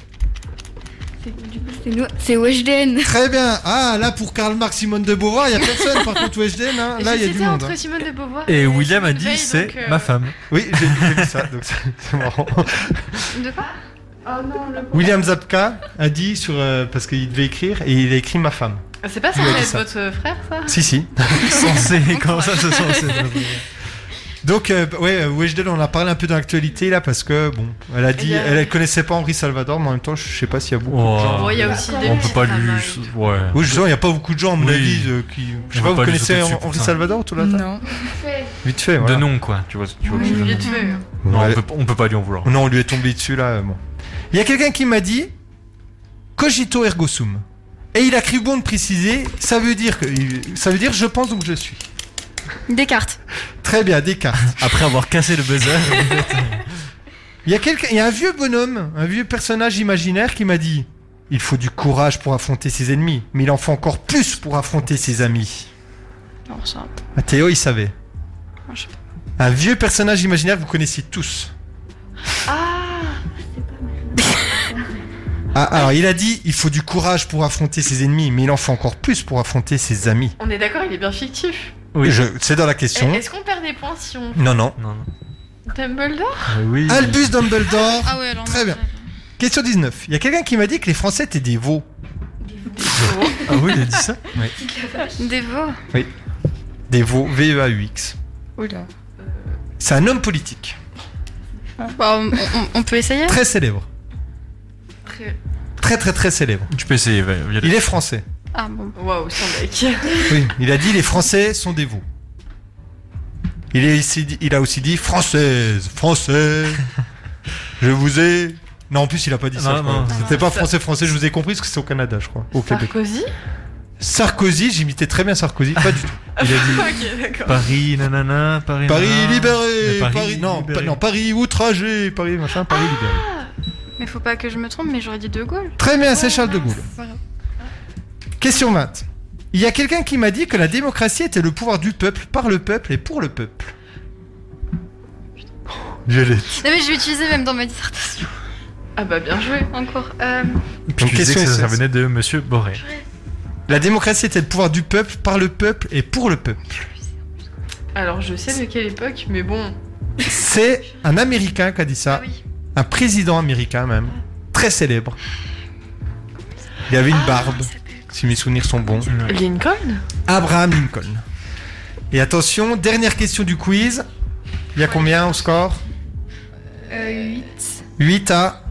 [SPEAKER 5] C'est nous- C'est Weshden.
[SPEAKER 1] Très bien. Ah là, pour Karl Marx, Simone de Beauvoir, il y a personne. Par contre, Weshden, hein, là, il y a du
[SPEAKER 3] J'hésitais
[SPEAKER 1] monde.
[SPEAKER 3] entre
[SPEAKER 1] hein.
[SPEAKER 3] Simone de Beauvoir
[SPEAKER 1] Et
[SPEAKER 2] William a dit,
[SPEAKER 3] Veil,
[SPEAKER 2] c'est
[SPEAKER 3] donc, euh,
[SPEAKER 2] ma femme.
[SPEAKER 1] Oui, j'ai j'ai vu ça, donc c'est c'est marrant.
[SPEAKER 3] De quoi
[SPEAKER 17] Ah,
[SPEAKER 3] Oh non, le
[SPEAKER 1] William Zabka a dit sur euh, parce qu'il devait écrire et il a écrit ma femme.
[SPEAKER 2] Ah,
[SPEAKER 17] Ah, C'est pas
[SPEAKER 1] Il a dit
[SPEAKER 17] censé être
[SPEAKER 1] ça.
[SPEAKER 17] votre frère, ça
[SPEAKER 1] Si si.
[SPEAKER 2] Censé, comment ça, c'est censé
[SPEAKER 1] Donc euh, bah, ouais, euh, Weshden, on a parlé un peu d'actualité là parce que bon, elle a dit,
[SPEAKER 17] Il y a-
[SPEAKER 1] elle connaissait pas Henri Salvador, mais en même temps, je sais pas s'il y a beaucoup.
[SPEAKER 2] Oh,
[SPEAKER 1] de gens.
[SPEAKER 2] Bon, il y a aussi des on peut petites pas lui- travails. ouais.
[SPEAKER 1] Oui, justement, il y a pas beaucoup de gens, à mon
[SPEAKER 2] Oui.
[SPEAKER 1] avis, euh, qui. Je sais
[SPEAKER 2] On peut
[SPEAKER 1] pas, vous
[SPEAKER 2] pas lui
[SPEAKER 1] connaissez
[SPEAKER 2] sauter dessus
[SPEAKER 1] Henri
[SPEAKER 2] pour ça.
[SPEAKER 1] Salvador tout là
[SPEAKER 17] Non.
[SPEAKER 1] Vite fait.
[SPEAKER 2] De
[SPEAKER 1] Voilà.
[SPEAKER 2] nom, quoi. Tu vois, tu vois ce que je veux dire.
[SPEAKER 4] hein.
[SPEAKER 2] Non, on peut, on peut pas lui en vouloir.
[SPEAKER 1] Non, on lui est tombé dessus là. euh, bon. Il y a quelqu'un qui m'a dit cogito ergo sum. Et il a cru bon de préciser, ça veut dire que ça veut dire je pense donc je suis.
[SPEAKER 4] Descartes.
[SPEAKER 1] Très bien, Descartes. Ah,
[SPEAKER 2] Après avoir cassé le buzzer.
[SPEAKER 1] Il y a quelqu'un, il y a un vieux bonhomme, un vieux personnage imaginaire qui m'a dit il faut du courage pour affronter ses ennemis, mais il en faut encore plus pour affronter ses amis.
[SPEAKER 3] Non, ça.
[SPEAKER 1] Ah, Théo, il savait.
[SPEAKER 3] Ah, je sais
[SPEAKER 1] Un vieux personnage imaginaire que vous connaissez tous. Ah, alors il a dit il faut du courage pour affronter ses ennemis, mais il en faut encore plus pour affronter ses amis.
[SPEAKER 17] On est d'accord, il est bien fictif.
[SPEAKER 1] Oui, je, c'est dans la question.
[SPEAKER 17] Eh, Est-ce qu'on perd des points si on.
[SPEAKER 1] Non, non.
[SPEAKER 17] Dumbledore
[SPEAKER 1] Oui. Albus Dumbledore.
[SPEAKER 17] Ah ouais, alors non,
[SPEAKER 1] Très bien. Question 19. Il y a quelqu'un qui m'a dit que les Français étaient des veaux. ah oui, il a dit ça Oui.
[SPEAKER 4] Des veaux.
[SPEAKER 1] Oui. Des veaux, E V-E-A-U-X.
[SPEAKER 4] Oula.
[SPEAKER 1] C'est un homme politique,
[SPEAKER 4] Bah, on, on- on peut
[SPEAKER 17] Ah.
[SPEAKER 4] essayer
[SPEAKER 1] très célèbre.
[SPEAKER 4] Très-
[SPEAKER 1] Très, très, très célèbre.
[SPEAKER 2] Tu peux essayer, va- viens.
[SPEAKER 1] Il est français.
[SPEAKER 4] Ah bon.
[SPEAKER 17] Waouh, sans bec.
[SPEAKER 1] Oui, il a dit les Français sont des veaux. Il, est ici- il a aussi dit française, français, je vous ai. Non, en plus, il a pas dit ça.
[SPEAKER 2] Non,
[SPEAKER 1] je crois.
[SPEAKER 2] non,
[SPEAKER 1] C'était pas
[SPEAKER 2] ça-
[SPEAKER 1] français, français, je vous ai compris parce que c'est au Canada, je crois. Au Québec.
[SPEAKER 17] Sarkozy
[SPEAKER 1] Sarkozy, j'imitais très bien Sarkozy, pas du tout.
[SPEAKER 2] Il a dit
[SPEAKER 17] Ok, d'accord.
[SPEAKER 2] Paris, nanana, Paris.
[SPEAKER 1] Paris
[SPEAKER 2] nanana.
[SPEAKER 1] libéré,
[SPEAKER 2] Mais
[SPEAKER 1] Paris, non,
[SPEAKER 2] libéré.
[SPEAKER 1] pa- non, Paris outragé, Paris machin, Paris
[SPEAKER 17] Ah,
[SPEAKER 1] libéré.
[SPEAKER 4] Mais faut pas que je me trompe, mais j'aurais dit De Gaulle.
[SPEAKER 1] Très bien, c'est Charles de Gaulle.
[SPEAKER 4] Voilà.
[SPEAKER 1] Question 20. Il y a quelqu'un qui m'a dit que la démocratie était le pouvoir du peuple, par le peuple et pour le peuple. Je l'ai.
[SPEAKER 4] Non mais je vais utiliser même dans ma dissertation.
[SPEAKER 17] Ah bah bien joué.
[SPEAKER 4] Encore. euh,
[SPEAKER 2] Puis
[SPEAKER 1] Donc,
[SPEAKER 2] tu disais
[SPEAKER 1] question
[SPEAKER 2] que ça, ça venait
[SPEAKER 1] essentielle.
[SPEAKER 2] de Monsieur Boré.
[SPEAKER 1] La démocratie était le pouvoir du peuple, par le peuple et pour le peuple.
[SPEAKER 17] Alors je sais de quelle époque, mais bon.
[SPEAKER 1] C'est un Américain qui a dit ça. Un président américain même. Très célèbre. Il avait une barbe, si mes souvenirs sont bons.
[SPEAKER 17] Lincoln
[SPEAKER 1] Abraham Lincoln. Et attention, dernière question du quiz. Il y a combien au score
[SPEAKER 17] Euh,
[SPEAKER 6] 8.
[SPEAKER 1] 8 à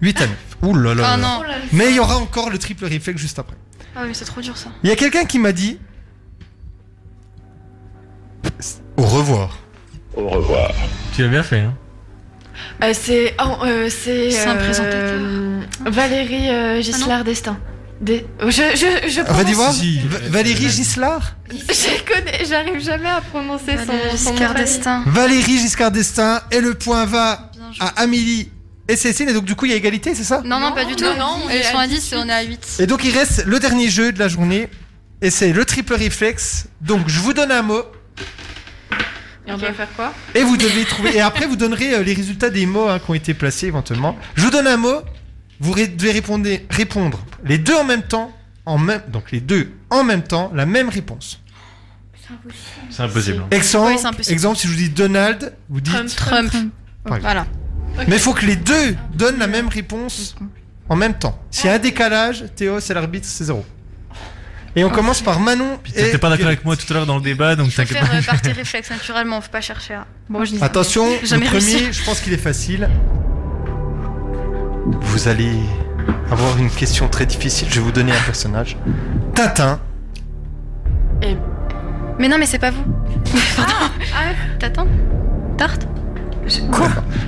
[SPEAKER 1] 8 à 9. Ouh là là.
[SPEAKER 4] Ah
[SPEAKER 1] là là.
[SPEAKER 4] non.
[SPEAKER 1] Mais il y aura encore le triple réflexe juste après.
[SPEAKER 4] Ah mais c'est trop dur ça.
[SPEAKER 1] Il y a quelqu'un qui m'a dit Au revoir.
[SPEAKER 2] Au revoir. Tu l'as bien fait, hein
[SPEAKER 17] Euh, c'est. oh, euh, c'est.
[SPEAKER 4] C'est un présentateur. Ah
[SPEAKER 17] euh, Valérie euh, Giscard d'Estaing. Des- oh, Je, je, je prononce-
[SPEAKER 1] Redis Ah, voir. Va- Valérie Giscard
[SPEAKER 17] Je connais, j'arrive jamais à prononcer son,
[SPEAKER 4] Valérie
[SPEAKER 17] son nom
[SPEAKER 4] Giscard
[SPEAKER 17] de famille.
[SPEAKER 4] d'Estaing.
[SPEAKER 1] Valérie Giscard d'Estaing et le point va à Amélie et Cécile et donc du coup il y a égalité, c'est ça
[SPEAKER 4] Non, non, pas du tout.
[SPEAKER 17] non, non, on
[SPEAKER 4] Elles
[SPEAKER 17] est
[SPEAKER 4] sont
[SPEAKER 17] à
[SPEAKER 4] à 10 et on est à 8.
[SPEAKER 1] Et donc il reste le dernier jeu de la journée et c'est le triple réflexe. Donc je vous donne un mot
[SPEAKER 17] Et on doit faire quoi
[SPEAKER 1] Et vous devez trouver. Et après, vous donnerez euh, les résultats des mots hein, qui ont été placés éventuellement. Je vous donne un mot. Vous ré- devez répondre, répondre les deux en même temps, en même, donc les deux en même temps, la même réponse.
[SPEAKER 2] C'est impossible. hein.
[SPEAKER 1] Exemple,
[SPEAKER 4] Oui, c'est impossible.
[SPEAKER 1] exemple, si je vous dis Donald, vous dites
[SPEAKER 4] Trump.
[SPEAKER 1] Par exemple.
[SPEAKER 4] Voilà.
[SPEAKER 1] Mais il faut que les deux donnent la même réponse en même temps. S'il y a un décalage, Théo, c'est l'arbitre, c'est zéro. Et on commence par Manon. et
[SPEAKER 2] T'étais pas d'accord
[SPEAKER 1] Violette.
[SPEAKER 2] avec moi tout à l'heure dans le débat, donc t'inquiète
[SPEAKER 4] Faire
[SPEAKER 2] pas.
[SPEAKER 4] euh, par tes réflexes naturellement, faut pas chercher à. Bon, je dis ça.
[SPEAKER 1] Attention,
[SPEAKER 4] euh, J'ai jamais
[SPEAKER 1] le premier,
[SPEAKER 4] réussi.
[SPEAKER 1] je pense qu'il est facile. Vous allez avoir une question très difficile. Je vais vous donner un personnage. Tintin.
[SPEAKER 17] Ah,
[SPEAKER 4] Mais non, mais c'est pas vous. Pardon. T'attends Tarte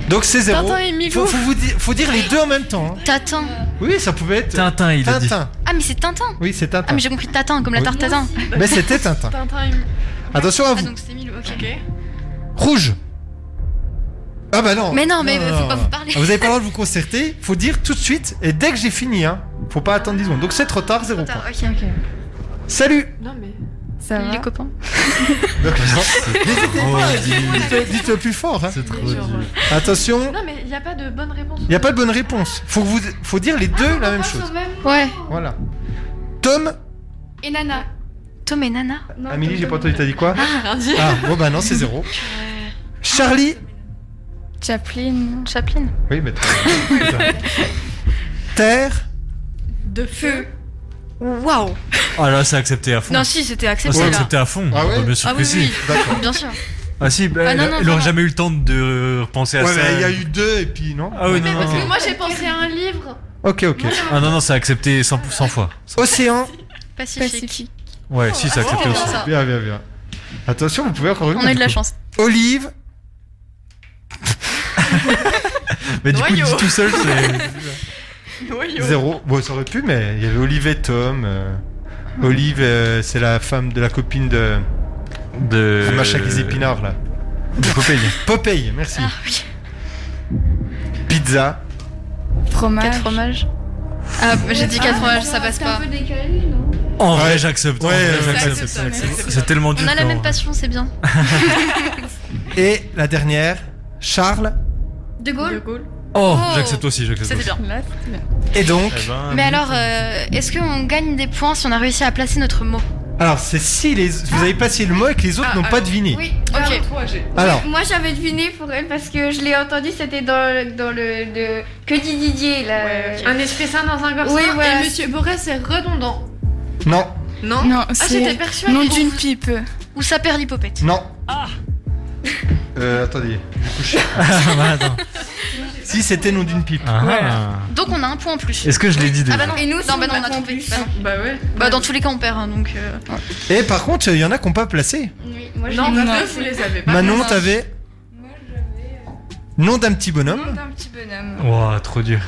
[SPEAKER 1] Donc c'est zéro.
[SPEAKER 4] Tintin et Milou.
[SPEAKER 1] Faut, faut vous dire, faut dire les deux en même temps. hein.
[SPEAKER 4] Tatin.
[SPEAKER 1] Oui, ça pouvait être. euh,
[SPEAKER 2] Tintin, il a dit.
[SPEAKER 1] Tintin.
[SPEAKER 4] Ah, mais c'est Tintin
[SPEAKER 1] Oui, c'est Tintin.
[SPEAKER 4] Ah, mais j'ai compris Tatin, comme la
[SPEAKER 1] Oui.
[SPEAKER 4] tarte Tatin.
[SPEAKER 1] Mais c'était Tintin. Attention à
[SPEAKER 4] Ah,
[SPEAKER 1] vous.
[SPEAKER 4] donc c'est Milou, ok.
[SPEAKER 1] Rouge. Ah bah non.
[SPEAKER 4] Mais non, mais faut pas vous parler.
[SPEAKER 1] Ah, Vous avez pas le droit de vous concerter. Faut dire tout de suite. Et dès que j'ai fini, hein. Faut pas attendre 10 secondes. Donc c'est trop tard, zéro point.
[SPEAKER 17] Ok.
[SPEAKER 1] Salut.
[SPEAKER 17] Non, mais. Ça va.
[SPEAKER 4] Les copains.
[SPEAKER 1] Donc, N'hésitez pas. Oh, Dites, dites le plus fort. hein. Attention.
[SPEAKER 17] Non, mais il n'y a pas de bonne réponse.
[SPEAKER 1] Il n'y a pas de bonne réponse. Faut que vous, faut dire les deux la même chose.
[SPEAKER 4] Ouais.
[SPEAKER 1] Voilà. Tom.
[SPEAKER 4] Et Nana. Tom et Nana.
[SPEAKER 1] Amélie, j'ai pas entendu. T'as dit quoi
[SPEAKER 4] Ah, rien dit.
[SPEAKER 1] Ah bon bah non, c'est zéro. Charlie.
[SPEAKER 6] Chaplin.
[SPEAKER 4] Chaplin.
[SPEAKER 1] Oui, mais. Terre.
[SPEAKER 17] De feu. Waouh.
[SPEAKER 2] Ah là, c'est accepté à fond.
[SPEAKER 4] Non, si, c'était
[SPEAKER 2] Ah,
[SPEAKER 4] accepté.
[SPEAKER 2] c'est
[SPEAKER 4] là.
[SPEAKER 2] accepté à fond.
[SPEAKER 1] Ah ouais
[SPEAKER 2] Bah, Bien sûr
[SPEAKER 4] Ah
[SPEAKER 2] que
[SPEAKER 4] oui,
[SPEAKER 2] si.
[SPEAKER 4] oui. Bien sûr.
[SPEAKER 2] Ah si, bah,
[SPEAKER 4] Ah
[SPEAKER 2] il
[SPEAKER 4] non,
[SPEAKER 2] a-
[SPEAKER 4] non,
[SPEAKER 2] il aurait
[SPEAKER 4] non.
[SPEAKER 2] jamais eu le temps de repenser à
[SPEAKER 1] Ouais,
[SPEAKER 2] ça.
[SPEAKER 1] mais il y a eu deux et puis non.
[SPEAKER 2] Ah oui, non, non.
[SPEAKER 17] Moi, j'ai pensé à un livre.
[SPEAKER 1] Ok, ok.
[SPEAKER 2] Ah non, non, c'est accepté 100% fois.
[SPEAKER 1] Océan.
[SPEAKER 4] Pacifique.
[SPEAKER 2] Ouais, Bah, si, c'est
[SPEAKER 1] Ah,
[SPEAKER 2] accepté
[SPEAKER 4] c'est
[SPEAKER 2] aussi.
[SPEAKER 4] bien ça.
[SPEAKER 1] Bien, bien, bien. Attention, vous pouvez encore une
[SPEAKER 4] On a eu de la chance.
[SPEAKER 1] Olive.
[SPEAKER 2] Mais du coup, il
[SPEAKER 1] Noyau.
[SPEAKER 2] dit tout seul, c'est.
[SPEAKER 1] Zéro. Bon, ça aurait pu, mais il y avait Olive et Tom. euh, Olive, euh, c'est la femme de la copine de.
[SPEAKER 2] De.
[SPEAKER 1] Le machin avec les épinards, là.
[SPEAKER 2] De Popeye.
[SPEAKER 1] Popeye, merci.
[SPEAKER 4] Ah,
[SPEAKER 1] Pizza.
[SPEAKER 6] Fromage.
[SPEAKER 4] Quatre fromages. Ah, j'ai dit quatre
[SPEAKER 6] Ah,
[SPEAKER 4] fromages, ça passe pas.
[SPEAKER 2] En vrai, j'accepte. en
[SPEAKER 1] Ouais,
[SPEAKER 2] vrai,
[SPEAKER 1] ouais,
[SPEAKER 2] j'accepte. C'est tellement dur.
[SPEAKER 4] On a la
[SPEAKER 2] qu'en
[SPEAKER 4] même
[SPEAKER 2] vrai.
[SPEAKER 4] passion, c'est bien.
[SPEAKER 1] Et la dernière, Charles.
[SPEAKER 4] De Gaulle.
[SPEAKER 2] Oh, j'accepte aussi, j'accepte
[SPEAKER 4] C'était
[SPEAKER 2] aussi.
[SPEAKER 4] bien.
[SPEAKER 1] Et donc.
[SPEAKER 2] Eh ben,
[SPEAKER 4] Mais alors, euh, est-ce qu'on gagne des points si on a réussi à placer notre mot
[SPEAKER 1] Alors, c'est si les... vous avez passé le mot et que les
[SPEAKER 17] Ah,
[SPEAKER 4] Ah,
[SPEAKER 1] autres n'ont pas deviné. Ah,
[SPEAKER 18] Oui,
[SPEAKER 4] Ok.
[SPEAKER 1] Alors.
[SPEAKER 18] moi j'avais deviné pour elle parce que je l'ai entendu, c'était dans le, dans le, de- que dit Didier là.
[SPEAKER 17] Un esprit sain dans un corps
[SPEAKER 18] Oui,
[SPEAKER 17] sain.
[SPEAKER 18] voilà.
[SPEAKER 17] Et Monsieur Borès est redondant.
[SPEAKER 1] Non,
[SPEAKER 17] Non
[SPEAKER 6] Non,
[SPEAKER 17] Ah,
[SPEAKER 6] c'est
[SPEAKER 17] j'étais persuadée.
[SPEAKER 6] nom d'une
[SPEAKER 17] Ou-
[SPEAKER 6] pipe.
[SPEAKER 4] Ou ça perd l'hypopète
[SPEAKER 1] non. Euh, attendez, du coup, je- Si c'était nom d'une pipe.
[SPEAKER 2] bah, Ah.
[SPEAKER 4] Donc on a un point en plus.
[SPEAKER 2] Est-ce que je l'ai dit déjà
[SPEAKER 4] Ah bah non,
[SPEAKER 18] Et nous,
[SPEAKER 4] non,
[SPEAKER 18] si
[SPEAKER 4] bah
[SPEAKER 18] on
[SPEAKER 4] non,
[SPEAKER 18] a
[SPEAKER 4] on a
[SPEAKER 18] pas en
[SPEAKER 4] trompé.
[SPEAKER 18] plus.
[SPEAKER 4] Bah, non.
[SPEAKER 17] Bah ouais.
[SPEAKER 4] Bah dans tous les cas, on perd, hein, donc. euh,
[SPEAKER 1] Et par contre, il y en a qui n'ont pas placé.
[SPEAKER 18] Oui, moi je
[SPEAKER 17] Non,
[SPEAKER 18] l'ai
[SPEAKER 17] bah,
[SPEAKER 18] pas.
[SPEAKER 17] eux, vous les avez pas.
[SPEAKER 1] Manon,
[SPEAKER 18] non.
[SPEAKER 1] t'avais. Nom d'un petit bonhomme.
[SPEAKER 6] Nom d'un petit bonhomme.
[SPEAKER 2] Ouah, trop dur.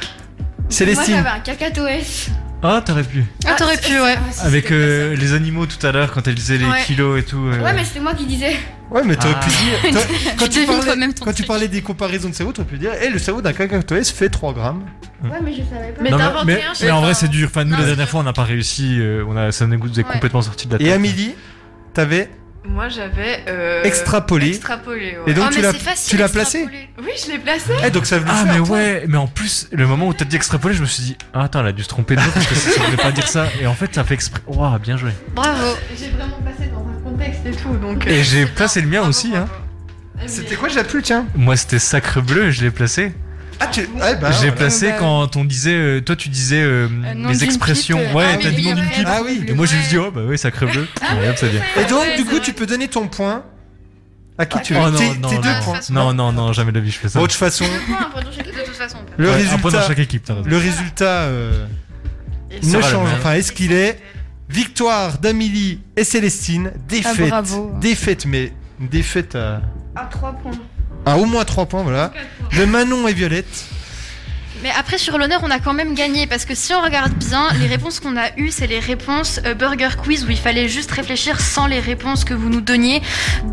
[SPEAKER 1] Célestine.
[SPEAKER 18] Moi j'avais un cacatoès.
[SPEAKER 2] Ah, t'aurais pu.
[SPEAKER 4] Ah, t'aurais pu, ouais.
[SPEAKER 2] Avec
[SPEAKER 17] Ah,
[SPEAKER 2] euh, les animaux tout à l'heure, quand elle disait les
[SPEAKER 18] Ouais.
[SPEAKER 2] kilos et tout. euh,
[SPEAKER 18] Ouais, mais c'était moi qui disais.
[SPEAKER 1] Ouais, mais t'aurais
[SPEAKER 2] Ah.
[SPEAKER 1] pu dire. t'aurais- Quand, tu
[SPEAKER 4] devines
[SPEAKER 1] parlais,
[SPEAKER 4] toi-même
[SPEAKER 1] quand tu parlais des comparaisons de cerveau, t'aurais pu dire Eh, le cerveau d'un cacatoès fait 3 grammes.
[SPEAKER 18] Ouais, mais je savais pas.
[SPEAKER 17] Mais
[SPEAKER 2] non,
[SPEAKER 17] t'as inventé
[SPEAKER 2] mais,
[SPEAKER 17] un, je
[SPEAKER 2] mais
[SPEAKER 17] sais
[SPEAKER 2] en
[SPEAKER 17] pas.
[SPEAKER 2] vrai, c'est dur. Enfin, nous,
[SPEAKER 17] Non,
[SPEAKER 2] la
[SPEAKER 17] c'est
[SPEAKER 2] dernière fois, on n'a pas réussi. euh, on a, ça nous est
[SPEAKER 17] Ouais.
[SPEAKER 2] complètement sorti de la tête.
[SPEAKER 1] Et Amélie, t'avais.
[SPEAKER 17] Moi, j'avais. euh,
[SPEAKER 1] Extrapolé.
[SPEAKER 17] Extrapolé, ouais.
[SPEAKER 1] Et
[SPEAKER 4] Oh,
[SPEAKER 1] donc, tu l'as tu l'as placé
[SPEAKER 17] Oui, je l'ai placé.
[SPEAKER 1] Eh, donc ça veut
[SPEAKER 2] Ah,
[SPEAKER 1] faire,
[SPEAKER 2] mais
[SPEAKER 1] toi.
[SPEAKER 2] ouais, mais en plus, le moment où t'as dit extrapoler, je me suis dit, ah, attends, elle a dû se tromper de mot parce que ça ne voulait pas dire ça. Et en fait, ça fait exprès. Waouh, bien joué.
[SPEAKER 4] Bravo.
[SPEAKER 17] J'ai vraiment placé dans un contexte et tout, donc. euh, ah
[SPEAKER 2] Et j'ai placé le
[SPEAKER 1] Ah,
[SPEAKER 2] mien aussi, hein.
[SPEAKER 1] C'était quoi J'ai plus le tien.
[SPEAKER 2] Moi, c'était Sacre Bleu, je l'ai placé.
[SPEAKER 1] Ah, tu. Ah, bah.
[SPEAKER 2] J'ai
[SPEAKER 1] voilà.
[SPEAKER 2] placé
[SPEAKER 6] Bah,
[SPEAKER 2] quand on disait, euh, toi tu disais euh,
[SPEAKER 6] nom
[SPEAKER 2] les
[SPEAKER 6] d'une
[SPEAKER 2] expressions.
[SPEAKER 6] pipe, euh,
[SPEAKER 2] ouais,
[SPEAKER 6] ah
[SPEAKER 2] t'as
[SPEAKER 6] oui,
[SPEAKER 2] dit nom
[SPEAKER 6] oui, Ah,
[SPEAKER 2] d'une
[SPEAKER 6] ouais.
[SPEAKER 2] pipe.
[SPEAKER 1] Ah oui.
[SPEAKER 2] Et moi je me suis dit, oh bah oui, sacré bleu. Regarde, ça vient.
[SPEAKER 1] Et donc, du coup, tu peux donner ton point à qui tu veux.
[SPEAKER 2] Oh non,
[SPEAKER 1] Tes
[SPEAKER 2] non,
[SPEAKER 1] tes
[SPEAKER 2] non,
[SPEAKER 1] deux
[SPEAKER 2] non.
[SPEAKER 1] points.
[SPEAKER 2] Non, non, non, jamais de la vie, je fais ça.
[SPEAKER 1] Bon, de toute façon,
[SPEAKER 17] Ah,
[SPEAKER 4] De toute façon.
[SPEAKER 1] le
[SPEAKER 2] Ouais, Un point dans
[SPEAKER 1] résultat,
[SPEAKER 2] chaque équipe, t'as raison.
[SPEAKER 1] le résultat euh,
[SPEAKER 2] sera
[SPEAKER 1] ne
[SPEAKER 2] le
[SPEAKER 1] change.
[SPEAKER 2] même.
[SPEAKER 1] Enfin, est-ce qu'il est victoire d'Amélie et Célestine, défaite,
[SPEAKER 6] bravo.
[SPEAKER 1] défaite, mais une défaite à,
[SPEAKER 18] À 3 points.
[SPEAKER 1] à au moins 3 points, voilà. De Manon et Violette.
[SPEAKER 4] Mais après, sur l'honneur, on a quand même gagné parce que si on regarde bien, les réponses qu'on a eues, c'est les réponses euh, Burger Quiz où il fallait juste réfléchir sans les réponses que vous nous donniez.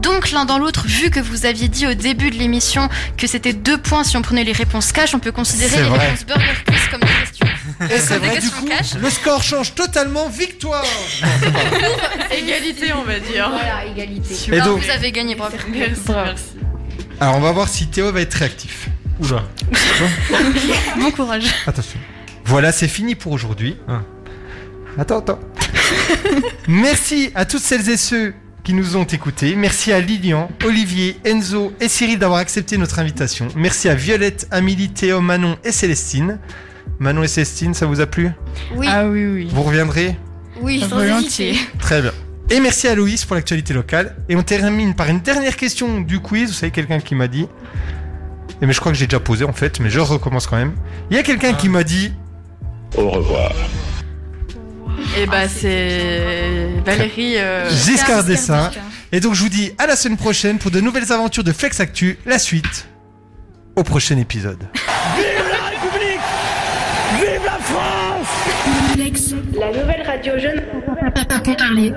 [SPEAKER 4] Donc, l'un dans l'autre, vu que vous aviez dit au début de l'émission que c'était deux points si on prenait les réponses cash, on peut
[SPEAKER 1] C'est
[SPEAKER 4] considérer les
[SPEAKER 1] vrai.
[SPEAKER 4] réponses Burger Quiz comme des questions.
[SPEAKER 1] Et c'est
[SPEAKER 4] Comme des
[SPEAKER 1] vrai, du
[SPEAKER 4] questions
[SPEAKER 1] coup,
[SPEAKER 4] cash.
[SPEAKER 1] le score change totalement. Victoire
[SPEAKER 17] Égalité, on va dire.
[SPEAKER 18] Voilà, égalité.
[SPEAKER 1] Et donc-
[SPEAKER 4] vous avez gagné, bravo.
[SPEAKER 17] Merci, merci.
[SPEAKER 1] Alors, on va voir si Théo va être réactif. Oula.
[SPEAKER 4] Bon courage.
[SPEAKER 1] Attention. Voilà, c'est fini pour aujourd'hui. Attends, attends. Merci à toutes celles et ceux qui nous ont écoutés. Merci à Lilian, Olivier, Enzo et Cyril d'avoir accepté notre invitation. Merci à Violette, Amélie, Théo, Manon et Célestine. Manon et Célestine, ça vous a plu
[SPEAKER 18] Oui,
[SPEAKER 6] Ah oui, oui.
[SPEAKER 1] Vous reviendrez
[SPEAKER 18] oui, sans
[SPEAKER 6] Volontiers.
[SPEAKER 18] hésiter.
[SPEAKER 1] Très bien. Et merci à Louise pour l'actualité locale. Et on termine par une dernière question du quiz. Vous savez, quelqu'un qui m'a dit. Et mais je crois que j'ai déjà posé en fait, mais je recommence quand même. Il y a quelqu'un qui m'a dit. Au revoir.
[SPEAKER 17] Et bah, c'est. Valérie. euh,
[SPEAKER 1] Giscard d'Estaing. Et donc je vous dis à la semaine prochaine pour de nouvelles aventures de Flex Actu, la suite au prochain épisode.
[SPEAKER 8] Vive la République Vive la France
[SPEAKER 5] La nouvelle radio jeune. Parler.